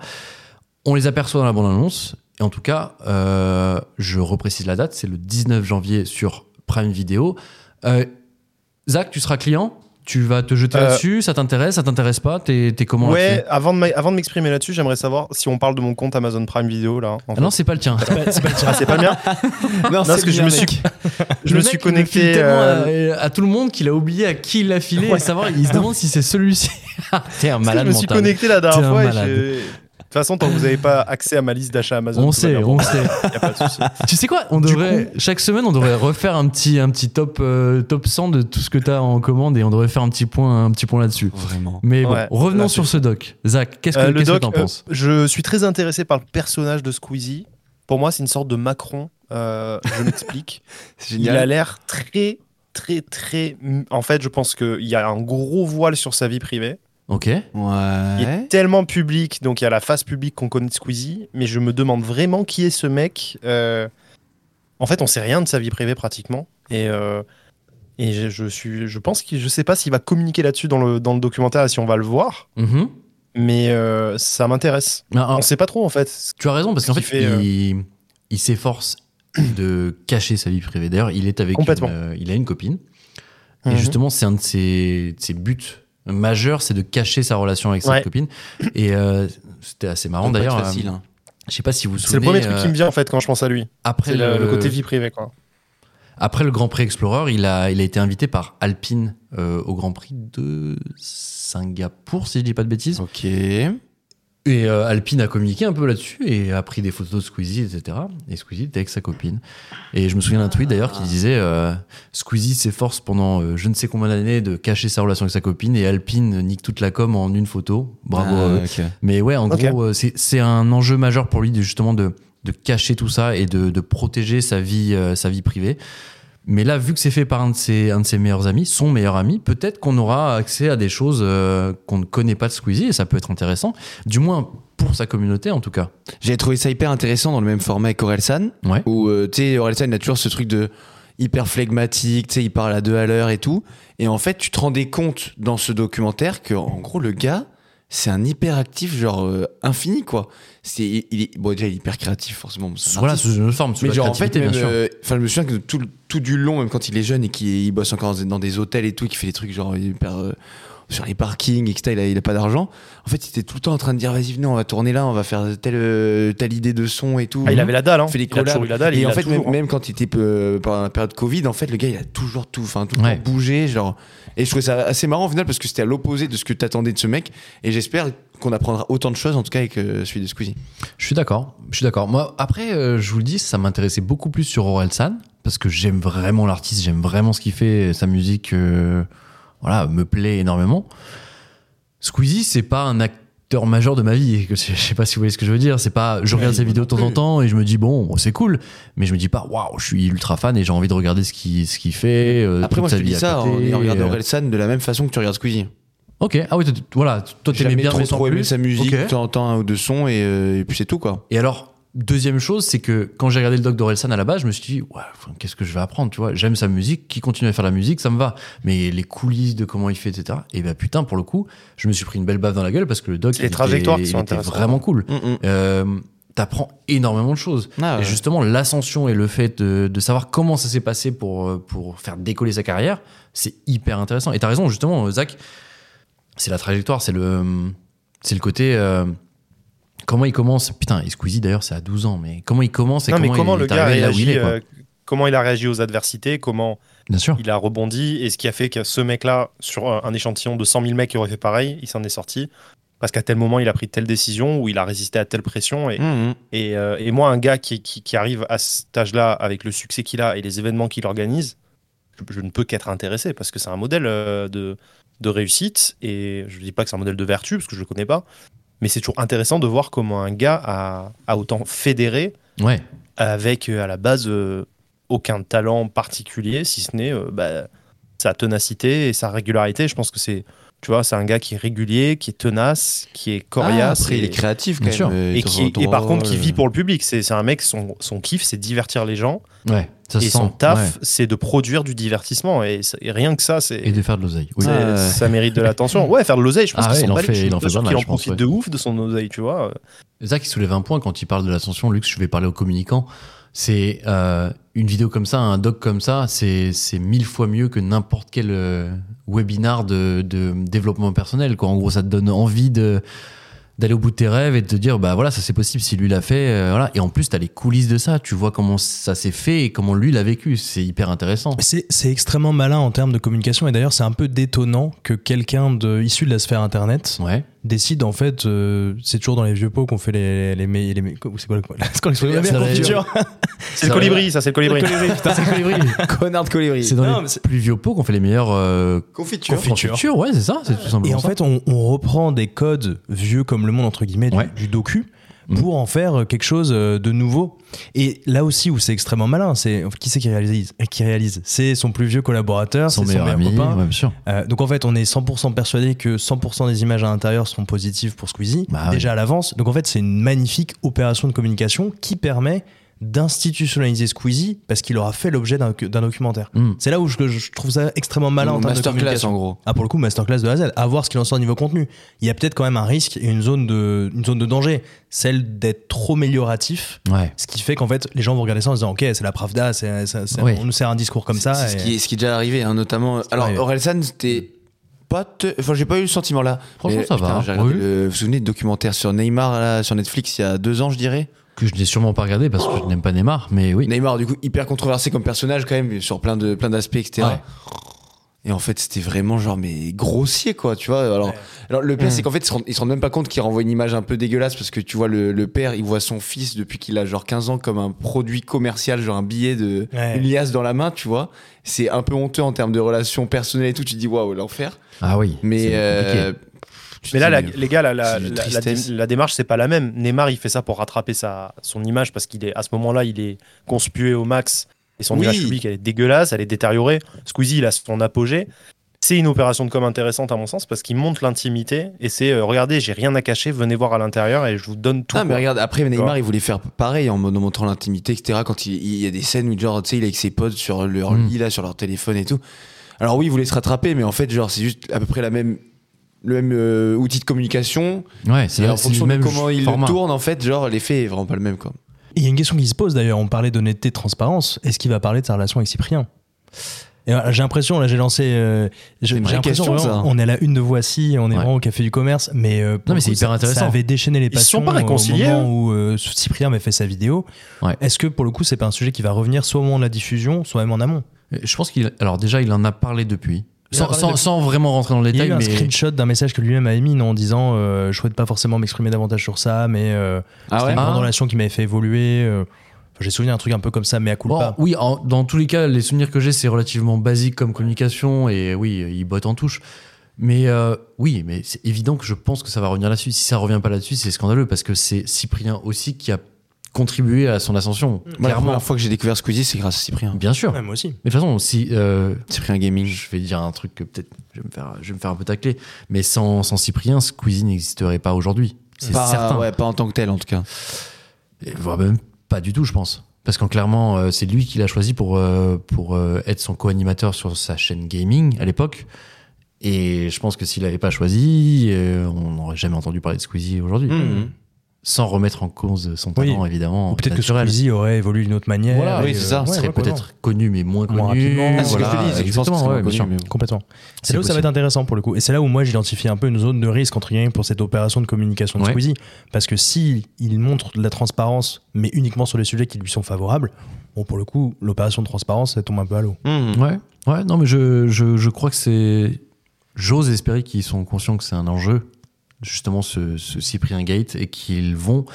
Speaker 1: On les aperçoit dans la bande-annonce. Et en tout cas, euh, je reprécise la date, c'est le 19 janvier sur Prime Video. Euh, Zach, tu seras client Tu vas te jeter
Speaker 4: Euh,
Speaker 1: là-dessus Ça t'intéresse Ça t'intéresse pas T'es t'es comment
Speaker 4: Ouais,
Speaker 1: là-dessus
Speaker 4: avant de m'a- avant de m'exprimer là-dessus, j'aimerais savoir si on parle de mon compte Amazon Prime Video là. en
Speaker 1: Ah non,
Speaker 4: fait.
Speaker 1: c'est pas le tien.
Speaker 4: Ah, c'est pas le mien.
Speaker 3: Non,
Speaker 4: Non, parce que je me suis,
Speaker 1: Le
Speaker 4: je
Speaker 1: mec, il
Speaker 4: me suis
Speaker 1: le file
Speaker 4: connecté.
Speaker 1: tellement
Speaker 4: euh,
Speaker 1: à, à tout le monde qu'il a oublié à qui il l'a filé. Et savoir, il se demande si c'est celui-ci. T'es un
Speaker 4: Parce que
Speaker 1: malade
Speaker 4: je me suis
Speaker 1: mental.
Speaker 4: connecté la
Speaker 1: T'es
Speaker 4: dernière
Speaker 1: un
Speaker 4: fois. et
Speaker 1: malade.
Speaker 4: j'ai- De toute façon, tant que vous n'avez pas accès à ma liste d'achat Amazon,
Speaker 1: On
Speaker 4: tout va
Speaker 1: sait,
Speaker 4: bien.
Speaker 1: on sait.
Speaker 4: Y a pas de souci.
Speaker 1: Tu sais quoi On
Speaker 4: Du
Speaker 1: devrait chaque semaine on devrait refaire un petit un petit top euh, top 100 de tout ce que t'as en commande et on devrait faire un petit point un petit point là-dessus.
Speaker 3: Vraiment.
Speaker 1: Mais bon,
Speaker 4: Ouais,
Speaker 1: revenons
Speaker 4: là,
Speaker 1: sur ce doc. Zach, qu'est-ce que
Speaker 4: Euh,
Speaker 1: qu'est-ce
Speaker 4: le
Speaker 1: que
Speaker 4: doc,
Speaker 1: t'en
Speaker 4: euh,
Speaker 1: penses
Speaker 4: je suis très intéressé par le personnage de Squeezie. Pour moi, c'est une sorte de Macron. Euh, je m'explique.
Speaker 3: C'est
Speaker 4: Il a
Speaker 3: génial.
Speaker 4: l'air très, très, très. En fait, je pense qu'il y a un gros voile sur sa vie privée.
Speaker 1: Ok.
Speaker 4: Il
Speaker 3: Ouais.
Speaker 4: est tellement public, donc il y a la face publique qu'on connaît de Squeezie, mais je me demande vraiment qui est ce mec. euh, En fait, on sait rien de sa vie privée pratiquement, et euh, et je, je suis, je pense que je sais pas s'il va communiquer là-dessus dans le dans le documentaire, et si on va le voir,
Speaker 1: Mhm.
Speaker 4: mais euh, ça m'intéresse.
Speaker 1: Ah, ah,
Speaker 4: On sait pas trop en fait.
Speaker 1: tu as raison parce qu'en fait,
Speaker 4: qui fait, euh,
Speaker 1: il, il s'efforce de cacher sa vie privée. D'ailleurs, il est avec
Speaker 4: Complètement.
Speaker 1: une, euh, il a une copine
Speaker 4: Mhm.
Speaker 1: et justement c'est un de ses, de ses buts majeur, c'est de cacher sa relation avec
Speaker 4: Ouais.
Speaker 1: sa copine. Et euh, c'était assez marrant
Speaker 3: Ça doit pas être
Speaker 1: d'ailleurs. euh,
Speaker 3: facile, hein.
Speaker 1: Je sais pas si vous vous
Speaker 4: C'est le
Speaker 1: souvenez.
Speaker 4: premier truc
Speaker 1: euh,
Speaker 4: qui me vient en fait quand je pense à lui.
Speaker 1: après
Speaker 4: C'est le, le côté vie privée quoi.
Speaker 1: Après le Grand Prix Explorer, il a, il a été invité par Alpine euh, au Grand Prix de Singapour, si je dis pas de bêtises.
Speaker 3: Ok.
Speaker 1: Et euh, Alpine a communiqué un peu là-dessus et a pris des photos de Squeezie, etc. Et Squeezie était avec sa copine. Et je me souviens d'un tweet d'ailleurs qui disait euh, Squeezie s'efforce pendant euh, je ne sais combien d'années de cacher sa relation avec sa copine et Alpine nique toute la com en une photo. Bravo à eux.
Speaker 3: Ah, ok.
Speaker 1: Mais ouais, en
Speaker 4: Ok.
Speaker 1: gros, euh, c'est c'est un enjeu majeur pour lui de, justement de, de cacher tout ça et de, de protéger sa vie, euh, sa vie privée. Mais là, vu que c'est fait par un de ses, un de ses meilleurs amis, son meilleur ami, peut-être qu'on aura accès à des choses euh, qu'on ne connaît pas de Squeezie et ça peut être intéressant. Du moins pour sa communauté, en tout cas.
Speaker 3: J'ai trouvé ça hyper intéressant dans le même format qu'Orelsan.
Speaker 1: Ouais.
Speaker 3: Où, euh, tu sais, Orelsan, il a toujours ce truc de hyper flegmatique, tu sais, il parle à deux à l'heure et tout. Et en fait, tu te rendais compte dans ce documentaire que, en gros, le gars, c'est un hyperactif, genre, euh, infini, quoi. C'est, il, il est, bon, déjà, il est hyper créatif, forcément. c'est un
Speaker 1: Voilà,
Speaker 3: artiste.
Speaker 1: sous une autre forme, sous
Speaker 3: Mais
Speaker 1: la
Speaker 3: genre en fait,
Speaker 1: créativité,
Speaker 3: même,
Speaker 1: bien sûr.
Speaker 3: euh, enfin, je me souviens que tout, le- tout du long, même quand il est jeune et qu'il il bosse encore dans des hôtels et tout, qu'il fait des trucs genre hyper euh, sur les parkings, etc. Il a, il a pas d'argent. En fait, il était tout le temps en train de dire vas-y venez, on va tourner là, on va faire telle euh, telle idée de son et tout.
Speaker 4: Ah, il avait la dalle hein.
Speaker 3: fait des
Speaker 4: il a toujours
Speaker 3: collabs.
Speaker 4: eu la dalle.
Speaker 3: et
Speaker 4: il
Speaker 3: en
Speaker 4: l'a
Speaker 3: fait, même,
Speaker 4: toujours, hein.
Speaker 3: même quand il était euh, pendant la période Covid, en fait, le gars, il a toujours tout, enfin, tout le
Speaker 1: Ouais.
Speaker 3: temps bougé, genre. Et je trouvais ça assez marrant au final parce que c'était à l'opposé de ce que t'attendais de ce mec. Et j'espère qu'on apprendra autant de choses, en tout cas, avec euh, celui de Squeezie.
Speaker 1: Je suis d'accord. Je suis d'accord. Moi, après, euh, je vous le dis, ça m'intéressait beaucoup plus sur Orelsan parce que j'aime vraiment l'artiste, j'aime vraiment ce qu'il fait, sa musique, euh, voilà, me plaît énormément. Squeezie, c'est pas un acteur majeur de ma vie. Je sais pas si vous voyez ce que je veux dire. C'est pas, je regarde ses vidéos de temps en temps et je me dis bon, bon, c'est cool, mais je me dis pas waouh, je suis ultra fan et j'ai envie de regarder ce qu'il ce qu'il fait. euh,
Speaker 3: Après,
Speaker 1: toute
Speaker 3: moi, je
Speaker 1: sa
Speaker 3: te
Speaker 1: vie
Speaker 3: dis
Speaker 1: à
Speaker 3: ça en
Speaker 1: côté,
Speaker 3: ayant regardé
Speaker 1: euh,
Speaker 3: Orelsan de la même façon que tu regardes Squeezie.
Speaker 1: Ok. Ah oui, toi, tu- voilà, toi t'aimais
Speaker 3: Jamais
Speaker 1: bien
Speaker 3: trop
Speaker 1: mais sans
Speaker 3: trop aimé
Speaker 1: plus.
Speaker 3: sa musique,
Speaker 1: Ok.
Speaker 3: t'entends un ou deux sons et, euh, et puis c'est tout quoi.
Speaker 1: Et alors, deuxième chose, c'est que quand j'ai regardé le doc d'Orelsan à la base, je me suis dit, ouais, enfin, qu'est-ce que je vais apprendre, tu vois J'aime sa musique, qui continue à faire la musique, ça me va. Mais les coulisses de comment il fait, etc. Et ben putain, pour le coup, je me suis pris une belle baffe dans la gueule parce que le doc,
Speaker 4: C'est les trajectoires qui
Speaker 1: il
Speaker 4: sont
Speaker 1: était
Speaker 4: intéressantes.
Speaker 1: vraiment cool.
Speaker 3: Mm, mm.
Speaker 1: Euh, T'apprends énormément de choses.
Speaker 3: Ah, ouais.
Speaker 1: Et justement, l'ascension et le fait de, de savoir comment ça s'est passé pour, euh, pour faire décoller sa carrière, c'est hyper intéressant. Et t'as raison, justement, euh, Zach, c'est la trajectoire, c'est le, euh, c'est le côté. euh, comment il commence Putain, et Squeezie d'ailleurs, c'est à 12 ans, mais comment il commence et
Speaker 4: Non, mais
Speaker 1: comment,
Speaker 4: comment
Speaker 1: il
Speaker 4: le
Speaker 1: est
Speaker 4: gars
Speaker 1: arrivé là où il
Speaker 4: réagit
Speaker 1: est, quoi.
Speaker 4: euh, Comment il a réagi aux adversités Comment
Speaker 1: Bien sûr.
Speaker 4: il a rebondi et ce qui a fait que ce mec-là, sur un un échantillon de 100 000 mecs qui auraient fait pareil, il s'en est sorti. Parce qu'à tel moment, il a pris telle décision ou il a résisté à telle pression. Et,
Speaker 3: Mm, mm.
Speaker 4: et, euh, et moi, un gars qui, qui, qui arrive à cet âge-là, avec le succès qu'il a et les événements qu'il organise, je, je ne peux qu'être intéressé parce que c'est un modèle euh, de, de réussite. Et je ne dis pas que c'est un modèle de vertu parce que je ne le connais pas. Mais c'est toujours intéressant de voir comment un gars a, a autant fédéré
Speaker 1: Ouais.
Speaker 4: avec euh, à la base euh, aucun talent particulier, si ce n'est euh, bah, sa ténacité et sa régularité. Je pense que c'est, tu vois, c'est un gars qui est régulier, qui est tenace, qui est
Speaker 3: Ah,
Speaker 4: coriace.
Speaker 3: après, il
Speaker 4: et-
Speaker 3: est créatif quand
Speaker 1: Bien
Speaker 3: même.
Speaker 1: sûr.
Speaker 3: euh,
Speaker 4: et,
Speaker 3: il te
Speaker 4: qui,
Speaker 3: rend
Speaker 4: et par contre, qui
Speaker 1: euh,
Speaker 3: drôle. euh,
Speaker 4: vit pour le public. C'est c'est un mec, son, son kiff, c'est divertir les gens.
Speaker 1: Ouais. Ça se
Speaker 4: et
Speaker 1: sent.
Speaker 4: son taf,
Speaker 1: ouais.
Speaker 4: c'est de produire du divertissement. Et, c'est- et rien que ça, c'est.
Speaker 1: Et de faire de l'oseille. Oui.
Speaker 4: c'est-
Speaker 3: Ah, ouais.
Speaker 4: ça mérite de l'attention. Ouais, faire de l'oseille, je pense
Speaker 1: Ah
Speaker 4: qu'il
Speaker 1: ouais, il
Speaker 4: s'en
Speaker 1: en
Speaker 4: bat les
Speaker 1: fait-
Speaker 4: couilles.
Speaker 1: il en fait
Speaker 4: Je suis
Speaker 1: pas
Speaker 4: sûr qu'il
Speaker 1: mal,
Speaker 4: en
Speaker 1: je pense,
Speaker 4: profite
Speaker 1: ouais.
Speaker 4: de ouf de son oseille, tu vois.
Speaker 1: Zach, il soulève un point quand il parle de l'ascension. Luc, je vais parler aux communicants. C'est euh, une vidéo comme ça, un doc comme ça, c'est c'est mille fois mieux que n'importe quel euh, webinar de, de développement personnel. Quoi. En gros, ça te donne envie de d'aller au bout de tes rêves et de te dire bah voilà ça c'est possible si lui l'a fait euh, voilà et en plus t'as les coulisses de ça tu vois comment ça s'est fait et comment lui l'a vécu c'est hyper intéressant
Speaker 2: C'est c'est extrêmement malin en termes de communication et d'ailleurs c'est un peu détonnant que quelqu'un de, issu de la sphère internet
Speaker 1: ouais
Speaker 2: décide en fait, euh, c'est toujours dans les vieux pots qu'on fait les, les, les, les, les- c'est quoi le- c'est quoi l'expression
Speaker 1: C'est la confiture.
Speaker 4: C'est le colibri, ça, c'est le colibri.
Speaker 3: Connard de colibri.
Speaker 1: c'est dans
Speaker 2: Non, mais
Speaker 1: les
Speaker 2: c'est-
Speaker 1: plus vieux pots qu'on fait les meilleures euh,
Speaker 3: Confiture.
Speaker 1: confitures ouais c'est ça c'est tout simplement
Speaker 2: Et en
Speaker 1: ça.
Speaker 2: fait, on, on reprend des codes vieux comme le monde, entre guillemets, du,
Speaker 1: Ouais.
Speaker 2: du docu,
Speaker 1: Mm.
Speaker 2: pour en faire quelque chose euh, de nouveau. Et là aussi, où c'est extrêmement malin, c'est qui c'est qui réalise euh, Qui réalise C'est son plus vieux collaborateur,
Speaker 1: son
Speaker 2: c'est
Speaker 1: meilleur ami
Speaker 2: copain.
Speaker 1: ouais, bien sûr
Speaker 2: Euh, donc en fait, on est 100% persuadé que 100% des images à l'intérieur seront positives pour Squeezie,
Speaker 1: Bah ouais.
Speaker 2: déjà à l'avance. Donc en fait, c'est une magnifique opération de communication qui permet d'institutionnaliser Squeezie parce qu'il aura fait l'objet d'un d'un documentaire.
Speaker 1: Mm.
Speaker 2: C'est là où je, je trouve ça extrêmement malin en termes de
Speaker 3: Masterclass
Speaker 2: communication.
Speaker 3: en gros.
Speaker 2: Ah, pour le coup, masterclass de la Z. À voir ce qu'il en sort niveau contenu. Il y a peut-être quand même un risque et une zone de, une zone de danger, celle d'être trop amélioratif.
Speaker 1: ouais
Speaker 2: Ce qui fait qu'en fait, les gens vont regarder ça en se disant Ok, c'est la Pravda, c'est- c'est- c'est-
Speaker 1: Oui.
Speaker 2: on nous sert un discours comme ça.
Speaker 3: C'est ce
Speaker 2: et-
Speaker 3: qui est, ce qui est déjà arrivé, hein, notamment.
Speaker 2: qui est
Speaker 3: Alors,
Speaker 2: arrivé.
Speaker 3: Orelsan, c'était pas te- enfin j'ai pas eu le sentiment là
Speaker 1: Franchement, ça va, hein.
Speaker 3: j'ai regardé
Speaker 1: Oui.
Speaker 3: le- vous vous souvenez du documentaire sur Neymar là, sur Netflix il y a deux ans je dirais
Speaker 1: Que je n'ai sûrement pas regardé parce que je n'aime pas Neymar, mais oui.
Speaker 3: Neymar du coup hyper controversé comme personnage quand même sur plein de plein d'aspects etc
Speaker 1: Ouais.
Speaker 3: et en fait c'était vraiment genre mais grossier quoi tu vois alors, alors le pire c'est qu'en fait ils se, rendent, ils se rendent même pas compte qu'il renvoie une image un peu dégueulasse parce que tu vois le, le père il voit son fils depuis qu'il a genre 15 ans comme un produit commercial genre un billet de
Speaker 2: Ouais.
Speaker 3: une liasse dans la main tu vois c'est un peu honteux en termes de relations personnelles et tout tu te dis waouh l'enfer
Speaker 1: Ah oui.
Speaker 3: mais
Speaker 1: c'est
Speaker 3: euh,
Speaker 1: compliqué.
Speaker 3: tu te
Speaker 4: Mais là,
Speaker 3: dis,
Speaker 4: la-
Speaker 3: mais-
Speaker 4: les gars, la, la-
Speaker 3: c'est une
Speaker 4: la- la-
Speaker 3: tristesse.
Speaker 4: la démarche, c'est pas la même. Neymar, il fait ça pour rattraper sa, son image parce qu'il est à ce moment-là, il est conspué au max et son
Speaker 3: Oui.
Speaker 4: image publique, elle est dégueulasse, elle est détériorée. Squeezie, il a son apogée. C'est une opération de com intéressante à mon sens parce qu'il montre l'intimité et c'est euh, regardez, j'ai rien à cacher, venez voir à l'intérieur et je vous donne tout.
Speaker 3: Ah, mais
Speaker 4: quoi.
Speaker 3: regarde, après Neymar,
Speaker 4: vois.
Speaker 3: il voulait faire pareil en mo- en montrant l'intimité, etc. Quand il, il y a des scènes où, genre, tu sais, il est avec ses potes sur leur
Speaker 1: Mm.
Speaker 3: lit, là, sur leur téléphone et tout. Alors, oui, il voulait se rattraper, mais en fait, genre, c'est juste à peu près la même, le même euh, outil de communication.
Speaker 1: Ouais, c'est
Speaker 3: Et
Speaker 1: la-
Speaker 3: en
Speaker 1: c'est
Speaker 3: fonction
Speaker 1: le même
Speaker 3: de comment il
Speaker 1: format.
Speaker 3: le tourne, en fait, genre, l'effet est vraiment pas le même, quoi.
Speaker 2: Il y a une question qui se pose d'ailleurs, on parlait d'honnêteté, de transparence. Est-ce qu'il va parler de sa relation avec Cyprien Et voilà, J'ai l'impression, là j'ai lancé. euh, j'ai
Speaker 3: une
Speaker 2: j'ai
Speaker 3: vraie
Speaker 2: l'impression,
Speaker 3: question,
Speaker 2: vraiment,
Speaker 3: ça.
Speaker 2: On est à la une de Voici, on
Speaker 1: Ouais.
Speaker 2: est vraiment au Café du Commerce, mais. euh, pour
Speaker 1: Non, mais
Speaker 2: le
Speaker 1: c'est
Speaker 2: coup,
Speaker 1: hyper
Speaker 2: ça-
Speaker 1: intéressant.
Speaker 2: Ça avait déchaîné les
Speaker 4: Ils se
Speaker 2: passions
Speaker 4: sont pas réconciliés,
Speaker 2: au moment où euh, Cyprien avait fait sa vidéo.
Speaker 1: hein. Ouais.
Speaker 2: Est-ce que pour le coup, c'est pas un sujet qui va revenir soit au moment de la diffusion, soit même en amont
Speaker 1: Euh, Je pense qu'il. Alors déjà, il en a parlé depuis.
Speaker 2: Il en a
Speaker 1: Sans,
Speaker 2: parlé
Speaker 1: sans-
Speaker 2: depuis.
Speaker 1: sans vraiment rentrer dans le
Speaker 2: Il y a
Speaker 1: détail,
Speaker 2: eu un
Speaker 1: mais.
Speaker 2: screenshot d'un message que lui-même a émis non, en disant euh, Je souhaite pas forcément m'exprimer davantage sur ça, mais euh,
Speaker 3: Ah
Speaker 2: c'était
Speaker 3: ouais
Speaker 2: une grande
Speaker 1: Ah.
Speaker 2: relation qui m'avait fait évoluer. euh. Enfin, j'ai souvenir un truc un peu comme ça, mais à coup
Speaker 1: Bon,
Speaker 2: pas.
Speaker 1: oui, en- dans tous les cas, les souvenirs que j'ai, c'est relativement basique comme communication et oui, il botte en touche. Mais euh, oui, mais c'est évident que je pense que ça va revenir là-dessus. Si ça revient pas là-dessus, c'est scandaleux parce que c'est Cyprien aussi qui a contribué à son ascension.
Speaker 3: Moi, la
Speaker 1: Clairement.
Speaker 3: première fois que j'ai découvert Squeezie, c'est grâce à Cyprien.
Speaker 1: Bien sûr.
Speaker 2: Ouais, moi aussi.
Speaker 1: Mais de toute façon, si euh,
Speaker 3: Cyprien Gaming.
Speaker 1: je vais dire un truc que peut-être je vais me faire, je vais me faire un peu tacler, mais sans, sans Cyprien, Squeezie n'existerait pas aujourd'hui. C'est
Speaker 3: Pas,
Speaker 1: certain.
Speaker 3: ouais, pas en tant que tel, en tout cas.
Speaker 1: Et voire même pas du tout, je pense. Parce qu'en clairement, euh, c'est lui qui l'a choisi pour, euh, pour euh, être son co-animateur sur sa chaîne gaming à l'époque. Et je pense que s'il l'avait pas choisi, euh, on n'aurait jamais entendu parler de Squeezie aujourd'hui.
Speaker 3: Mhm.
Speaker 1: Sans remettre en cause son
Speaker 2: Oui.
Speaker 1: talent, évidemment.
Speaker 2: Ou peut-être que
Speaker 1: naturel.
Speaker 2: Squeezie aurait évolué d'une autre manière.
Speaker 1: Voilà,
Speaker 2: et, euh,
Speaker 3: oui, c'est ça,
Speaker 2: ouais,
Speaker 1: serait
Speaker 2: ouais,
Speaker 1: peut-être connu, mais moins connu.
Speaker 2: Moins rapidement.
Speaker 3: Ah, c'est ce que je te dis, c'est que je pense que
Speaker 1: exactement,
Speaker 3: c'est
Speaker 1: ouais,
Speaker 3: moins
Speaker 1: bien sûr.
Speaker 3: connu, mais bon.
Speaker 2: Complètement. C'est là où ça va
Speaker 1: possible.
Speaker 2: être intéressant pour le coup. Et c'est là où moi j'identifie un peu une zone de risque entre guillemets pour cette opération de communication de
Speaker 1: Ouais.
Speaker 2: Squeezie. Parce que si il montre de la transparence, mais uniquement sur les sujets qui lui sont favorables, bon pour le coup, l'opération de transparence elle tombe un peu à l'eau.
Speaker 3: Mhm.
Speaker 1: Ouais, ouais, non, mais je, je, je crois que c'est. J'ose espérer qu'ils sont conscients que c'est un enjeu, justement, ce, ce Cyprien Gate, et qu'ils vont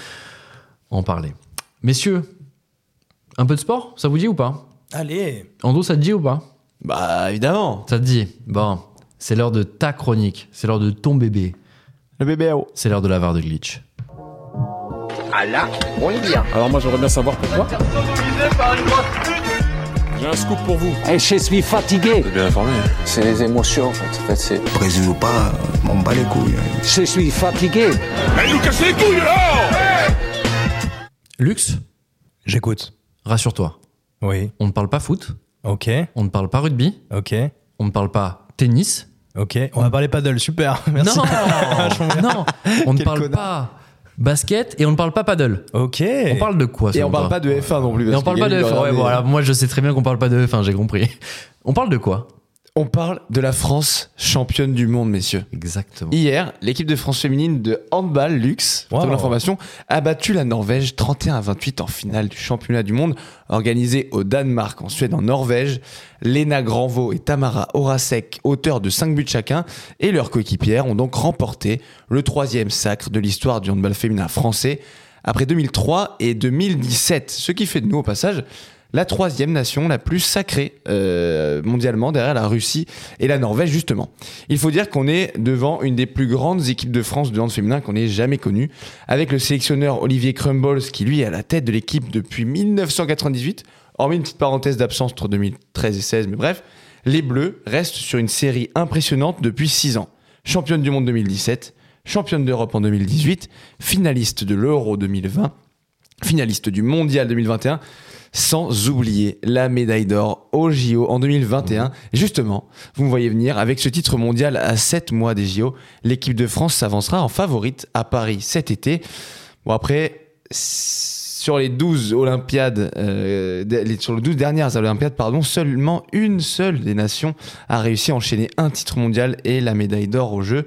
Speaker 1: en parler. Messieurs, un peu de sport, ça vous dit ou pas
Speaker 2: Allez
Speaker 1: Ando, ça te dit ou pas
Speaker 3: Bah, évidemment.
Speaker 1: Ça te dit Bon, c'est l'heure de ta chronique, c'est l'heure de ton bébé,
Speaker 3: Le bébé à eau.
Speaker 1: c'est l'heure de la VAR de glitch.
Speaker 6: Ah là, on est bien.
Speaker 7: Alors moi j'aimerais bien savoir pourquoi. J'ai un scoop pour vous.
Speaker 10: Et je suis fatigué.
Speaker 9: Bien informé.
Speaker 10: C'est les émotions, en fait. c'est-
Speaker 9: Brésil ou pas, euh, on bat les couilles. hein.
Speaker 10: Je suis fatigué.
Speaker 1: Lux,
Speaker 2: J'écoute.
Speaker 1: rassure-toi,
Speaker 2: Oui. Euh.
Speaker 1: on ne parle pas foot,
Speaker 2: Ok.
Speaker 1: on ne parle pas rugby,
Speaker 2: Ok.
Speaker 1: on ne parle pas tennis,
Speaker 2: Ok. On va parler paddle. Super. Merci.
Speaker 1: non, non, on ne parle pas basket et on ne parle pas paddle.
Speaker 2: Ok.
Speaker 1: On parle de quoi
Speaker 3: Et
Speaker 1: selon
Speaker 3: on parle
Speaker 1: toi
Speaker 3: pas de F1 non plus.
Speaker 1: Et
Speaker 3: parce
Speaker 1: on parle
Speaker 3: que
Speaker 1: pas de
Speaker 3: Gaming
Speaker 1: F1.
Speaker 3: regardait-
Speaker 1: Ouais, voilà, moi je sais très bien qu'on parle pas de F1, j'ai compris. On parle de quoi
Speaker 3: On parle de la France championne du monde, messieurs.
Speaker 1: Exactement.
Speaker 3: Hier, l'équipe de France féminine de handball luxe, pour
Speaker 2: Wow.
Speaker 3: l'information, a battu la Norvège 31 à 28 en finale du championnat du monde organisé au Danemark, en Suède, en Norvège. Lena Granvaux et Tamara Horasek, auteurs de 5 buts chacun, et leurs coéquipières ont donc remporté le troisième sacre de l'histoire du handball féminin français après 2003 et 2017, ce qui fait de nous au passage la troisième nation la plus sacrée euh, mondialement derrière la Russie et la Norvège justement. Il faut dire qu'on est devant une des plus grandes équipes de France de hand féminin qu'on ait jamais connue, avec le sélectionneur Olivier Crumbles qui lui est à la tête de l'équipe depuis 1998, hormis une petite parenthèse d'absence entre 2013 et 16, mais bref, les Bleus restent sur une série impressionnante depuis 6 ans. Championne du monde 2017, championne d'Europe en 2018, finaliste de l'Euro 2020, finaliste du Mondial 2021, sans oublier la médaille d'or au JO en 2021. Justement, vous me voyez venir, avec ce titre mondial à 7 mois des JO, l'équipe de France s'avancera en favorite à Paris cet été. Bon après, s- sur les 12 Olympiades, euh, de- les- sur les 12 dernières Olympiades, pardon, seulement une seule des nations a réussi à enchaîner un titre mondial et la médaille d'or au jeu.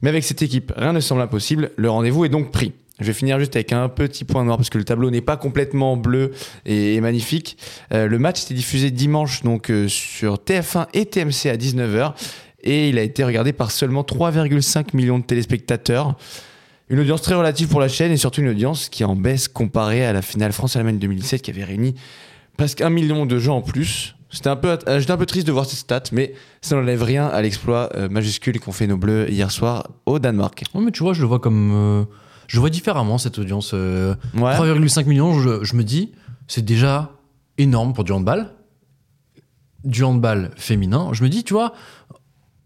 Speaker 3: Mais avec cette équipe, rien ne semble impossible. Le rendez-vous est donc pris. Je vais finir juste avec un petit point noir parce que le tableau n'est pas complètement bleu et, et magnifique. Euh, le match était diffusé dimanche donc euh, sur TF1 et TMC à 19h et il a été regardé par seulement 3,5 millions de téléspectateurs. Une audience très relative pour la chaîne et surtout une audience qui est en baisse comparée à la finale France-Allemagne 2017 qui avait réuni presque un million de gens en plus. C'était un peu, euh, j'étais un peu triste de voir cette stat, mais ça n'enlève rien à l'exploit euh, majuscule qu'ont fait nos Bleus hier soir au Danemark.
Speaker 1: Non, mais tu vois, je le vois comme. euh, je le vois différemment, cette audience. euh,
Speaker 3: Ouais.
Speaker 1: 3,5 millions, je, je me dis, c'est déjà énorme pour du handball. Du handball féminin. Je me dis, tu vois,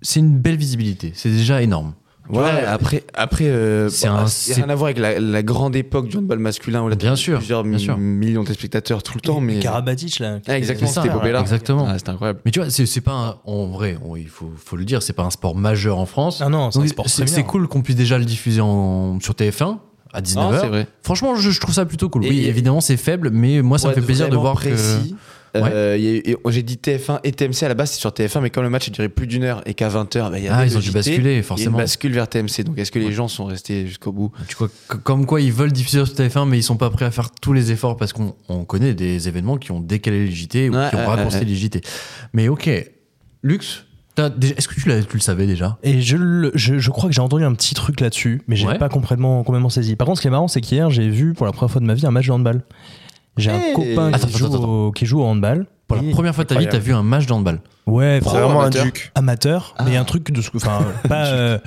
Speaker 1: c'est une belle visibilité. C'est déjà énorme. Tu
Speaker 3: Ouais,
Speaker 1: vois,
Speaker 3: après, après, euh,
Speaker 1: C'est
Speaker 3: bon,
Speaker 1: un-
Speaker 3: c'est
Speaker 1: c'est-
Speaker 3: rien à voir avec la, la grande époque du handball masculin où là,
Speaker 1: Bien
Speaker 3: t'as
Speaker 1: sûr,
Speaker 3: plusieurs
Speaker 1: bien
Speaker 3: mi-
Speaker 1: sûr.
Speaker 3: millions de spectateurs tout le temps, mais
Speaker 2: Karabatic, là.
Speaker 3: Ah, exactement,
Speaker 1: C'est ça,
Speaker 3: c'était là
Speaker 1: exactement.
Speaker 3: c'était incroyable.
Speaker 1: Mais tu vois, c'est c'est pas un- en vrai, on- il faut, faut le dire, c'est pas un sport majeur en France.
Speaker 2: Ah non, c'est un
Speaker 1: Donc,
Speaker 2: sport
Speaker 1: c'est
Speaker 2: très
Speaker 1: c'est cool qu'on puisse déjà le diffuser en, sur TF1 à
Speaker 3: Non, c'est
Speaker 1: 19h.
Speaker 3: vrai.
Speaker 1: Franchement, je, je trouve ça plutôt cool.
Speaker 3: Et-
Speaker 1: oui,
Speaker 3: et-
Speaker 1: évidemment, c'est faible, mais moi, ça me
Speaker 3: Pour
Speaker 1: fait
Speaker 3: être
Speaker 1: plaisir de
Speaker 3: vraiment
Speaker 1: voir que.
Speaker 3: précis,
Speaker 1: Ouais.
Speaker 3: euh, il y a eu- et- j'ai dit TF1 et TMC à la base, c'est sur TF1, mais comme le match a duré plus d'une heure et qu'à 20h, il y avait
Speaker 1: Ah, ils
Speaker 3: le
Speaker 1: ont dû
Speaker 3: JT,
Speaker 1: basculer,
Speaker 3: Il y a une
Speaker 1: forcément.
Speaker 3: bascule vers TMC. Donc, est-ce que les gens sont restés jusqu'au bout
Speaker 1: Tu vois, c- comme quoi ils veulent diffuser sur TF1, mais ils sont pas prêts à faire tous les efforts parce qu'on on connaît des événements qui ont décalé les JT ou
Speaker 3: Ouais,
Speaker 1: qui ont
Speaker 3: ouais,
Speaker 1: raccourci
Speaker 3: ouais, ouais.
Speaker 1: les JT. Mais ok, Lux, t'as déjà- est-ce que tu, l'as- tu le savais déjà
Speaker 2: Et je, le- je, je crois que j'ai entendu un petit truc là-dessus, mais j'ai
Speaker 1: Ouais.
Speaker 2: pas complètement, complètement saisi. Par contre, ce qui est marrant, c'est qu'hier, j'ai vu pour la première fois de ma vie un match de handball. J'ai
Speaker 3: Hey
Speaker 2: un copain
Speaker 1: Attends,
Speaker 2: qui,
Speaker 1: attends,
Speaker 2: joue
Speaker 1: attends.
Speaker 2: Au, qui joue au handball.
Speaker 1: Pour la
Speaker 2: Et-
Speaker 1: première fois de ta vie, t'as vu un match de handball.
Speaker 2: Ouais,
Speaker 4: C'est
Speaker 2: enfin,
Speaker 4: vraiment un
Speaker 3: amateur.
Speaker 4: duc.
Speaker 2: amateur,
Speaker 1: Ah.
Speaker 2: mais un truc de ce que. Enfin, pas, euh,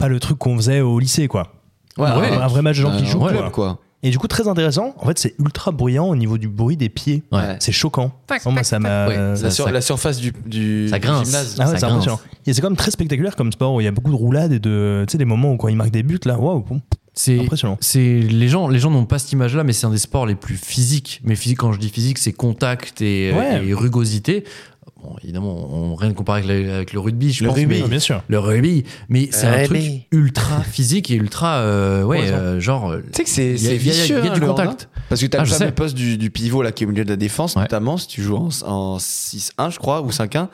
Speaker 2: pas le truc qu'on faisait au lycée, quoi. un,
Speaker 1: ouais.
Speaker 2: un vrai match de gens qui
Speaker 3: Euh,
Speaker 2: jouent.
Speaker 3: ouais,
Speaker 2: quoi.
Speaker 3: quoi.
Speaker 2: Et du coup, très intéressant. En fait, c'est ultra bruyant au niveau du bruit des pieds.
Speaker 1: Ouais.
Speaker 2: C'est choquant. Oh, moi, ça m'a.
Speaker 1: Oui,
Speaker 2: euh,
Speaker 1: ça-
Speaker 3: La, sur- la surface du, du
Speaker 1: Ça
Speaker 3: du
Speaker 1: grince.
Speaker 3: gymnase.
Speaker 2: Ah ouais,
Speaker 1: ça
Speaker 2: c'est
Speaker 1: grince.
Speaker 2: impressionnant. Et c'est quand même très spectaculaire comme sport où il y a beaucoup de roulades et de. Tu sais, des moments où quand ils marquent des buts, là, waouh, bon,
Speaker 1: C'est
Speaker 2: impressionnant.
Speaker 1: c'est les gens les gens n'ont pas cette image là mais c'est un des sports les plus physiques mais physique quand je dis physique c'est contact et,
Speaker 2: Ouais.
Speaker 1: et rugosité bon évidemment on rien de comparé avec, la- avec le rugby je
Speaker 3: Le
Speaker 1: pense
Speaker 3: rugby,
Speaker 1: mais-
Speaker 2: bien sûr.
Speaker 1: le rugby mais c'est un truc
Speaker 3: Rugby.
Speaker 1: ultra physique et ultra euh, ouais
Speaker 2: Ouais,
Speaker 1: euh, genre
Speaker 3: Tu sais que c'est
Speaker 1: Il y a-
Speaker 3: c'est
Speaker 1: il y a-
Speaker 3: vicieux,
Speaker 1: il y a
Speaker 3: hein,
Speaker 1: du
Speaker 3: le
Speaker 1: contact.
Speaker 3: handball. Parce que t'as
Speaker 1: Ah,
Speaker 3: le
Speaker 1: je
Speaker 3: fameux
Speaker 1: sais.
Speaker 3: poste du, du pivot là, qui est au milieu de la défense,
Speaker 1: Ouais.
Speaker 3: notamment si tu joues en, en 6-1, je crois, ou 5-1.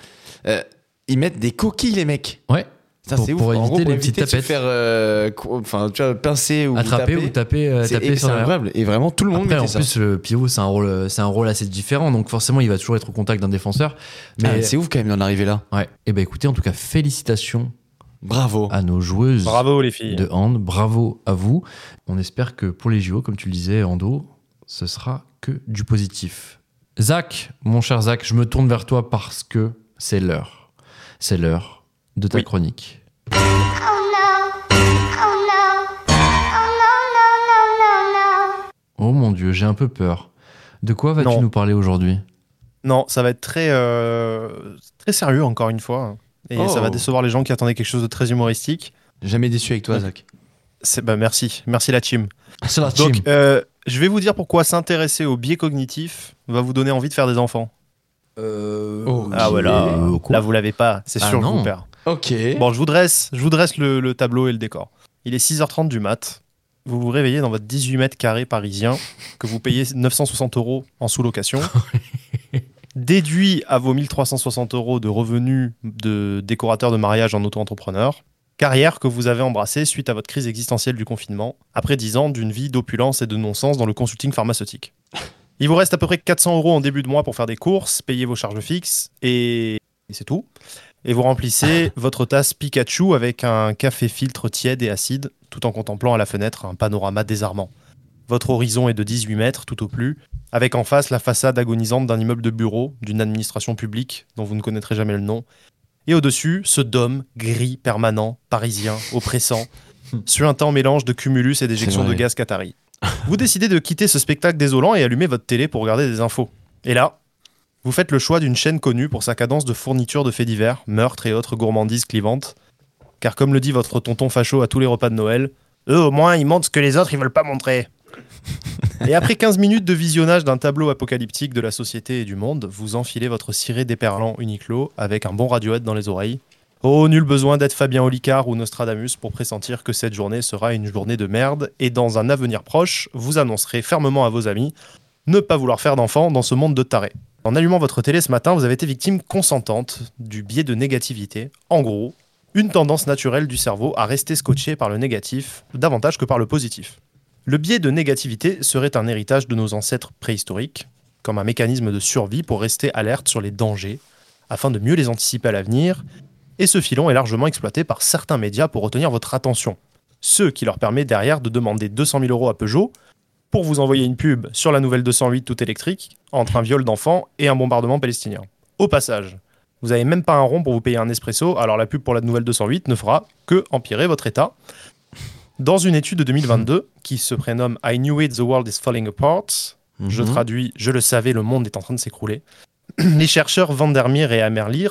Speaker 3: euh, ils mettent des coquilles, les mecs.
Speaker 1: ouais
Speaker 3: Ça,
Speaker 1: Pour-
Speaker 3: c'est ouf.
Speaker 1: pour
Speaker 3: En
Speaker 1: éviter
Speaker 3: gros,
Speaker 1: les
Speaker 3: éviter
Speaker 1: petites
Speaker 3: de se
Speaker 1: tapettes.
Speaker 3: faire euh, cou- enfin, tu vois, pincer ou
Speaker 1: attraper
Speaker 3: taper.
Speaker 1: ou taper euh,
Speaker 3: C'est-
Speaker 1: taper
Speaker 3: et
Speaker 1: sur
Speaker 3: c'est
Speaker 1: la-
Speaker 3: incroyable. Et vraiment, tout le monde
Speaker 1: Après, en
Speaker 3: mettait ça.
Speaker 1: plus, le pivot, c'est un rôle, c'est un rôle assez différent, donc forcément, il va toujours être au contact d'un défenseur.
Speaker 3: Ah,
Speaker 1: Mais
Speaker 3: c'est ouf quand même d'en arriver là.
Speaker 1: ouais. Et ben, écoutez, en tout cas, félicitations
Speaker 3: Bravo.
Speaker 1: à nos joueuses.
Speaker 4: Bravo les filles.
Speaker 1: de hand. Bravo à vous. On espère que pour les JO, comme tu le disais, Ando, ce sera que du positif. Zach, mon cher Zach, je me tourne vers toi parce que c'est l'heure. C'est l'heure de ta
Speaker 4: Oui.
Speaker 1: chronique. Oh mon dieu, j'ai un peu peur. De quoi vas-tu
Speaker 4: Non.
Speaker 1: nous parler aujourd'hui
Speaker 4: Non, ça va être très, euh, très sérieux encore une fois. Et
Speaker 3: Oh.
Speaker 4: ça va décevoir les gens qui attendaient quelque chose de très humoristique.
Speaker 3: Jamais déçu avec toi, Zach.
Speaker 4: C'est bah merci, merci la team.
Speaker 1: C'est la
Speaker 4: Donc euh, je vais vous dire pourquoi s'intéresser aux biais cognitifs va vous donner envie de faire des enfants.
Speaker 1: Oh,
Speaker 4: Ah ouais là, là vous l'avez pas, c'est
Speaker 1: Ah
Speaker 4: sûr que je
Speaker 1: non.
Speaker 4: vous perds.
Speaker 3: Ok.
Speaker 4: Bon, je vous dresse, je vous dresse le, le tableau et le décor. Il est 6h30 du mat. Vous vous réveillez dans votre 18 mètres carrés parisien que vous payez 960 euros en sous-location. Déduit à vos 1360 euros de revenus de décorateur de mariage en auto-entrepreneur. Carrière que vous avez embrassée suite à votre crise existentielle du confinement, après 10 ans d'une vie d'opulence et de non-sens dans le consulting pharmaceutique. Il vous reste à peu près 400 euros en début de mois pour faire des courses, payer vos charges fixes, et, et c'est tout et vous remplissez votre tasse Pikachu avec un café filtre tiède et acide, tout en contemplant à la fenêtre un panorama désarmant. Votre horizon est de 18 mètres tout au plus, avec en face la façade agonisante d'un immeuble de bureau, d'une administration publique dont vous ne connaîtrez jamais le nom, et au-dessus, ce dôme gris permanent, parisien, oppressant, suintant mélange de cumulus et d'éjection de
Speaker 3: vrai.
Speaker 4: gaz qatari. Vous décidez de quitter ce spectacle désolant et allumer votre télé pour regarder des infos. Et là, vous faites le choix d'une chaîne connue pour sa cadence de fourniture de faits divers, meurtres et autres gourmandises clivantes. Car comme le dit votre tonton facho à tous les repas de Noël, eux au moins ils montrent ce que les autres ils veulent pas montrer. et après 15 minutes de visionnage d'un tableau apocalyptique de la société et du monde, vous enfilez votre ciré déperlant Uniqlo avec un bon radiohead dans les oreilles Oh, nul besoin d'être Fabien Olicard ou Nostradamus pour pressentir que cette journée sera une journée de merde, et dans un avenir proche, vous annoncerez fermement à vos amis ne pas vouloir faire d'enfants dans ce monde de tarés. En allumant votre télé ce matin, vous avez été victime consentante du biais de négativité. En gros, une tendance naturelle du cerveau à rester scotché par le négatif davantage que par le positif. Le biais de négativité serait un héritage de nos ancêtres préhistoriques, comme un mécanisme de survie pour rester alerte sur les dangers, afin de mieux les anticiper à l'avenir, et ce filon est largement exploité par certains médias pour retenir votre attention, ce qui leur permet derrière de demander 200 000 euros à Peugeot pour vous envoyer une pub sur la nouvelle 208 tout électrique entre un viol d'enfant et un bombardement palestinien. Au passage, vous n'avez même pas un rond pour vous payer un espresso, alors la pub pour la nouvelle 208 ne fera que empirer votre état. Dans une étude de 2022 qui se prénomme I Knew It, The World is Falling Apart, je
Speaker 3: Hmm.
Speaker 1: Mhm.
Speaker 4: traduis Je le savais, le monde est en train de s'écrouler. Les chercheurs Vandermeer et Amerliers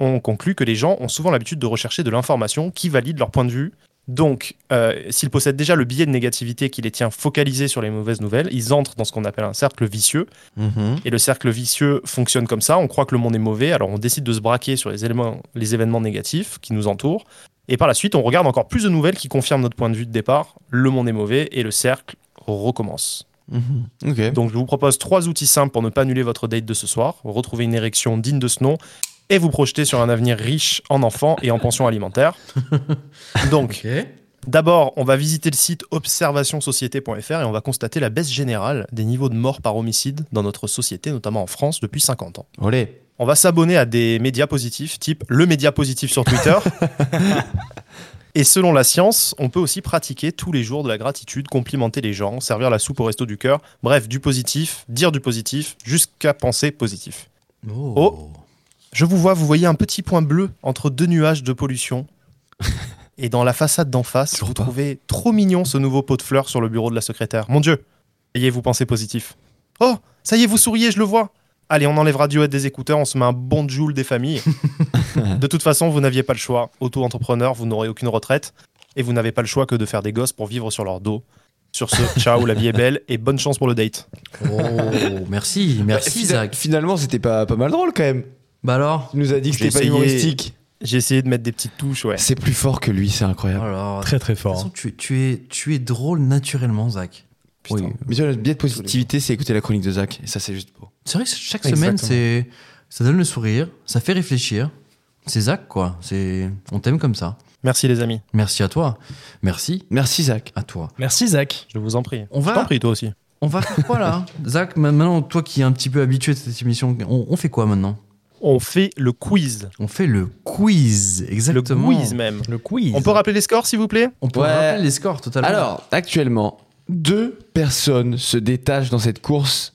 Speaker 4: ont conclu que les gens ont souvent l'habitude de rechercher de l'information qui valide leur point de vue. Donc, euh, s'ils possèdent déjà le biais de négativité qui les tient focalisés sur les mauvaises nouvelles, ils entrent dans ce qu'on appelle un cercle vicieux.
Speaker 3: Mhm.
Speaker 4: Et le cercle vicieux fonctionne comme ça. On croit que le monde est mauvais, alors on décide de se braquer sur les, éléments, les événements négatifs qui nous entourent. Et par la suite, on regarde encore plus de nouvelles qui confirment notre point de vue de départ. Le monde est mauvais et le cercle recommence.
Speaker 3: Ok.
Speaker 4: Donc, je vous propose trois outils simples pour ne pas annuler votre date de ce soir. Retrouver une érection digne de ce nom et vous projeter sur un avenir riche en enfants et en pensions alimentaires. Donc, D'abord, on va visiter le site observationsociété.fr et on va constater la baisse générale des niveaux de morts par homicide dans notre société, notamment en France, depuis 50 ans.
Speaker 3: Olé.
Speaker 4: On va s'abonner à des médias positifs, type le média positif sur Twitter. et selon la science, on peut aussi pratiquer tous les jours de la gratitude, complimenter les gens, servir la soupe au resto du cœur, bref, du positif, dire du positif, jusqu'à penser positif. Oh. Je vous vois, vous voyez un petit point bleu entre deux nuages de pollution. Et dans la façade d'en face, vous trouvez trop mignon ce nouveau pot de fleurs sur le bureau de la secrétaire. Mon Dieu, ayez vous pensez positif. Oh, ça y est, vous souriez, je le vois. Allez, on enlève Radiohead des écouteurs, on se met un bon joule des familles. de toute façon, vous n'aviez pas le choix. Auto-entrepreneur, vous n'aurez aucune retraite. Et vous n'avez pas le choix que de faire des gosses pour vivre sur leur dos. Sur ce, ciao, la vie est belle et bonne chance pour le date.
Speaker 1: Oh, merci, merci
Speaker 3: Fina-
Speaker 1: Zach.
Speaker 3: Finalement, c'était pas, pas mal drôle quand même.
Speaker 1: Bah alors
Speaker 3: Tu nous as dit que
Speaker 4: J'ai
Speaker 3: c'était pas
Speaker 4: essayé.
Speaker 3: humoristique.
Speaker 4: J'ai essayé de mettre des petites touches, ouais.
Speaker 3: C'est plus fort que lui, c'est incroyable.
Speaker 1: Alors, de
Speaker 2: Très très
Speaker 1: toute
Speaker 2: fort.
Speaker 1: façon, tu, tu es, tu es drôle naturellement, Zach.
Speaker 3: Putain.
Speaker 1: Oui.
Speaker 3: Mais tu vois, le biais de positivité, c'est écouter la chronique de Zach. Et ça, c'est juste beau.
Speaker 1: C'est vrai que chaque semaine,
Speaker 2: Exactement.
Speaker 1: c'est ça donne le sourire, ça fait réfléchir. C'est Zach, quoi. C'est On t'aime comme ça.
Speaker 4: Merci les amis.
Speaker 1: Merci à toi. Merci
Speaker 3: Merci, Zach.
Speaker 1: à toi.
Speaker 2: Merci Zach.
Speaker 4: Je vous en prie.
Speaker 1: On
Speaker 4: Je t'en
Speaker 1: va,
Speaker 4: prie, toi aussi.
Speaker 1: on va faire quoi là Zach, ma- maintenant, toi qui es un petit peu habitué de cette émission, on, on fait quoi maintenant
Speaker 4: On fait le quiz.
Speaker 1: On fait le quiz, exactement.
Speaker 4: Le quiz même.
Speaker 2: Le quiz.
Speaker 4: On peut rappeler les scores, s'il vous plaît
Speaker 1: On peut
Speaker 3: Ouais.
Speaker 1: rappeler les scores tout à l'heure.
Speaker 3: Alors, actuellement, deux personnes se détachent dans cette course.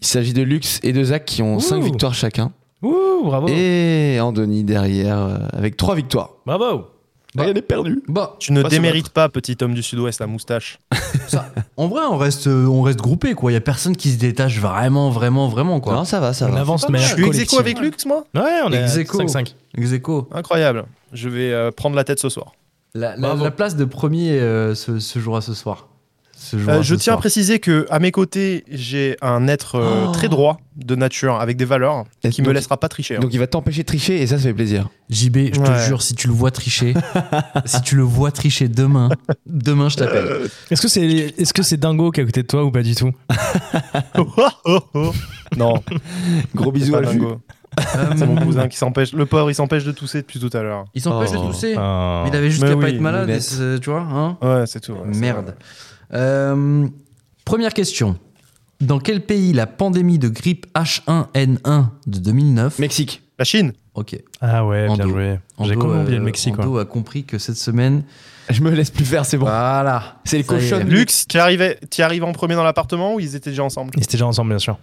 Speaker 3: Il s'agit de Lux et de Zach qui ont
Speaker 2: Ouh.
Speaker 3: 5 victoires chacun.
Speaker 2: Ouh, bravo.
Speaker 3: Et Andoni derrière euh, avec 3 victoires.
Speaker 2: Bravo.
Speaker 1: Bah.
Speaker 3: est perdue.
Speaker 1: bah,
Speaker 4: Tu ne
Speaker 3: Pas se
Speaker 4: démérites pas, petit homme du sud-ouest, la moustache.
Speaker 1: en vrai, on reste, euh, on reste groupé, quoi. Il y a personne qui se détache vraiment, vraiment, vraiment, quoi.
Speaker 3: Non, ça va, ça
Speaker 2: On
Speaker 3: va.
Speaker 2: avance mais
Speaker 4: Je
Speaker 2: à
Speaker 4: suis ex aequo
Speaker 2: collection.
Speaker 4: avec Lux, moi
Speaker 2: Ouais, on est à
Speaker 1: Ex aequo.
Speaker 2: 5-5.
Speaker 1: Ex aequo.
Speaker 4: Incroyable. Je vais euh, prendre la tête ce soir.
Speaker 1: La, la-
Speaker 2: Bravo.
Speaker 1: la place de premier euh, ce, ce jour à ce soir. Ce jour
Speaker 4: Euh,
Speaker 1: à
Speaker 4: je
Speaker 1: ce
Speaker 4: tiens à
Speaker 1: soir.
Speaker 4: préciser que à mes côtés, j'ai un être euh,
Speaker 1: Oh.
Speaker 4: très droit de nature, avec des valeurs,
Speaker 3: Et
Speaker 4: qui me
Speaker 3: donc-
Speaker 4: laissera pas tricher. hein.
Speaker 3: Donc il va t'empêcher de tricher et ça, ça fait plaisir.
Speaker 1: JB, je te
Speaker 4: Ouais.
Speaker 1: jure, si tu le vois tricher, si tu le vois tricher demain, demain je t'appelle.
Speaker 2: Est-ce que c'est est-ce que c'est Dingo qui est à côté de toi ou pas du tout
Speaker 4: non,
Speaker 3: Gros
Speaker 4: c'est
Speaker 3: bisous
Speaker 4: pas
Speaker 3: à Jules.
Speaker 4: Dingo. C'est mon cousin qui s'empêche. Le pauvre, il s'empêche de tousser depuis tout à l'heure.
Speaker 1: Il s'empêche de
Speaker 3: Oh.
Speaker 1: tousser.
Speaker 2: Ah.
Speaker 1: Il avait juste
Speaker 4: Mais
Speaker 1: qu'à pas
Speaker 4: oui,
Speaker 1: être malade,
Speaker 3: il est-
Speaker 1: et c'est- tu vois. Hein
Speaker 4: Ouais, c'est tout. ouais, c'est
Speaker 1: Merde. Euh, première question. Dans quel pays la pandémie de grippe H1N1 de 2009
Speaker 3: Mexique.
Speaker 4: vrai. La Chine
Speaker 1: Ok.
Speaker 2: Ah ouais, bien
Speaker 1: Ando.
Speaker 2: joué. J'ai
Speaker 1: Ando,
Speaker 2: complètement oublié
Speaker 1: euh,
Speaker 2: le Mexique.
Speaker 1: Ando a compris que cette semaine.
Speaker 3: Je me laisse plus faire, c'est bon.
Speaker 1: Voilà.
Speaker 3: Ah, c'est les
Speaker 1: ça y est.
Speaker 3: cochons.
Speaker 4: Lux, tu arrives en premier dans l'appartement ou ils étaient déjà ensemble
Speaker 2: Ils étaient déjà ensemble, bien sûr.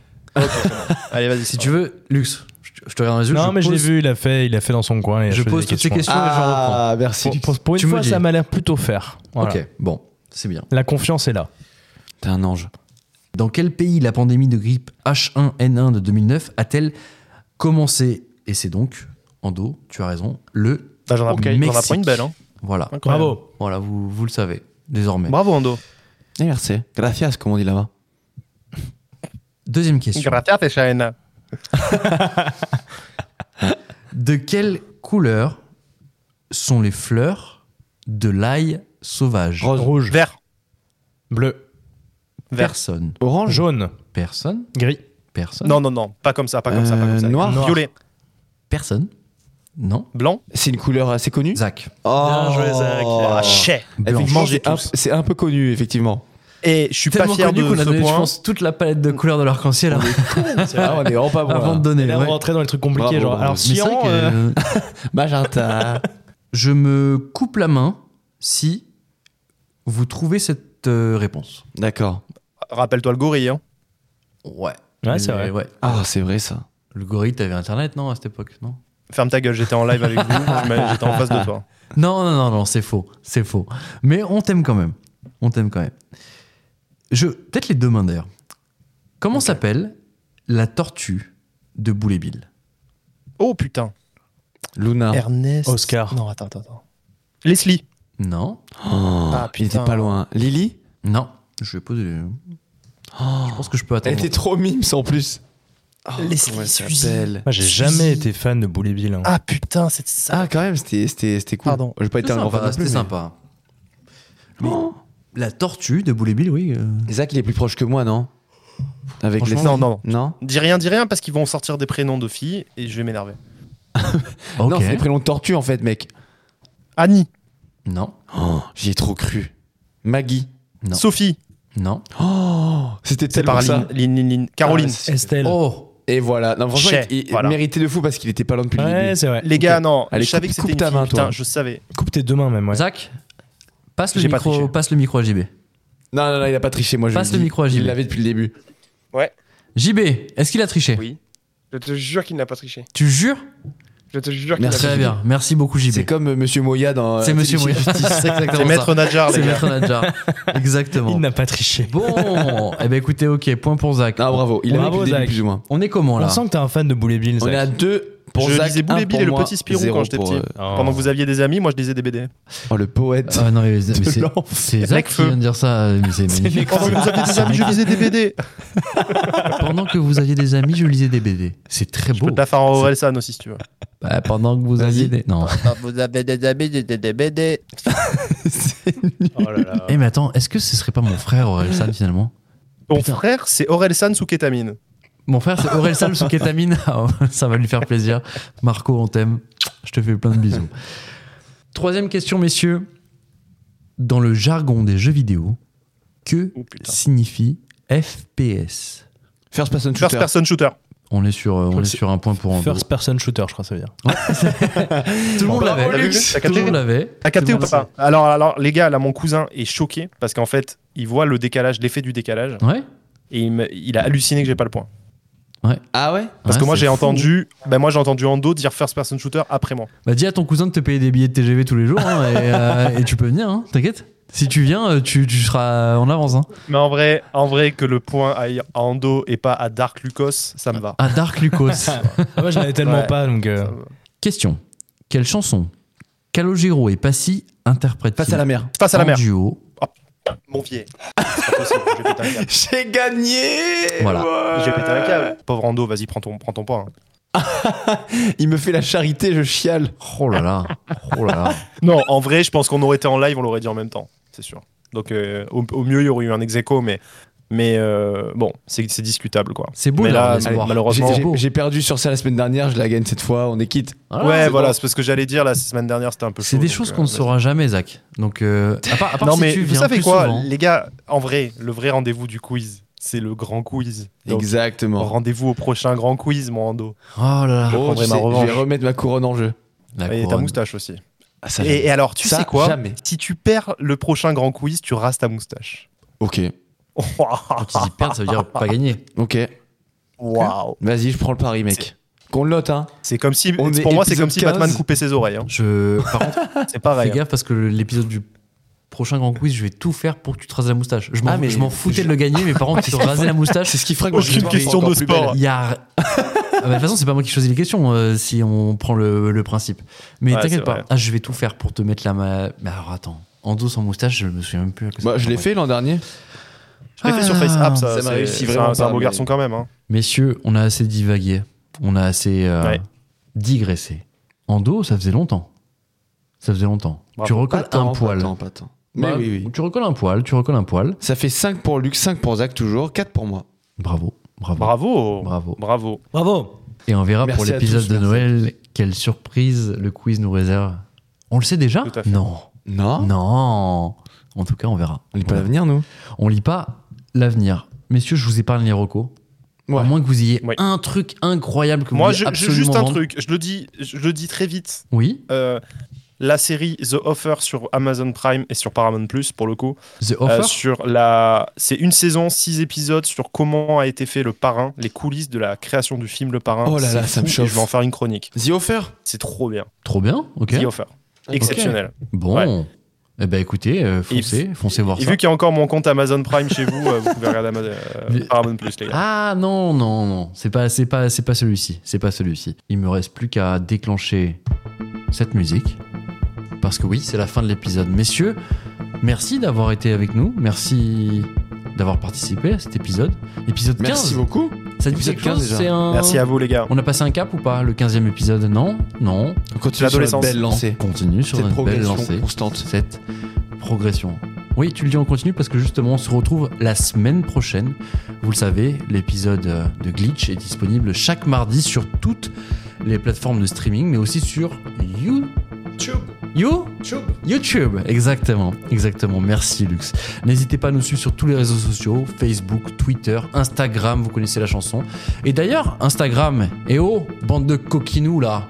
Speaker 4: Allez, vas-y.
Speaker 1: Si tu veux, Lux, je te- je te regarde dans les yeux.
Speaker 2: non, mais je l'ai
Speaker 1: pose-
Speaker 2: vu, il a fait, il a fait dans son coin. et
Speaker 1: Je
Speaker 2: faisais
Speaker 1: pose
Speaker 2: des
Speaker 1: toutes ces questions et je reprends.
Speaker 3: Ah, merci.
Speaker 2: Pour,
Speaker 3: Lux.
Speaker 2: pour- pour une
Speaker 1: Tu me
Speaker 2: fois,
Speaker 1: dis.
Speaker 2: ça m'a l'air plutôt faire. Voilà.
Speaker 1: Ok, bon, c'est bien.
Speaker 2: La confiance est là.
Speaker 3: T'es un ange.
Speaker 1: Dans quel pays la pandémie de grippe H1N1 de 2009 a-t-elle commencé Et c'est donc, Ando, tu as raison, le
Speaker 4: Bah, J'en apprends- j'en apprends
Speaker 1: Mexique.
Speaker 4: une belle. Hein.
Speaker 1: Voilà,
Speaker 4: Incroyable.
Speaker 2: Bravo.
Speaker 1: voilà, vous, vous le savez désormais.
Speaker 4: Bravo, Ando.
Speaker 3: Eh, Merci. Gracias, comme on dit là-bas.
Speaker 1: Deuxième question.
Speaker 4: Gracias, Shaina.
Speaker 1: De quel couleur sont les fleurs de l'ail sauvage
Speaker 3: Rose.
Speaker 2: Rouge.
Speaker 4: Vert.
Speaker 2: Bleu.
Speaker 4: Vert.
Speaker 1: Personne.
Speaker 3: Orange.
Speaker 2: Jaune.
Speaker 1: Personne.
Speaker 2: Gris.
Speaker 1: Personne.
Speaker 4: Non, non, non. Pas comme ça, pas comme ça, pas comme ça.
Speaker 3: Euh, noir.
Speaker 4: Violet.
Speaker 1: Personne. Non.
Speaker 4: Blanc.
Speaker 3: C'est une couleur assez connue.
Speaker 1: Zach.
Speaker 3: Oh.
Speaker 2: Bien joué, Zach.
Speaker 4: Ah, chais.
Speaker 1: Blanc.
Speaker 3: Effectivement,
Speaker 4: Mangez
Speaker 3: c'est un-
Speaker 4: tous.
Speaker 3: c'est un, peu connu, effectivement.
Speaker 4: Et je suis pas
Speaker 1: Tellement
Speaker 4: fier
Speaker 1: connu
Speaker 4: de
Speaker 1: qu'on a
Speaker 4: ce
Speaker 1: donné, je
Speaker 4: point.
Speaker 1: pense, toute la palette de couleurs de l'arc-en-ciel hein,
Speaker 3: Ah, on est vraiment pas bon.
Speaker 1: avant de
Speaker 3: hein.
Speaker 1: donner.
Speaker 2: Là, on
Speaker 1: ouais.
Speaker 2: va rentrer dans les trucs
Speaker 3: Bravo,
Speaker 2: compliqués. genre,
Speaker 3: bravo.
Speaker 2: alors,
Speaker 1: Mais c'est vrai
Speaker 2: cyan,
Speaker 1: que,
Speaker 2: euh,
Speaker 1: euh,
Speaker 3: Magenta.
Speaker 1: Je me coupe la main si vous trouvez cette euh, réponse.
Speaker 3: D'accord.
Speaker 4: Rappelle-toi le gorille. Hein.
Speaker 1: Ouais.
Speaker 2: Ouais, c'est vrai.
Speaker 3: Ah, c'est vrai ça.
Speaker 1: Le gorille, t'avais internet, non, à cette époque, non
Speaker 4: Ferme ta gueule, j'étais en live avec vous. je m'a- J'étais en face de toi.
Speaker 1: Non, non, non, non, c'est faux, c'est faux. Mais on t'aime quand même. On t'aime quand même. Je, peut-être les deux mains d'ailleurs. Comment s'appelle la tortue de Boulet Bill
Speaker 4: Oh putain.
Speaker 3: Luna.
Speaker 4: Ernest.
Speaker 2: Oscar.
Speaker 4: Non, attends, attends, attends. Leslie.
Speaker 1: Non,
Speaker 3: Oh,
Speaker 4: Ah,
Speaker 3: il était
Speaker 4: putain.
Speaker 3: pas loin. Lily
Speaker 1: non. Oh. Je vais poser. les- je pense que je peux
Speaker 3: Elle
Speaker 1: attendre.
Speaker 3: était trop mimes en plus.
Speaker 4: Leslie
Speaker 3: comment elle
Speaker 4: Suzy.
Speaker 3: s'appelle
Speaker 2: Moi, j'ai jamais été fan de Boulet Bill. hein.
Speaker 4: Ah putain, c'est ça.
Speaker 3: Ah, quand même, c'était- c'était c'était cool.
Speaker 4: Pardon.
Speaker 3: J'ai pas été
Speaker 1: C'était
Speaker 3: un grand fan.
Speaker 1: sympa.
Speaker 3: non
Speaker 1: C'était
Speaker 3: plus,
Speaker 1: sympa. Mais La tortue de Boulet Bill, oui. euh,
Speaker 3: mais- Zach, il est plus proche que moi, non Avec les.
Speaker 4: Franchement, non, non.
Speaker 3: Non
Speaker 4: Dis rien, dis rien parce qu'ils vont sortir des prénoms de filles et je vais m'énerver.
Speaker 1: Ok.
Speaker 3: Non, c'est les prénoms de tortue en fait, mec.
Speaker 4: Annie.
Speaker 1: non,
Speaker 3: Oh, J'y ai trop cru. Maggie.
Speaker 1: Non.
Speaker 4: Sophie.
Speaker 1: non.
Speaker 3: Oh, c'était
Speaker 4: C'est
Speaker 3: tellement
Speaker 4: par
Speaker 3: ça.
Speaker 4: Lynn, Lynn, Lynn, Lynn. Caroline.
Speaker 3: Ah, c'est-
Speaker 2: Estelle.
Speaker 1: Oh,
Speaker 3: Et voilà. Non, franchement,
Speaker 4: Chez,
Speaker 3: il, il
Speaker 4: voilà.
Speaker 3: méritait de fou parce qu'il était pas loin depuis le
Speaker 2: ouais,
Speaker 3: début.
Speaker 2: c'est vrai.
Speaker 4: Les gars, non,
Speaker 3: Allez,
Speaker 4: je savais
Speaker 3: coupe-
Speaker 4: que c'était
Speaker 3: coupe
Speaker 4: une
Speaker 3: ta
Speaker 4: fille,
Speaker 3: main, toi.
Speaker 4: putain, je savais.
Speaker 2: Coupe tes deux mains, même. Ouais.
Speaker 1: Zach, passe le
Speaker 4: J'ai pas
Speaker 1: micro,
Speaker 4: triché.
Speaker 1: passe le micro à JB.
Speaker 3: Non, non, non, il a pas triché. Moi, je
Speaker 1: Passe
Speaker 3: dis.
Speaker 1: le micro à JB.
Speaker 3: Il l'avait depuis le début.
Speaker 1: JB, est-ce qu'il a triché
Speaker 11: Oui. Je te jure qu'il n'a pas triché.
Speaker 1: Tu jures
Speaker 11: Je te jure qu'il n'a pas
Speaker 3: Merci.
Speaker 1: Très
Speaker 11: triché.
Speaker 1: bien. Merci beaucoup JB.
Speaker 3: C'est comme euh, Monsieur Moya dans. euh,
Speaker 1: C'est Monsieur Mouillard.
Speaker 3: Justice.
Speaker 1: C'est exactement
Speaker 4: C'est Maître
Speaker 1: ça.
Speaker 4: Nadjar, les
Speaker 1: C'est
Speaker 4: gars.
Speaker 1: Maître Nadjar. Exactement.
Speaker 2: Il n'a pas triché.
Speaker 1: Bon, eh ben écoutez, ok, point pour Zach.
Speaker 3: Ah, bravo. Il avait
Speaker 2: Bravo,
Speaker 3: depuis le début,
Speaker 2: Zach.
Speaker 3: plus ou moins.
Speaker 1: On est comment
Speaker 2: On
Speaker 1: là
Speaker 2: sent que t'es un fan de Boulet Bill.
Speaker 3: On
Speaker 2: Zach.
Speaker 3: est à deux pour
Speaker 4: Je
Speaker 3: Zach.
Speaker 4: lisais
Speaker 3: un
Speaker 4: Boule et Bill
Speaker 3: pour
Speaker 4: et le
Speaker 3: moi,
Speaker 4: petit Spirou
Speaker 3: zéro
Speaker 4: quand j'étais
Speaker 3: pour,
Speaker 4: petit.
Speaker 3: euh,
Speaker 2: Oh.
Speaker 4: Pendant que vous aviez des amis, moi je lisais des BD.
Speaker 3: Oh, le poète.
Speaker 1: Ah non, mais, mais c'est c'est Zach qui
Speaker 4: Necfeu.
Speaker 1: vient de dire ça. euh, mais C'est magnifique.
Speaker 4: Pendant que vous aviez des amis, je lisais des BD.
Speaker 1: Pendant que vous aviez des amis, je lisais des BD. C'est très
Speaker 4: Je
Speaker 1: beau.
Speaker 4: peux te la faire en Orelsan aussi si tu veux.
Speaker 1: Bah, pendant que vous
Speaker 3: Vas-y.
Speaker 1: aviez des. Non.
Speaker 4: Vous avez des amis, je lisais des BD.
Speaker 2: Oh là là.
Speaker 1: Eh, mais attends, est-ce que ce serait pas mon frère Orelsan finalement
Speaker 4: Ton
Speaker 1: Putain.
Speaker 4: frère, c'est Orelsan sous kétamine.
Speaker 1: Mon frère, c'est Orelsan sous kétamine. Ah, Ça va lui faire plaisir. Marco, on t'aime. Je te fais plein de bisous. Troisième question, messieurs. Dans le jargon des jeux vidéo, que
Speaker 4: Oh putain.
Speaker 1: signifie FPS
Speaker 3: First person shooter.
Speaker 4: First person shooter.
Speaker 1: on est, sur, euh, on est
Speaker 2: C'est-
Speaker 1: sur un point pour un
Speaker 2: First person shooter, je crois, que ça veut dire.
Speaker 1: Tout le monde
Speaker 4: Bravo,
Speaker 1: l'avait.
Speaker 4: Luc. T'as
Speaker 1: Tout le
Speaker 4: capté
Speaker 1: monde l'avait.
Speaker 4: T'as capté
Speaker 1: Tout
Speaker 4: ou
Speaker 1: le monde
Speaker 4: pas alors, alors, les gars, là, mon cousin est choqué parce qu'en fait, il voit le décalage, l'effet du décalage,
Speaker 1: l'avait. Ouais
Speaker 4: et il, me- il a halluciné que j'ai pas le point.
Speaker 3: Ah ouais
Speaker 4: Parce
Speaker 1: Ouais,
Speaker 4: que moi,
Speaker 1: c'est
Speaker 4: j'ai
Speaker 1: fou.
Speaker 4: entendu, ben moi, j'ai entendu Ando dire first person shooter après moi.
Speaker 1: Bah, dis à ton cousin de te payer des billets de TGV tous les jours hein, et, euh, et tu peux venir, hein, t'inquiète. Si tu viens, euh, tu, tu seras en avance. Hein.
Speaker 4: Mais en vrai, en vrai, que le point aille à Ando et pas à Dark Lucas, ça me va.
Speaker 1: À Dark Lucas.
Speaker 2: Ah, moi, je l'avais tellement
Speaker 4: Ouais.
Speaker 2: pas, donc. euh,
Speaker 4: Ça me va.
Speaker 1: Question. Quelle chanson Calogero et Passy interprètent
Speaker 3: Face à la mer.
Speaker 4: Face à la mer.
Speaker 1: duo.
Speaker 4: Mon vieil. C'est pas possible, je vais péter un câble.
Speaker 3: J'ai gagné
Speaker 1: Voilà.
Speaker 4: Je
Speaker 3: Ouais.
Speaker 4: vais péter un câble.
Speaker 1: Euh.
Speaker 4: Pauvre Ando, vas-y, prends ton, prends ton hein. point.
Speaker 3: Il me fait la charité, je chiale.
Speaker 1: Oh là là. Oh là là.
Speaker 4: Non, en vrai, je pense qu'on aurait été en live, on l'aurait dit en même temps, c'est sûr. Donc, euh, au, au mieux, il y aurait eu un ex aequo, mais, mais euh, bon, c'est c'est discutable, quoi.
Speaker 1: C'est beau
Speaker 4: Mais
Speaker 1: là,
Speaker 4: là,
Speaker 1: l'espoir.
Speaker 4: allez, malheureusement-
Speaker 1: C'est
Speaker 3: J'ai-
Speaker 1: beau.
Speaker 3: J'ai perdu sur ça la semaine dernière, je la gagne cette fois, on est quitte.
Speaker 1: Voilà,
Speaker 4: ouais,
Speaker 1: Ah, c'est
Speaker 4: voilà,
Speaker 1: beau.
Speaker 4: c'est parce que j'allais dire la semaine dernière, c'était un peu chaud.
Speaker 1: C'est des
Speaker 4: donc,
Speaker 1: choses
Speaker 4: euh,
Speaker 1: qu'on ne
Speaker 4: vas-y.
Speaker 1: saura jamais, Zach. Donc, euh, à part, à part
Speaker 4: Non,
Speaker 1: si
Speaker 4: mais
Speaker 1: tu
Speaker 4: vous
Speaker 1: viens
Speaker 4: savez
Speaker 1: plus
Speaker 4: quoi,
Speaker 1: souvent.
Speaker 4: les gars, en vrai, le vrai rendez-vous du quiz, c'est le grand quiz. Donc,
Speaker 3: Exactement.
Speaker 4: Rendez-vous au prochain grand quiz, mon Ando.
Speaker 1: Oh là là.
Speaker 3: Oh, tu
Speaker 4: prendrai ma
Speaker 3: sais, je
Speaker 4: revanche.
Speaker 3: vais remettre ma couronne en jeu.
Speaker 1: La
Speaker 4: Et ta
Speaker 1: couronne.
Speaker 4: moustache aussi.
Speaker 3: Ah, ça,
Speaker 4: Et, et alors, tu
Speaker 3: Ça,
Speaker 4: sais quoi
Speaker 3: jamais.
Speaker 4: Si tu perds le prochain grand quiz, tu rases ta moustache.
Speaker 3: Ok,
Speaker 1: Quand ils y perdent, ça veut dire pas gagner.
Speaker 3: ok.
Speaker 4: Waouh.
Speaker 3: Vas-y, je prends le pari, mec. Qu'on le note, hein.
Speaker 4: C'est comme si,
Speaker 3: On est
Speaker 4: pour moi, c'est comme si
Speaker 3: épisode
Speaker 4: Batman
Speaker 3: 15.
Speaker 4: coupait ses oreilles. hein.
Speaker 1: Je... Par contre,
Speaker 4: C'est
Speaker 1: fais
Speaker 4: pareil. hein.
Speaker 1: gaffe parce que l'épisode du prochain grand quiz, je vais tout faire pour que tu te rases la moustache. Je m'en
Speaker 3: Ah, mais-
Speaker 1: je m'en foutais
Speaker 3: je-
Speaker 1: de le gagner, mais par contre, tu te rasais la moustache.
Speaker 3: C'est ce qui ferait que
Speaker 4: Aucune
Speaker 3: moi, je
Speaker 4: question
Speaker 3: encore
Speaker 4: de
Speaker 3: plus
Speaker 4: sport.
Speaker 3: belle.
Speaker 1: Il y a. Ah bah, de toute façon, c'est pas moi qui choisis les questions euh, si on prend le, le principe. Mais
Speaker 4: Ouais,
Speaker 1: t'inquiète
Speaker 4: c'est
Speaker 1: pas,
Speaker 4: vrai.
Speaker 1: Ah, je vais tout faire pour te mettre la. Ma... Mais alors attends, en dos sans moustache, je me souviens même plus. à quoi
Speaker 3: Bah,
Speaker 1: ça
Speaker 3: je l'ai
Speaker 1: ressemblait.
Speaker 3: fait l'an dernier.
Speaker 4: Je l'ai fait sur
Speaker 1: Ah,
Speaker 4: FaceApp, ça.
Speaker 3: ça m'a
Speaker 4: c'est-
Speaker 3: réussi
Speaker 4: c'est
Speaker 3: vraiment
Speaker 4: un- C'est un
Speaker 3: pas,
Speaker 4: beau
Speaker 3: mais-
Speaker 4: garçon quand même. hein.
Speaker 1: Messieurs, on a assez divagué, on a assez euh,
Speaker 4: Ouais.
Speaker 1: digressé. En dos, ça faisait longtemps. Ça faisait longtemps.
Speaker 3: Bravo.
Speaker 1: tu recolles
Speaker 3: Pas tant,
Speaker 1: un
Speaker 3: pas
Speaker 1: poil.
Speaker 3: tant, pas tant. Mais
Speaker 1: Bah,
Speaker 3: oui, oui.
Speaker 1: Tu recolles un poil, tu recolles un poil.
Speaker 3: Ça fait 5 pour Luc, 5 pour Zach toujours, 4 pour moi.
Speaker 1: Bravo, bravo.
Speaker 4: Bravo.
Speaker 1: Bravo.
Speaker 4: Bravo.
Speaker 2: Bravo.
Speaker 1: Et on verra
Speaker 3: Merci
Speaker 1: pour
Speaker 3: à
Speaker 1: l'épisode
Speaker 3: tous,
Speaker 1: de
Speaker 3: merci.
Speaker 1: Noël quelle surprise le quiz nous réserve. On le sait déjà
Speaker 4: Tout à fait. Ah.
Speaker 1: Non.
Speaker 3: Non,
Speaker 1: Non. En tout cas, on verra.
Speaker 3: on n'est pas l'avenir, nous.
Speaker 1: On lit pas l'avenir. Messieurs, je vous épargne les recos.
Speaker 3: Ouais.
Speaker 1: À moins que vous ayez
Speaker 4: Oui.
Speaker 1: un truc incroyable que
Speaker 4: Moi,
Speaker 1: vous
Speaker 4: je-
Speaker 1: voulez
Speaker 4: je- juste
Speaker 1: absolument
Speaker 4: un
Speaker 1: vendre.
Speaker 4: truc. Je le dis, je le dis très vite.
Speaker 1: Oui.
Speaker 4: Euh, la série The Offer sur Amazon Prime et sur Paramount Plus pour le coup.
Speaker 1: The
Speaker 4: euh,
Speaker 1: Offer.
Speaker 4: sur la, c'est une saison, six épisodes sur comment a été fait Le Parrain, les coulisses de la création du film Le Parrain.
Speaker 3: Oh là
Speaker 4: C'est
Speaker 3: là, ça
Speaker 4: fou
Speaker 3: me chauffe.
Speaker 4: et Je vais en faire une chronique.
Speaker 3: The Offer
Speaker 4: C'est trop bien.
Speaker 1: Trop bien. Ok.
Speaker 4: The Offer, exceptionnel.
Speaker 1: Bon. Eh ben, écoutez, euh,
Speaker 4: Et
Speaker 1: foncez, foncez voir
Speaker 4: Et
Speaker 1: ça.
Speaker 4: vu qu'il y a encore mon compte Amazon Prime chez vous, euh, vous pouvez regarder Ama- euh, Paramount Plus les gars.
Speaker 1: Ah non non non, c'est pas c'est pas c'est pas celui-ci, c'est pas celui-ci. Il me reste plus qu'à déclencher cette musique parce que oui, c'est la fin de l'épisode. Messieurs, merci d'avoir été avec nous, merci d'avoir participé à cet épisode. Épisode 15.
Speaker 3: Merci beaucoup.
Speaker 1: Cet
Speaker 3: Épisode
Speaker 1: épisode 15
Speaker 3: 15 déjà.
Speaker 1: c'est un
Speaker 4: Merci à vous les gars.
Speaker 1: On a passé un cap ou pas le 15e épisode Non Non.
Speaker 3: On continue sur notre
Speaker 4: L'adolescence.
Speaker 3: belle lancée.
Speaker 1: On continue sur
Speaker 3: Cette
Speaker 1: notre belle
Speaker 3: progression
Speaker 1: lancée.
Speaker 3: constante.
Speaker 1: Cette progression. Oui, tu le dis, on continue parce que justement, on se retrouve la semaine prochaine. Vous le savez, l'épisode euh, de Glitch est disponible chaque mardi sur toutes les plateformes de streaming, mais aussi sur YouTube. You YouTube, exactement, exactement. Merci Lux. N'hésitez pas à nous suivre sur tous les réseaux sociaux, Facebook, Twitter, Instagram. Vous connaissez la chanson. Et d'ailleurs, Instagram. Et oh, bande de coquinous là.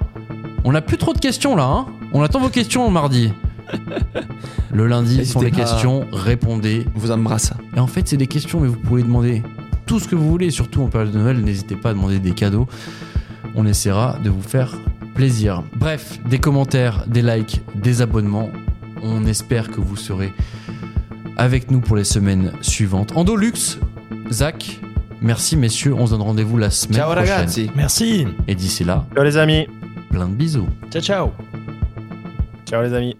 Speaker 1: On n'a plus trop de questions là. hein. on attend vos questions mardi. Le lundi, ce sont les
Speaker 3: N'hésitez pas.
Speaker 1: questions. Répondez.
Speaker 3: On vous aimera ça.
Speaker 1: Et en fait, c'est des questions, mais vous pouvez demander tout ce que vous voulez, surtout en période de Noël. N'hésitez pas à demander des cadeaux. On essaiera de vous faire plaisir. Bref, des commentaires, des likes, des abonnements. On espère que vous serez avec nous pour les semaines suivantes. Ando Lux, Zach, merci messieurs. On se donne rendez-vous la semaine
Speaker 3: Ciao
Speaker 1: prochaine.
Speaker 3: ragazzi.
Speaker 2: Merci.
Speaker 1: Et d'ici là,
Speaker 4: Ciao les amis.
Speaker 1: plein de bisous.
Speaker 2: Ciao, ciao.
Speaker 4: Ciao les amis.